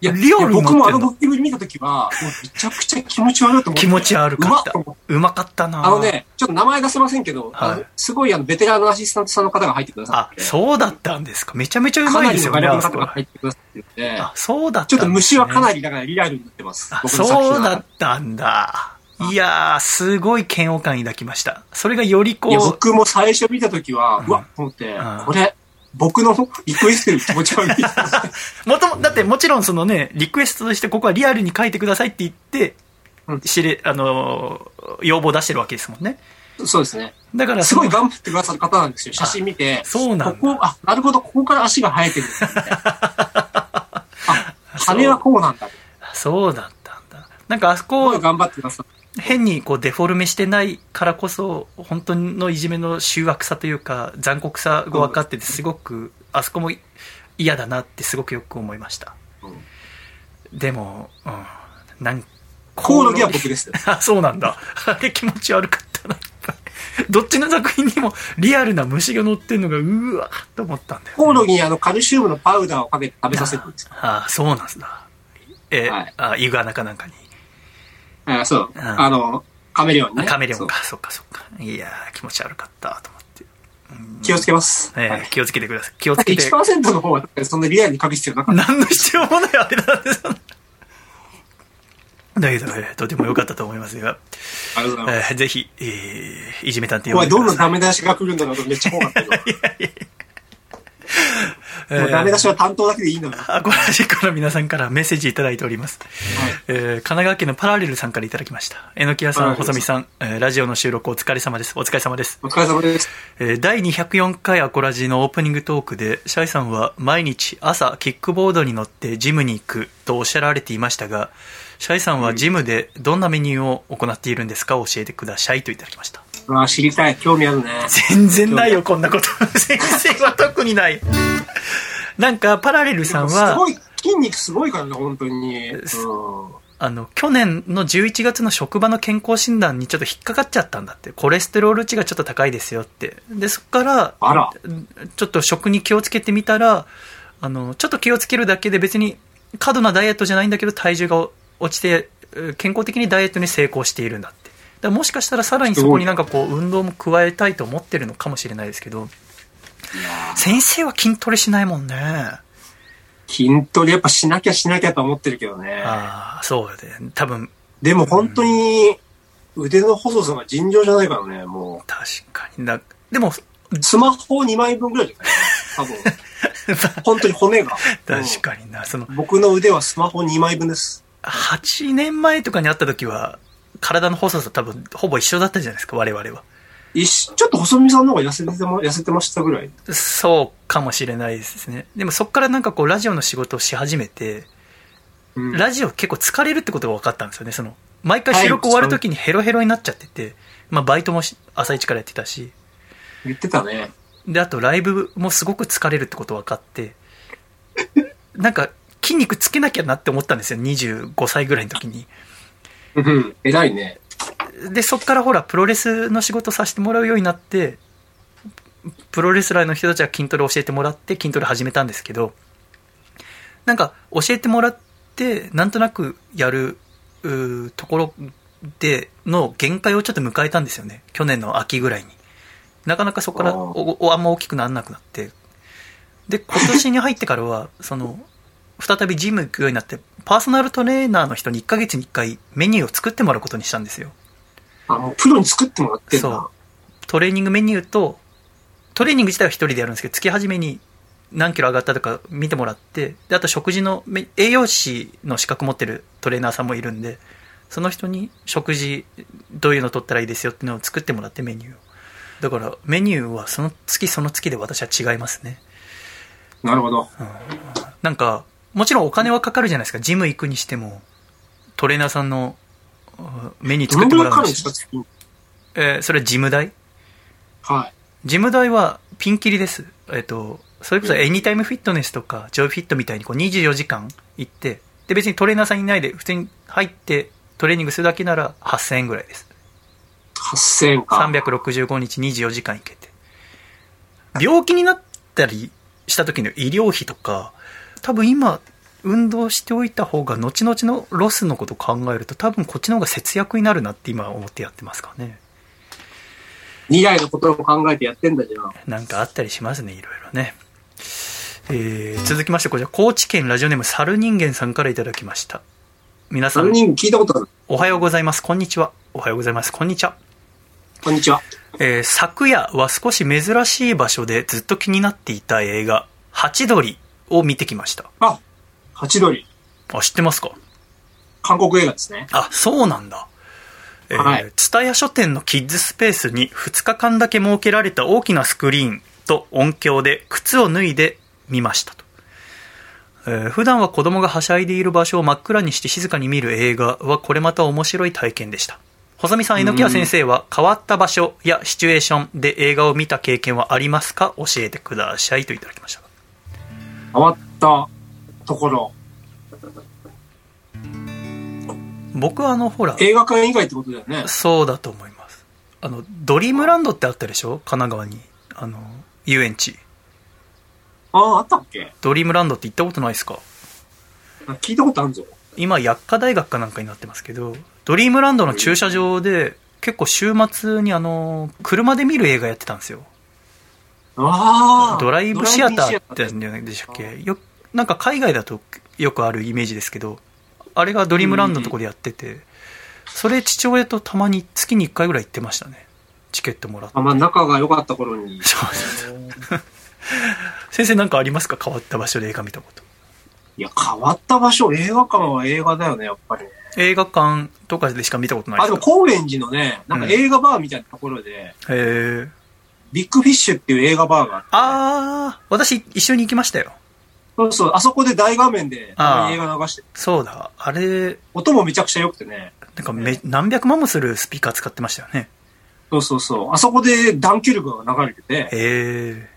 Speaker 2: いや、
Speaker 1: リアルに
Speaker 2: 僕
Speaker 1: な
Speaker 2: も
Speaker 1: っ
Speaker 2: あ
Speaker 1: てん
Speaker 2: の
Speaker 1: の
Speaker 2: ゴキブリ見たときは、もうめちゃくちゃ気持ち悪いと思って。
Speaker 1: 気持ち悪かった
Speaker 2: うまと思て
Speaker 1: うまかったな
Speaker 2: あのね、ちょっと名前出せませんけど、あの
Speaker 1: はい
Speaker 2: すごいあの、ベテランのアシスタントさんの方が入ってくださ
Speaker 1: あ
Speaker 2: っ、て。
Speaker 1: そうだったんですか。めちゃめちゃう
Speaker 2: か
Speaker 1: ま
Speaker 2: ない
Speaker 1: で
Speaker 2: り
Speaker 1: す
Speaker 2: の
Speaker 1: よ
Speaker 2: ベ
Speaker 1: ね、
Speaker 2: テランの
Speaker 1: あそ
Speaker 2: 方
Speaker 1: こ
Speaker 2: が
Speaker 1: は
Speaker 2: 入。ってくださってて、
Speaker 1: あ、そうだったんですね
Speaker 2: ちょっと虫はかなり、だからリアルになってます。
Speaker 1: あ、
Speaker 2: 僕の作品は
Speaker 1: そうだったんだ。いやー、すごい嫌悪感抱きました。それがよりこ
Speaker 2: いや、
Speaker 1: う、
Speaker 2: 僕も最初見たときは、
Speaker 1: ん
Speaker 2: うわっと思って
Speaker 1: うん、
Speaker 2: これ、僕のリクエストより気持ち悪い。
Speaker 1: もとも、だってもちろんそのね、リクエストとしてここはリアルに書いてくださいって言って
Speaker 2: うん、
Speaker 1: 知れ、あのー、要望出してるわけですもんね。
Speaker 2: そうで すね。
Speaker 1: だから、
Speaker 2: すごい
Speaker 1: その
Speaker 2: 頑張ってくださる方なんですよ。写真見て。
Speaker 1: そうなんだ
Speaker 2: ここ、あ、なるほど、ここから足が生えてるんだみたいな。あ、羽はこうなんだ。
Speaker 1: そうだったんだなんかあそ
Speaker 2: まあ
Speaker 1: こ
Speaker 2: 頑張ってください。
Speaker 1: 変にこうデフォルメしてないからこそ本当のいじめの醜悪さというか残酷さが分かっててすごくあそこも嫌だなってすごくよく思いましたでも、うん、なん
Speaker 2: コオロギは僕ですよ。
Speaker 1: あ、そうなんだ。あれ気持ち悪かったな、いっぱいどっちの作品にもリアルな虫が乗ってんのが、うーわーっと思ったんだよ。
Speaker 2: コオロギにあのカルシウムのパウダーをかけて食べさせるんですよ。
Speaker 1: あそうなんだ。え、
Speaker 2: はい
Speaker 1: あ、イグアナかなんかに。
Speaker 2: あそう。
Speaker 1: うん
Speaker 2: あの、カメレオン
Speaker 1: あ
Speaker 2: ね。
Speaker 1: カメレオンか、そっかそっか。いやー、気持ち悪かった、と思って。
Speaker 2: そう。気をつけます。
Speaker 1: えー
Speaker 2: はい
Speaker 1: 気をつけてください。気を
Speaker 2: だ
Speaker 1: つ
Speaker 2: って
Speaker 1: けて。
Speaker 2: 1%の方はそんなリアルに書く必要なかっ
Speaker 1: 何の必要もないあれなんですよ。だけど、えーとても良かったと思いますが、
Speaker 2: た。ありがとうございます。
Speaker 1: えーぜひ、えーいじめ探偵
Speaker 2: お
Speaker 1: を
Speaker 2: 前どんどんダメ出しが来るんだろうとめっちゃ怖か ったけど。もうダメ出しは担当だけでいいんだろうな。
Speaker 1: アコラジックの皆さんからメッセージいただいております、えー神奈川県のパラレルさんからいただきましたえのきやさん
Speaker 2: パラレル
Speaker 1: 細
Speaker 2: さん
Speaker 1: 見さん、えーラジオの収録お疲れ様ですお疲れ様です、
Speaker 2: お疲れ様です。
Speaker 1: えー第204回アコラジのオープニングトークでシャイさんは毎日朝キックボードに乗ってジムに行くとおっしゃられていましたがシャイさんはジムでどんなメニューを行っているんですか教えてくださいといただきました
Speaker 2: うわ知りたい。興味あるね。
Speaker 1: 全然ないよこんなこと全然は特にないなんかパラレルさんは
Speaker 2: すごい、筋肉すごいからね、本当に。うん。
Speaker 1: あの、去年の11月の職場の健康診断にちょっと引っかかっちゃったんだって。コレステロール値がちょっと高いですよって。で、そっから、
Speaker 2: あら。
Speaker 1: んちょっと食に気をつけてみたら、あの、ちょっと気をつけるだけで別に過度なダイエットじゃないんだけど体重が落ちて、え健康的にダイエットに成功しているんだって。だからもしかしたらさらにそこになんかこう運動も加えたいと思ってるのかもしれないですけど、先生は筋トレしないもんね。
Speaker 2: 筋トレやっぱしなきゃしなきゃと思ってるけどね。
Speaker 1: ああ、そうだね。多分、
Speaker 2: でも本当に腕の細さが尋常じゃないからね、も
Speaker 1: 確かにな。でも、
Speaker 2: う。スマホ2枚分ぐらいじゃない多分。 本当に骨が。
Speaker 1: 確かにな、その
Speaker 2: うん僕の腕はスマホ2枚分です。
Speaker 1: 8年前とかに会った時は、体の細さ多分ほぼ一緒だったじゃないですか、我々は。
Speaker 2: 一しちょっと細身さんの方が痩せてても、痩せてましたぐらい。
Speaker 1: そうかもしれないですね。でもそっからなんかこう、ラジオの仕事をし始めて、
Speaker 2: うん
Speaker 1: ラジオ結構疲れるってことが分かったんですよね、その、毎回収録終わる時にヘロヘロになっちゃってて、まあバイトもし朝一からやってたし、
Speaker 2: 言ってたね。
Speaker 1: で、あとライブもすごく疲れるってこと分かって、なんか筋肉つけなきゃなって思ったんですよ、25歳ぐらいの時に。
Speaker 2: うん。偉いね。
Speaker 1: でそっからほらプロレスの仕事させてもらうようになってプロレスラーの人たちは筋トレ教えてもらって筋トレ始めたんですけどなんか教えてもらってなんとなくやるうーところでの限界をちょっと迎えたんですよね去年の秋ぐらいになかなかそこから
Speaker 2: あー
Speaker 1: おおあんま大きくならなくなってで今年に入ってからは その再びジム行くようになってパーソナルトレーナーの人に1ヶ月に1回メニューを作ってもらうことにしたんですよ
Speaker 2: あ、もうプロに作ってもらってんだ。
Speaker 1: トレーニングメニューとトレーニング自体は一人でやるんですけど月初めに何キロ上がったとか見てもらってであと食事のめ栄養士の資格持ってるトレーナーさんもいるんでその人に食事どういうの取ったらいいですよっていうのを作ってもらってメニューをだからメニューはその月その月で私は違いますね
Speaker 2: なるほど。
Speaker 1: なんかもちろんお金はかかるじゃないですかジム行くにしてもトレーナーさんのうんメニュー
Speaker 2: ど
Speaker 1: 作っ
Speaker 2: の
Speaker 1: て
Speaker 2: ぐ
Speaker 1: も
Speaker 2: らい
Speaker 1: ら
Speaker 2: か
Speaker 1: う
Speaker 2: か
Speaker 1: ん
Speaker 2: る
Speaker 1: で
Speaker 2: んですか月に
Speaker 1: えーそれはジム代
Speaker 2: はい。
Speaker 1: ジム代はピンキリです。えっと、それこそエニタイムフィットネスとか、ジョイフィットみたいにこう24時間行って、で別にトレーナーさんいないで、普通に入ってトレーニングするだけなら8000円ぐらいです。
Speaker 2: 8000円か。
Speaker 1: 365日24時間行けて。病気になったりした時の医療費とか、多分今、運動しておいた方が後々のロスのことを考えると多分こっちの方が節約になるなって今思ってやってますからね。
Speaker 2: 未来のことを考えてやってんだじゃん。
Speaker 1: なんかあったりしますね、いろいろね。えー続きまして、こちら、高知県ラジオネーム、猿人間さんからいただきました。皆さ
Speaker 2: 3
Speaker 1: ん、
Speaker 2: 人聞いたことある。
Speaker 1: おはようございます。こんにちは。おはようございます。こんにちは。
Speaker 2: こんにちは。
Speaker 1: えー昨夜は少し珍しい場所でずっと気になっていた映画、ハチドリを見てきました。
Speaker 2: あ、ハチドリ。
Speaker 1: あ、知ってますか
Speaker 2: 韓国映画ですね。
Speaker 1: あ、そうなんだ。え
Speaker 2: は
Speaker 1: ー
Speaker 2: い、
Speaker 1: 蔦屋書店のキッズスペースに2日間だけ設けられた大きなスクリーンと音響で靴を脱いで見ましたと。えー普段は子供がはしゃいでいる場所を真っ暗にして静かに見る映画はこれまた面白い体験でした細見さん榎谷先生は変わった場所やシチュエーションで映画を見た経験はありますか教えてくださいといただきました
Speaker 2: 変わったところ。
Speaker 1: 僕はあのほら
Speaker 2: 映画館以外ってことだよね。
Speaker 1: そうだと思いますあのドリームランドってあったでしょ神奈川にあの遊園地
Speaker 2: ああ、あったっけ
Speaker 1: ドリームランドって行ったことないですか
Speaker 2: 聞いたことあるぞ。
Speaker 1: 今薬科大学かなんかになってますけどドリームランドの駐車場で結構週末にあの車で見る映画やってたんですよ
Speaker 2: ああ。
Speaker 1: ドライブシアターっ
Speaker 2: ド
Speaker 1: て
Speaker 2: ライブシアター
Speaker 1: んじゃないでしたっけよなんか海外だとよくあるイメージですけどあれがドリームランドのとこでやっててそれ父親とたまに月に1回ぐらい行ってましたねチケットもらって
Speaker 2: あ、まあ仲が良かった 頃に。
Speaker 1: そう先生なんかありますか変わった場所で映画見たこと
Speaker 2: いや、変わった場所、映画館は映画だよね、やっぱり。
Speaker 1: 映画館とかでしか見たことない
Speaker 2: あ、
Speaker 1: です
Speaker 2: で
Speaker 1: か
Speaker 2: も高円寺のね、なんか映画バーみたいなところで、
Speaker 1: へえ
Speaker 2: ビッグフィッシュっていう映画バーがあって、
Speaker 1: ああ私一緒に行きましたよ
Speaker 2: そうそう、あそこで大画面で
Speaker 1: あー
Speaker 2: 映画流して、
Speaker 1: そうだあれ
Speaker 2: 音もめちゃくちゃ良くてね、
Speaker 1: なんかめ何百万もするスピーカー使ってましたよね
Speaker 2: そうそうそう、あそこでダンキュルクが流れてて、
Speaker 1: へえ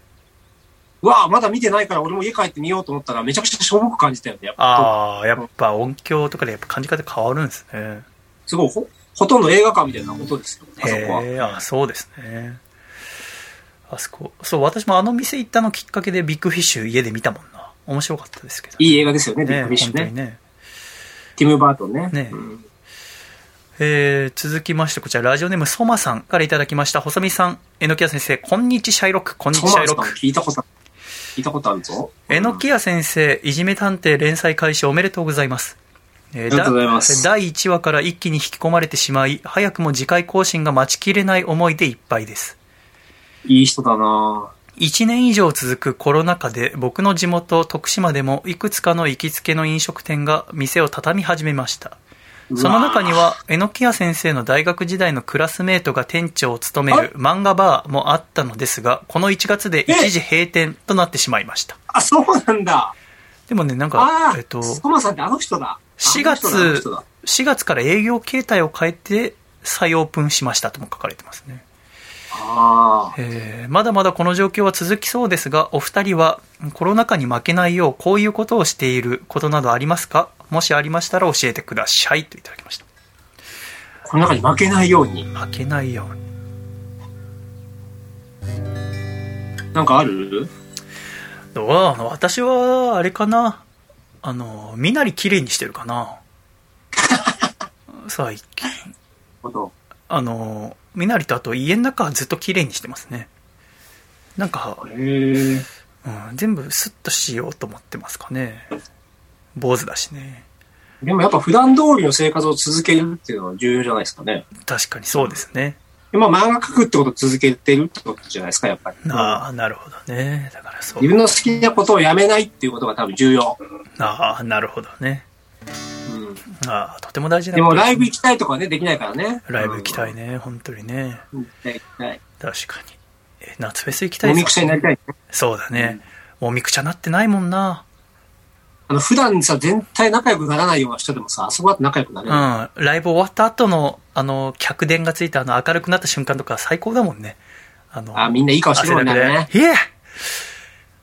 Speaker 2: うわあまだ見てないから俺も家帰ってみようと思ったらめちゃくちゃしょぼく感じたよね、やっぱ。
Speaker 1: ああやっぱ音響とかでやっぱ感じ方変わるんですね
Speaker 2: すごいほ、ほとんど映画館みたいな音ですよ、あそこ
Speaker 1: へえ
Speaker 2: は。
Speaker 1: あそうですねあそこそう私もあの店行ったのきっかけでビッグフィッシュ家で見たもんな面白かったですけど
Speaker 2: い
Speaker 1: い
Speaker 2: い映画ですよね、ビッグフィッシ
Speaker 1: 本
Speaker 2: ュ
Speaker 1: 当
Speaker 2: ね
Speaker 1: に。ね
Speaker 2: ティム・バートンね。
Speaker 1: ね
Speaker 2: うん
Speaker 1: えー続きましてこちらラジオネームソマさんからいただきました細見さん榎谷先生こんにちシャイロックこんにち
Speaker 2: トマ
Speaker 1: シャイ
Speaker 2: ス
Speaker 1: ロ
Speaker 2: さん
Speaker 1: ック
Speaker 2: 聞いたことある。聞いたことあるぞ。
Speaker 1: えのきや先生、いじめ探偵連載開始おめでとうございます。えー
Speaker 2: ありがとうございます
Speaker 1: だ第1話から一気に引き込まれてしまい、早くも次回更新が待ちきれない思いでいっぱいです。
Speaker 2: いい人だな
Speaker 1: 1年以上続くコロナ禍で僕の地元徳島でもいくつかの行きつけの飲食店が店を畳み始めました。その中に
Speaker 2: は、
Speaker 1: は、えのきや先生の大学時代のクラスメートが店長を務める漫画バーもあったのですが、この1月で一時閉店となってしまいました。
Speaker 2: あ、そうなんだ。
Speaker 1: でもね、なんか
Speaker 2: あ、あ、
Speaker 1: えっと、
Speaker 2: トマさんってあの人だ。
Speaker 1: 4月
Speaker 2: あの人だあの人だ
Speaker 1: 4月から営業形態を変えて再オープンしましたとも書かれてますね、
Speaker 2: ああ。
Speaker 1: えーまだまだこの状況は続きそうですがお二人はコロナ禍に負けないようこういうことをしていることなどありますかもしありましたら教えてくださいといただきました
Speaker 2: この中に負けないように。
Speaker 1: 負けないように
Speaker 2: なんかある
Speaker 1: どうなの私はあれかなあの身なり綺麗にしてるかな 最近
Speaker 2: こと。
Speaker 1: あの身なりとあと家の中はずっと綺麗にしてますねなんか
Speaker 2: へえ。
Speaker 1: うん、全部スッとしようと思ってますかね坊主だしね
Speaker 2: でもやっぱ普段通りの生活を続けるっていうのは重要じゃないですかね。
Speaker 1: 確かにそうですね
Speaker 2: 今漫画描くってことを続けてるってことじゃないですか、やっぱり。
Speaker 1: ああなるほどねだからそう
Speaker 2: 自分の好きなことをやめないっていうことが多分重要。
Speaker 1: ああなるほどね
Speaker 2: うん。
Speaker 1: ああとても大事な
Speaker 2: で
Speaker 1: こ
Speaker 2: も
Speaker 1: とです
Speaker 2: ライブ行きたいとかね、できないからね。
Speaker 1: ライブ行きたい
Speaker 2: ね。
Speaker 1: ね本当にね
Speaker 2: 行きたい、行きたい。
Speaker 1: 確かにえ夏フェス行きたい
Speaker 2: 飲
Speaker 1: です
Speaker 2: みくちゃになりたい。
Speaker 1: そうだねもみくちゃなってないもんな
Speaker 2: あの、普段さ、全体仲良くならないような人でもさ、あそこだと仲良くな
Speaker 1: うん
Speaker 2: れる。
Speaker 1: ライブ終わった後のあの客電がついたあの明るくなった瞬間とか最高だもんねあの
Speaker 2: あ、みんないい顔してるもんね。あれね
Speaker 1: いえ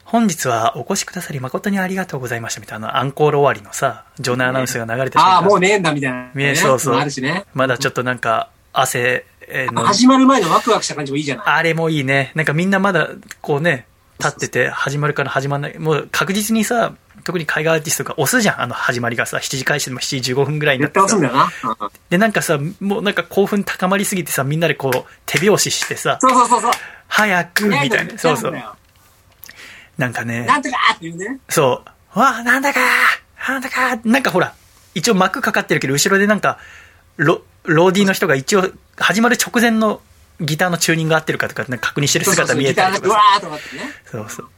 Speaker 1: 本日はお越しくださり誠にありがとうございましたみたいなアンコール終わりのさ、場内アナウンスが流れて
Speaker 2: ああ、もう
Speaker 1: ね、
Speaker 2: ねえんだみたいな、
Speaker 1: ねそうそう
Speaker 2: あるしね。
Speaker 1: まだちょっとなんか汗えーの、
Speaker 2: 始まる前のワクワクした感じもいいじゃない。
Speaker 1: あれもいいね。なんかみんなまだこうね、立ってて始まるから始まんない。もう確実にさ、特に海外アーティストが押すじゃん。あの始まりがさ、7時開始でも7時15分ぐらいになっ
Speaker 2: 絶
Speaker 1: て
Speaker 2: 対
Speaker 1: さ
Speaker 2: 押すんだよな。うん
Speaker 1: で、なんかさ、もうなんか興奮高まりすぎてさ、みんなでこう手拍子してさ、
Speaker 2: そうそうそうそう。
Speaker 1: 早くみたいな。そう
Speaker 2: な
Speaker 1: そ
Speaker 2: んだ
Speaker 1: う。
Speaker 2: よ
Speaker 1: なんかね。
Speaker 2: なんとかーっていうね。
Speaker 1: そう。わ、なんだかなんだかなんかほら、一応幕かかってるけど、後ろでなんか、ロ、ローディーの人が一応、始まる直前のギターのチューニング合ってるかとか、なんか確認してる
Speaker 2: そうそうそ
Speaker 1: 姿
Speaker 2: う
Speaker 1: 見えたりと
Speaker 2: ギターがうわ
Speaker 1: か。
Speaker 2: ーっとかってね。
Speaker 1: そうそう。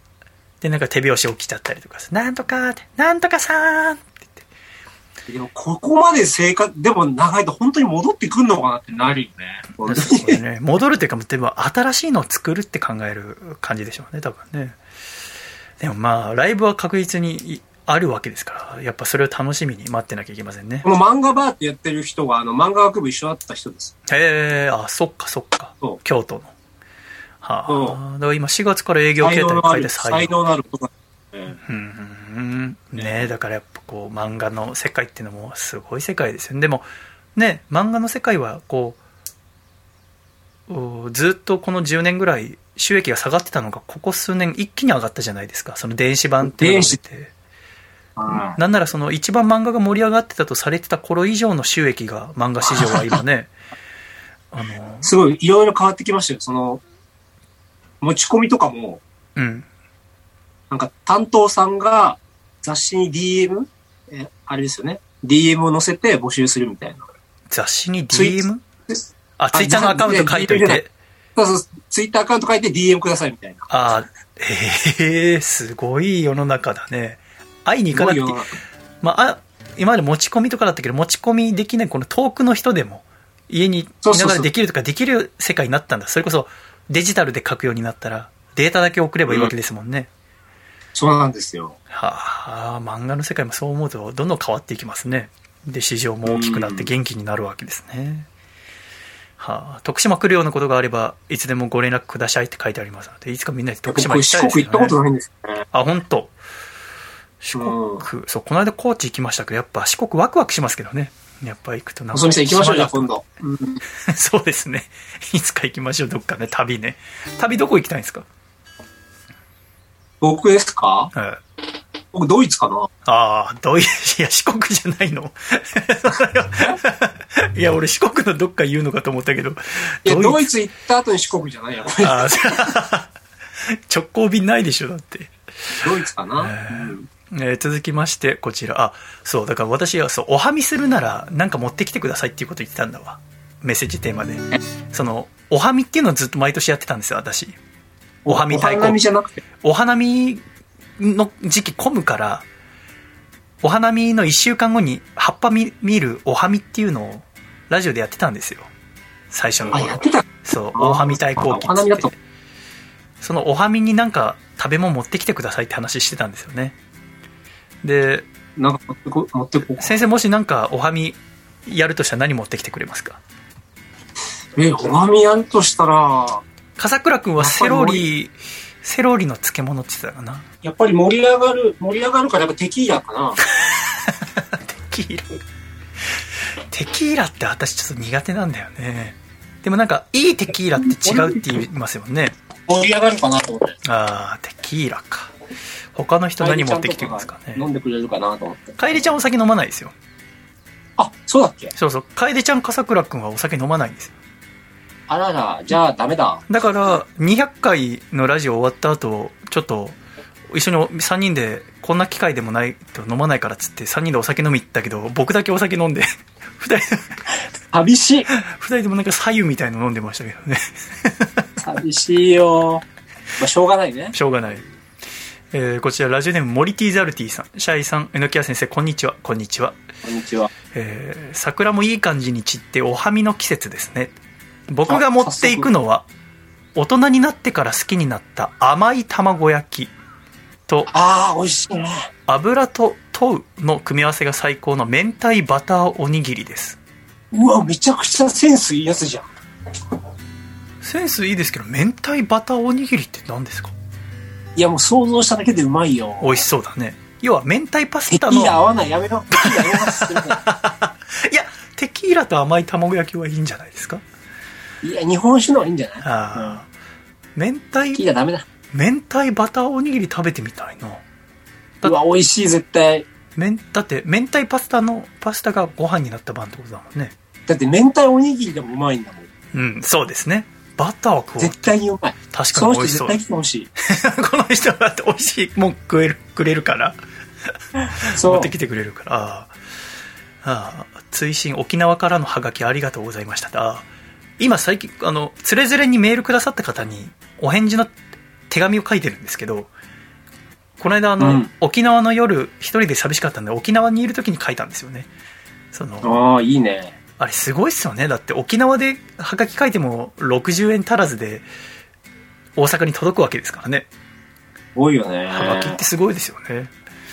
Speaker 1: で、なんか手拍子起きちゃったりとかさなんとかって、なんとかさーん
Speaker 2: でも、ここまで生活、でも長いと本当に戻ってくんのかなってなるよね。本当
Speaker 1: そう
Speaker 2: に
Speaker 1: だね、戻るというか、でも新しいのを作るって考える感じでしょうね、多分ね。でもまあ、ライブは確実にいあるわけですから、やっぱそれを楽しみに待ってなきゃいけませんね
Speaker 2: こ。の漫画バーってやってる人が、あの、漫画学部一緒だった人です。
Speaker 1: へえ、あ、そっかそっか
Speaker 2: そ。う
Speaker 1: 京都の。
Speaker 2: そう
Speaker 1: はあ、だから今4月から営業形態に
Speaker 2: のあ
Speaker 1: 変え
Speaker 2: る、
Speaker 1: て採
Speaker 2: 才
Speaker 1: 用。
Speaker 2: 能のある男なんで
Speaker 1: うんうんうんねえ、だからやっぱこう漫画の世界っていうのもすごい世界ですよね。でも、ね、漫画の世界はこう、うーずっとこの10年ぐらい収益が下がってたのが、ここ数年一気に上がったじゃないですか。その電子版っていうのが出て。
Speaker 2: は
Speaker 1: なんならその一番漫画が盛り上がってたとされてた頃以上の収益が漫画市場は今 ね、あの
Speaker 2: い、すごい、いろいろ変わってきましたよ。その、持ち込みとかも、
Speaker 1: うん、
Speaker 2: なんか担当さんが雑誌に DM? え、あれですよね。DM を載せて募集するみたいな。
Speaker 1: 雑誌に
Speaker 2: ツイ
Speaker 1: DM? あ、ツイッターのアカウント書いとい
Speaker 2: いやいや
Speaker 1: て。
Speaker 2: そうそう、ツイッターアカウント書いて DM くださいみたいな。
Speaker 1: あーええすごい世の中だね。会いに行かなくていい
Speaker 2: すごい世の中
Speaker 1: まあ、あ今まで持ち込みとかだったけど、持ち込みできない、この遠くの人でも、家にい
Speaker 2: そ
Speaker 1: な
Speaker 2: うそうそう
Speaker 1: がらできるとかできる世界になったんだ。それこそデジタルで書くようになったら、データだけ送ればいいわけですもんね。
Speaker 2: そうなんですよ。
Speaker 1: はあ、漫画の世界もそう思うと、どんどん変わっていきますね。で、市場も大きくなっ
Speaker 2: う
Speaker 1: て
Speaker 2: ん
Speaker 1: 元気になるわけですね。はあ、徳島来るようなことがあれば、いつでもご連絡くださいって書いてありますので、いつかみんなで徳島行
Speaker 2: 僕、
Speaker 1: きた
Speaker 2: 四
Speaker 1: いです
Speaker 2: 国行
Speaker 1: よ
Speaker 2: った
Speaker 1: ね
Speaker 2: こ。とないんですよね。
Speaker 1: あ、本当。四
Speaker 2: うん
Speaker 1: 国、そう、この間高知行きましたけど、やっぱ四国ワクワクしますけどね。やっぱ行くとなん
Speaker 2: 細見さん行きましょう、じゃあ
Speaker 1: 島
Speaker 2: 今度。うん
Speaker 1: だ そうですね。 いつか行きましょう、どっかね、旅ね。旅どこ行きたいんですか
Speaker 2: 僕ですか
Speaker 1: はい。
Speaker 2: 僕、ドイツかな
Speaker 1: ああ、どういう、 いや、四国じゃないの いや、俺四国のどっか言うのかと思ったけど。
Speaker 2: いや、
Speaker 1: ど
Speaker 2: ド
Speaker 1: うい
Speaker 2: イツ行った後に四国じゃないやっぱ り
Speaker 1: ああ 直行便ないでしょ、だって。
Speaker 2: ドイツかな、
Speaker 1: えー
Speaker 2: うん
Speaker 1: えー続きまして、こちら。あ、そう、だから私は、そう、おはみするなら、なんか持ってきてくださいっていうこと言ってたんだわ。メッセージテーマで。その、おはみっていうのをずっと毎年やってたんですよ、私。おはみ
Speaker 2: お
Speaker 1: 太
Speaker 2: 花
Speaker 1: 鼓。
Speaker 2: 見じゃなくて。
Speaker 1: お花見の時期混むから、お花見の1週間後に葉っぱ見見るおはみっていうのをラジオでやってたんですよ。最初の
Speaker 2: あ、
Speaker 1: 頃
Speaker 2: や。ってた。
Speaker 1: そう、
Speaker 2: あ
Speaker 1: おはみ対抗期
Speaker 2: お花見だ
Speaker 1: っ
Speaker 2: と
Speaker 1: て。そのおはみになんか食べ物持ってきてくださいって話してたんですよね。で、
Speaker 2: なんか持ってこ、持ってこう。
Speaker 1: 先生もしなんかおはみやるとしたら何持ってきてくれますか
Speaker 2: え、お花見やるとしたら、
Speaker 1: 笠倉くんはセロリ、セロリの漬物って言ってたかな
Speaker 2: やっぱり盛り上がる、盛り上がるからやっぱテキーラか な。
Speaker 1: テキーラテキーラって私ちょっと苦手なんだよねでもなんかいいテキーラって違うって言いますよね
Speaker 2: 盛り上がるかなと思って。
Speaker 1: あーテキーラか他の人何持ってきてますか
Speaker 2: カエルちゃんとが飲
Speaker 1: ね
Speaker 2: んでくれるかなと思って。
Speaker 1: カエデちゃんお酒飲まないですよ
Speaker 2: あ、そうだっけ
Speaker 1: そうそうカエデちゃん笠倉くんはお酒飲まないんですよ
Speaker 2: あらら、じゃあダメだ。
Speaker 1: だから200回のラジオ終わった後ちょっと一緒に3人でこんな機会でもないと飲まないからっつって3人でお酒飲み行ったけど僕だけお酒飲んで2 人
Speaker 2: 寂しい。
Speaker 1: 二人ともなんか左右みたいの飲んでましたけどね
Speaker 2: 寂しいよ。まあ、しょうがないね。
Speaker 1: しょうがない。えーこちら、ラジオネーム、モリティザルティさん。シャイさん、えのきや先生、こんにちは。こんにちは。
Speaker 2: こんにちは。
Speaker 1: えー桜もいい感じに散って、おはみの季節ですね。僕が持っていくのは、大人になってから好きになった甘い卵焼きと、
Speaker 2: ああ、美味しいね。
Speaker 1: 油と豆腐の組み合わせが最高の明太バターおにぎりです。
Speaker 2: うわ、めちゃくちゃセンスいいやつじゃん。
Speaker 1: センスいいですけど、明太バターおにぎりって何ですか
Speaker 2: いや、もう想像しただけでうまいよ。
Speaker 1: 美味しそうだね。要は、明太パス
Speaker 2: テキ
Speaker 1: タの、
Speaker 2: ーラ合
Speaker 1: い
Speaker 2: わない、やめろ。テキーラ合わな いするな
Speaker 1: や、テキーラと甘い卵焼きはいいんじゃないですか
Speaker 2: いや、日本酒の方がいいんじゃない
Speaker 1: ああ、明太
Speaker 2: テキーラダメだ。
Speaker 1: 明太バターおにぎり食べてみたいなだ
Speaker 2: うわ、美味しい、絶対。
Speaker 1: 明だって明太パスタのパスタがご飯になった晩ってことだもんね
Speaker 2: だって、明太おにぎりでもうまいんだもん。
Speaker 1: うんそうですねバターを食おう
Speaker 2: 絶対にうまい。
Speaker 1: 確
Speaker 2: そ
Speaker 1: か
Speaker 2: の
Speaker 1: に美
Speaker 2: 人
Speaker 1: 味し
Speaker 2: 絶
Speaker 1: そう
Speaker 2: 対来てほしい。
Speaker 1: この人だって美味しいもん食えるくれるから
Speaker 2: そ
Speaker 1: 持
Speaker 2: う
Speaker 1: って。きてくれるからああああ追伸沖縄からのハガキありがとうございましたああ今最近あのつれづれにメールくださった方にお返事の手紙を書いてるんですけどこの間あの、
Speaker 2: うん
Speaker 1: 沖縄の夜一人で寂しかったんで沖縄にいる時に書いたんですよねその
Speaker 2: ああ、いいね。
Speaker 1: あれすごいっすよねだって沖縄でハガキ書いても60円足らずで大阪に届くわけですからね
Speaker 2: 多いよね。
Speaker 1: ハガキってすごいですよね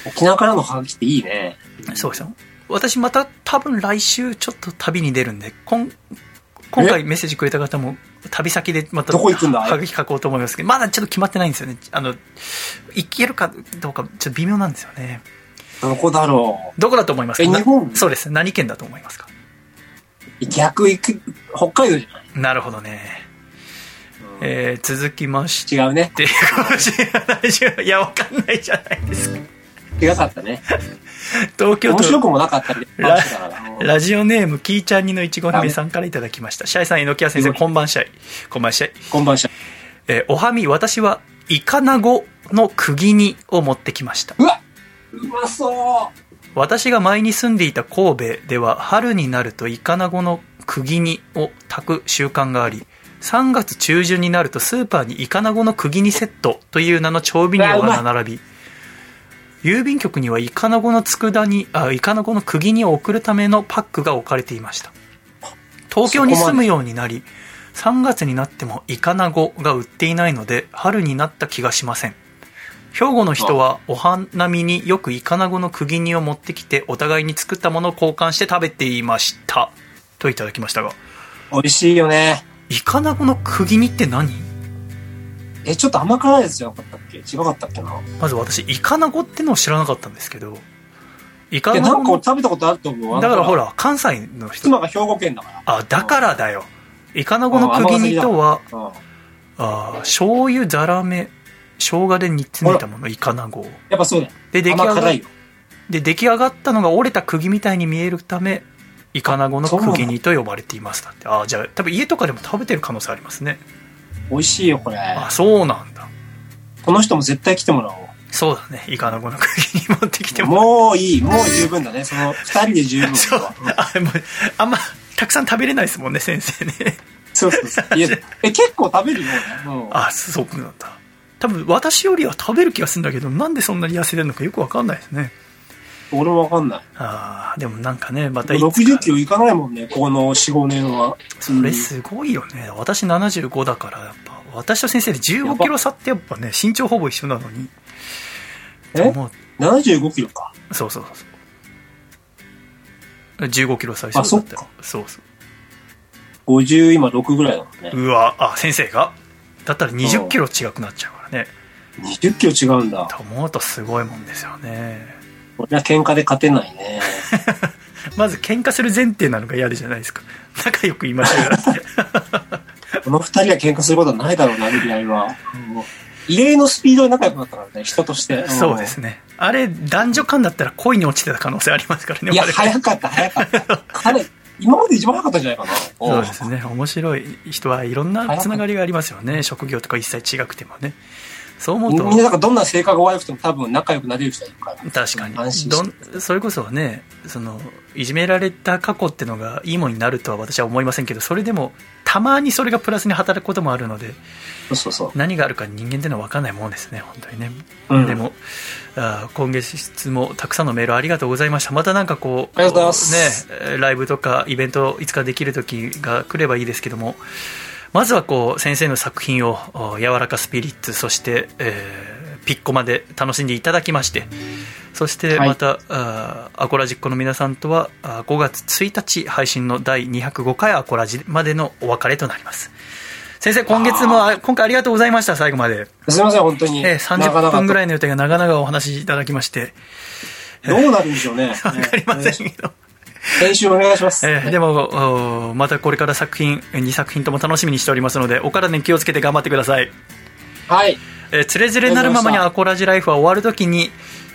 Speaker 2: 沖縄からのハガキっていいね。
Speaker 1: そうですよ私また多分来週ちょっと旅に出るんでこん今回メッセージくれた方も旅先でまた
Speaker 2: どこ行くんだい
Speaker 1: はがき書こうと思いますけどまだちょっと決まってないんですよねあの行けるかどうかちょっと微妙なんですよね
Speaker 2: どこだろ
Speaker 1: どこだと思いますか
Speaker 2: え日本
Speaker 1: なそうです何県だと思いますか
Speaker 2: う。逆行く、北海道じゃない、
Speaker 1: なるほどね、えー続きまして
Speaker 2: 違うね。
Speaker 1: って かもしれないじゃんいやわかんないじゃないですか
Speaker 2: 違かったね。
Speaker 1: 東京
Speaker 2: 面白
Speaker 1: 都
Speaker 2: くもなかったり
Speaker 1: ラ
Speaker 2: 話だからな。
Speaker 1: ラジオネームキーちゃんにのいちご姫さんからいただきましたシャイさん猪木屋先生こんばんシャイこんばんシャイ
Speaker 2: こんばんしゃ。
Speaker 1: えーおはみ私はイカナゴの釘煮を持ってきました
Speaker 2: うわうまそ
Speaker 1: 私が前に住んでいた神戸では春になるとイカナゴの釘煮を炊く習慣があり3月中旬になるとスーパーにイカナゴの釘煮セットという名の調味料
Speaker 2: うわ
Speaker 1: が
Speaker 2: う
Speaker 1: 並び郵便局にはイカナゴの佃煮あイカナゴの釘煮を送るためのパックが置かれていました東京に住むようになり3月になってもイカナゴが売っていないので春になった気がしません兵庫の人はお花見によくイカナゴの釘煮を持ってきてお互いに作ったものを交換して食べていましたといただきましたが
Speaker 2: う美味しいよね。
Speaker 1: イカナゴの釘煮って何
Speaker 2: え、ちょっと甘辛いやつじゃなかったっけ違かったっけな
Speaker 1: まず私イカナゴってのを知らなかったんですけどイカ
Speaker 2: いや、
Speaker 1: ナ
Speaker 2: なんか
Speaker 1: ゴ
Speaker 2: 俺食べたことあると思う。
Speaker 1: だからほ
Speaker 2: ら。
Speaker 1: ら関西の人
Speaker 2: 妻が兵庫県だか
Speaker 1: あだからだよイカナゴの釘煮とは
Speaker 2: ら。うん。
Speaker 1: あー醤油ざらめ生姜で煮詰めたものイカナゴを
Speaker 2: やっぱそうだよ。
Speaker 1: で出来
Speaker 2: 甘
Speaker 1: 上が
Speaker 2: 辛
Speaker 1: っ
Speaker 2: いよ。
Speaker 1: で出来上がったのが折れた釘みたいに見えるためイカナゴの釘煮と呼ばれていますだってああじゃあ多分家とかでも食べてる可能性ありますね
Speaker 2: 美味しいよ、これ。
Speaker 1: あそうなんだ
Speaker 2: この人も絶対来てもらおう。
Speaker 1: そうだねイカナゴの釘煮持ってきても
Speaker 2: もういい、もう十分だね。その、二人で十分
Speaker 1: そう
Speaker 2: だ
Speaker 1: あもうあんまたくさん食べれないですもんね先生ね
Speaker 2: そうそうそう。いやえ、結構食べるよ、ね。うん
Speaker 1: あそうなんだ多分私よりは食べる気がするんだけどなんでそんなに痩せてるのかよくわかんないですね
Speaker 2: 俺もわかんない。
Speaker 1: ああでもなんかねまたいつ
Speaker 2: 60
Speaker 1: か
Speaker 2: キロいかないもんね、この4、5年は。
Speaker 1: それすごいよね私75だからやっぱ私と先生で1 5キロ差ってやっぱね身長ほぼ一緒なのに
Speaker 2: え
Speaker 1: もう
Speaker 2: 75キロか。
Speaker 1: そうそうそうそう15キロ最初だったよそうそう
Speaker 2: 50、今6ぐらいだもんね。
Speaker 1: うわあ先生がだったら2 0キロ違くなっちゃうからね
Speaker 2: 20キロ違うんだ。
Speaker 1: と思うとすごいもんですよね
Speaker 2: これは喧嘩で勝てないね。
Speaker 1: まず喧嘩する前提なのが嫌でじゃないですか仲良く言いましょうよ
Speaker 2: この二人が喧嘩することはないだろうな、みたいは。うん異例のスピードで仲良くなったからね、人として。ん
Speaker 1: そうですねあれ男女間だったら恋に落ちてた可能性ありますからね
Speaker 2: いや、
Speaker 1: 我々
Speaker 2: 早かった、早かった。彼、今まで一番早かったんじゃないかな。
Speaker 1: そうですね面白い人はいろんなつながりがありますよね職業とか一切違くてもねそう思う
Speaker 2: みん
Speaker 1: と
Speaker 2: ななんかどんな性格が悪くても多分仲良くなれる人いるから。
Speaker 1: 確かに
Speaker 2: 安心
Speaker 1: ど
Speaker 2: して。
Speaker 1: んそれこそねそのいじめられた過去ってのがいいもんになるとは私は思いませんけどそれでもたまにそれがプラスに働くこともあるので
Speaker 2: そうそうそう。
Speaker 1: 何があるか人間ってのは分かんないもんですね本当にね、
Speaker 2: うん
Speaker 1: でもあー今月もたくさんのメールありがとうございましたまたなんかこう
Speaker 2: ありがとうございます
Speaker 1: ねえーライブとかイベントいつかできる時が来ればいいですけどもまずはこう先生の作品をお柔らかスピリッツそして、えーピッコまで楽しんでいただきましてそして
Speaker 2: はい
Speaker 1: また、あーアコラジっ子の皆さんとはあー5月1日配信の第205回アコラジまでのお別れとなります先生今月もあ今回ありがとうございました最後まで、
Speaker 2: すいません、本当に。
Speaker 1: えー30分ぐら
Speaker 2: い。
Speaker 1: いの予定が長々お話しいただきまして
Speaker 2: どうなるんでしょうね。
Speaker 1: わかりませんけど
Speaker 2: 練習お願いします。
Speaker 1: えーでもおまたこれから作品2作品とも楽しみにしておりますのでお体に気をつけて頑張ってください
Speaker 2: はい。
Speaker 1: えー、つれづれなるままにアコラジライフは終わるときに、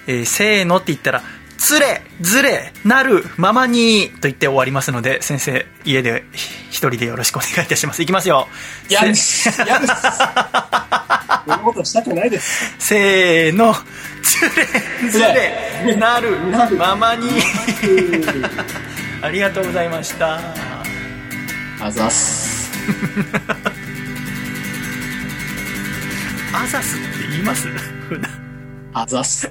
Speaker 1: えーせーのって言ったら、つれ、ずれ、なる、ままに、と言って終わりますので、先生、家で、ひ一人でよろしくお願いいたします。いきますよ。
Speaker 2: 嫌で
Speaker 1: せ
Speaker 2: す。嫌です。こんなことしたくないです。
Speaker 1: せーの、つれ、ずれ、なる
Speaker 2: な、る
Speaker 1: ままに。 ありがとうございました。
Speaker 2: あざっす。
Speaker 1: アザスって言います 普段
Speaker 2: あざっす。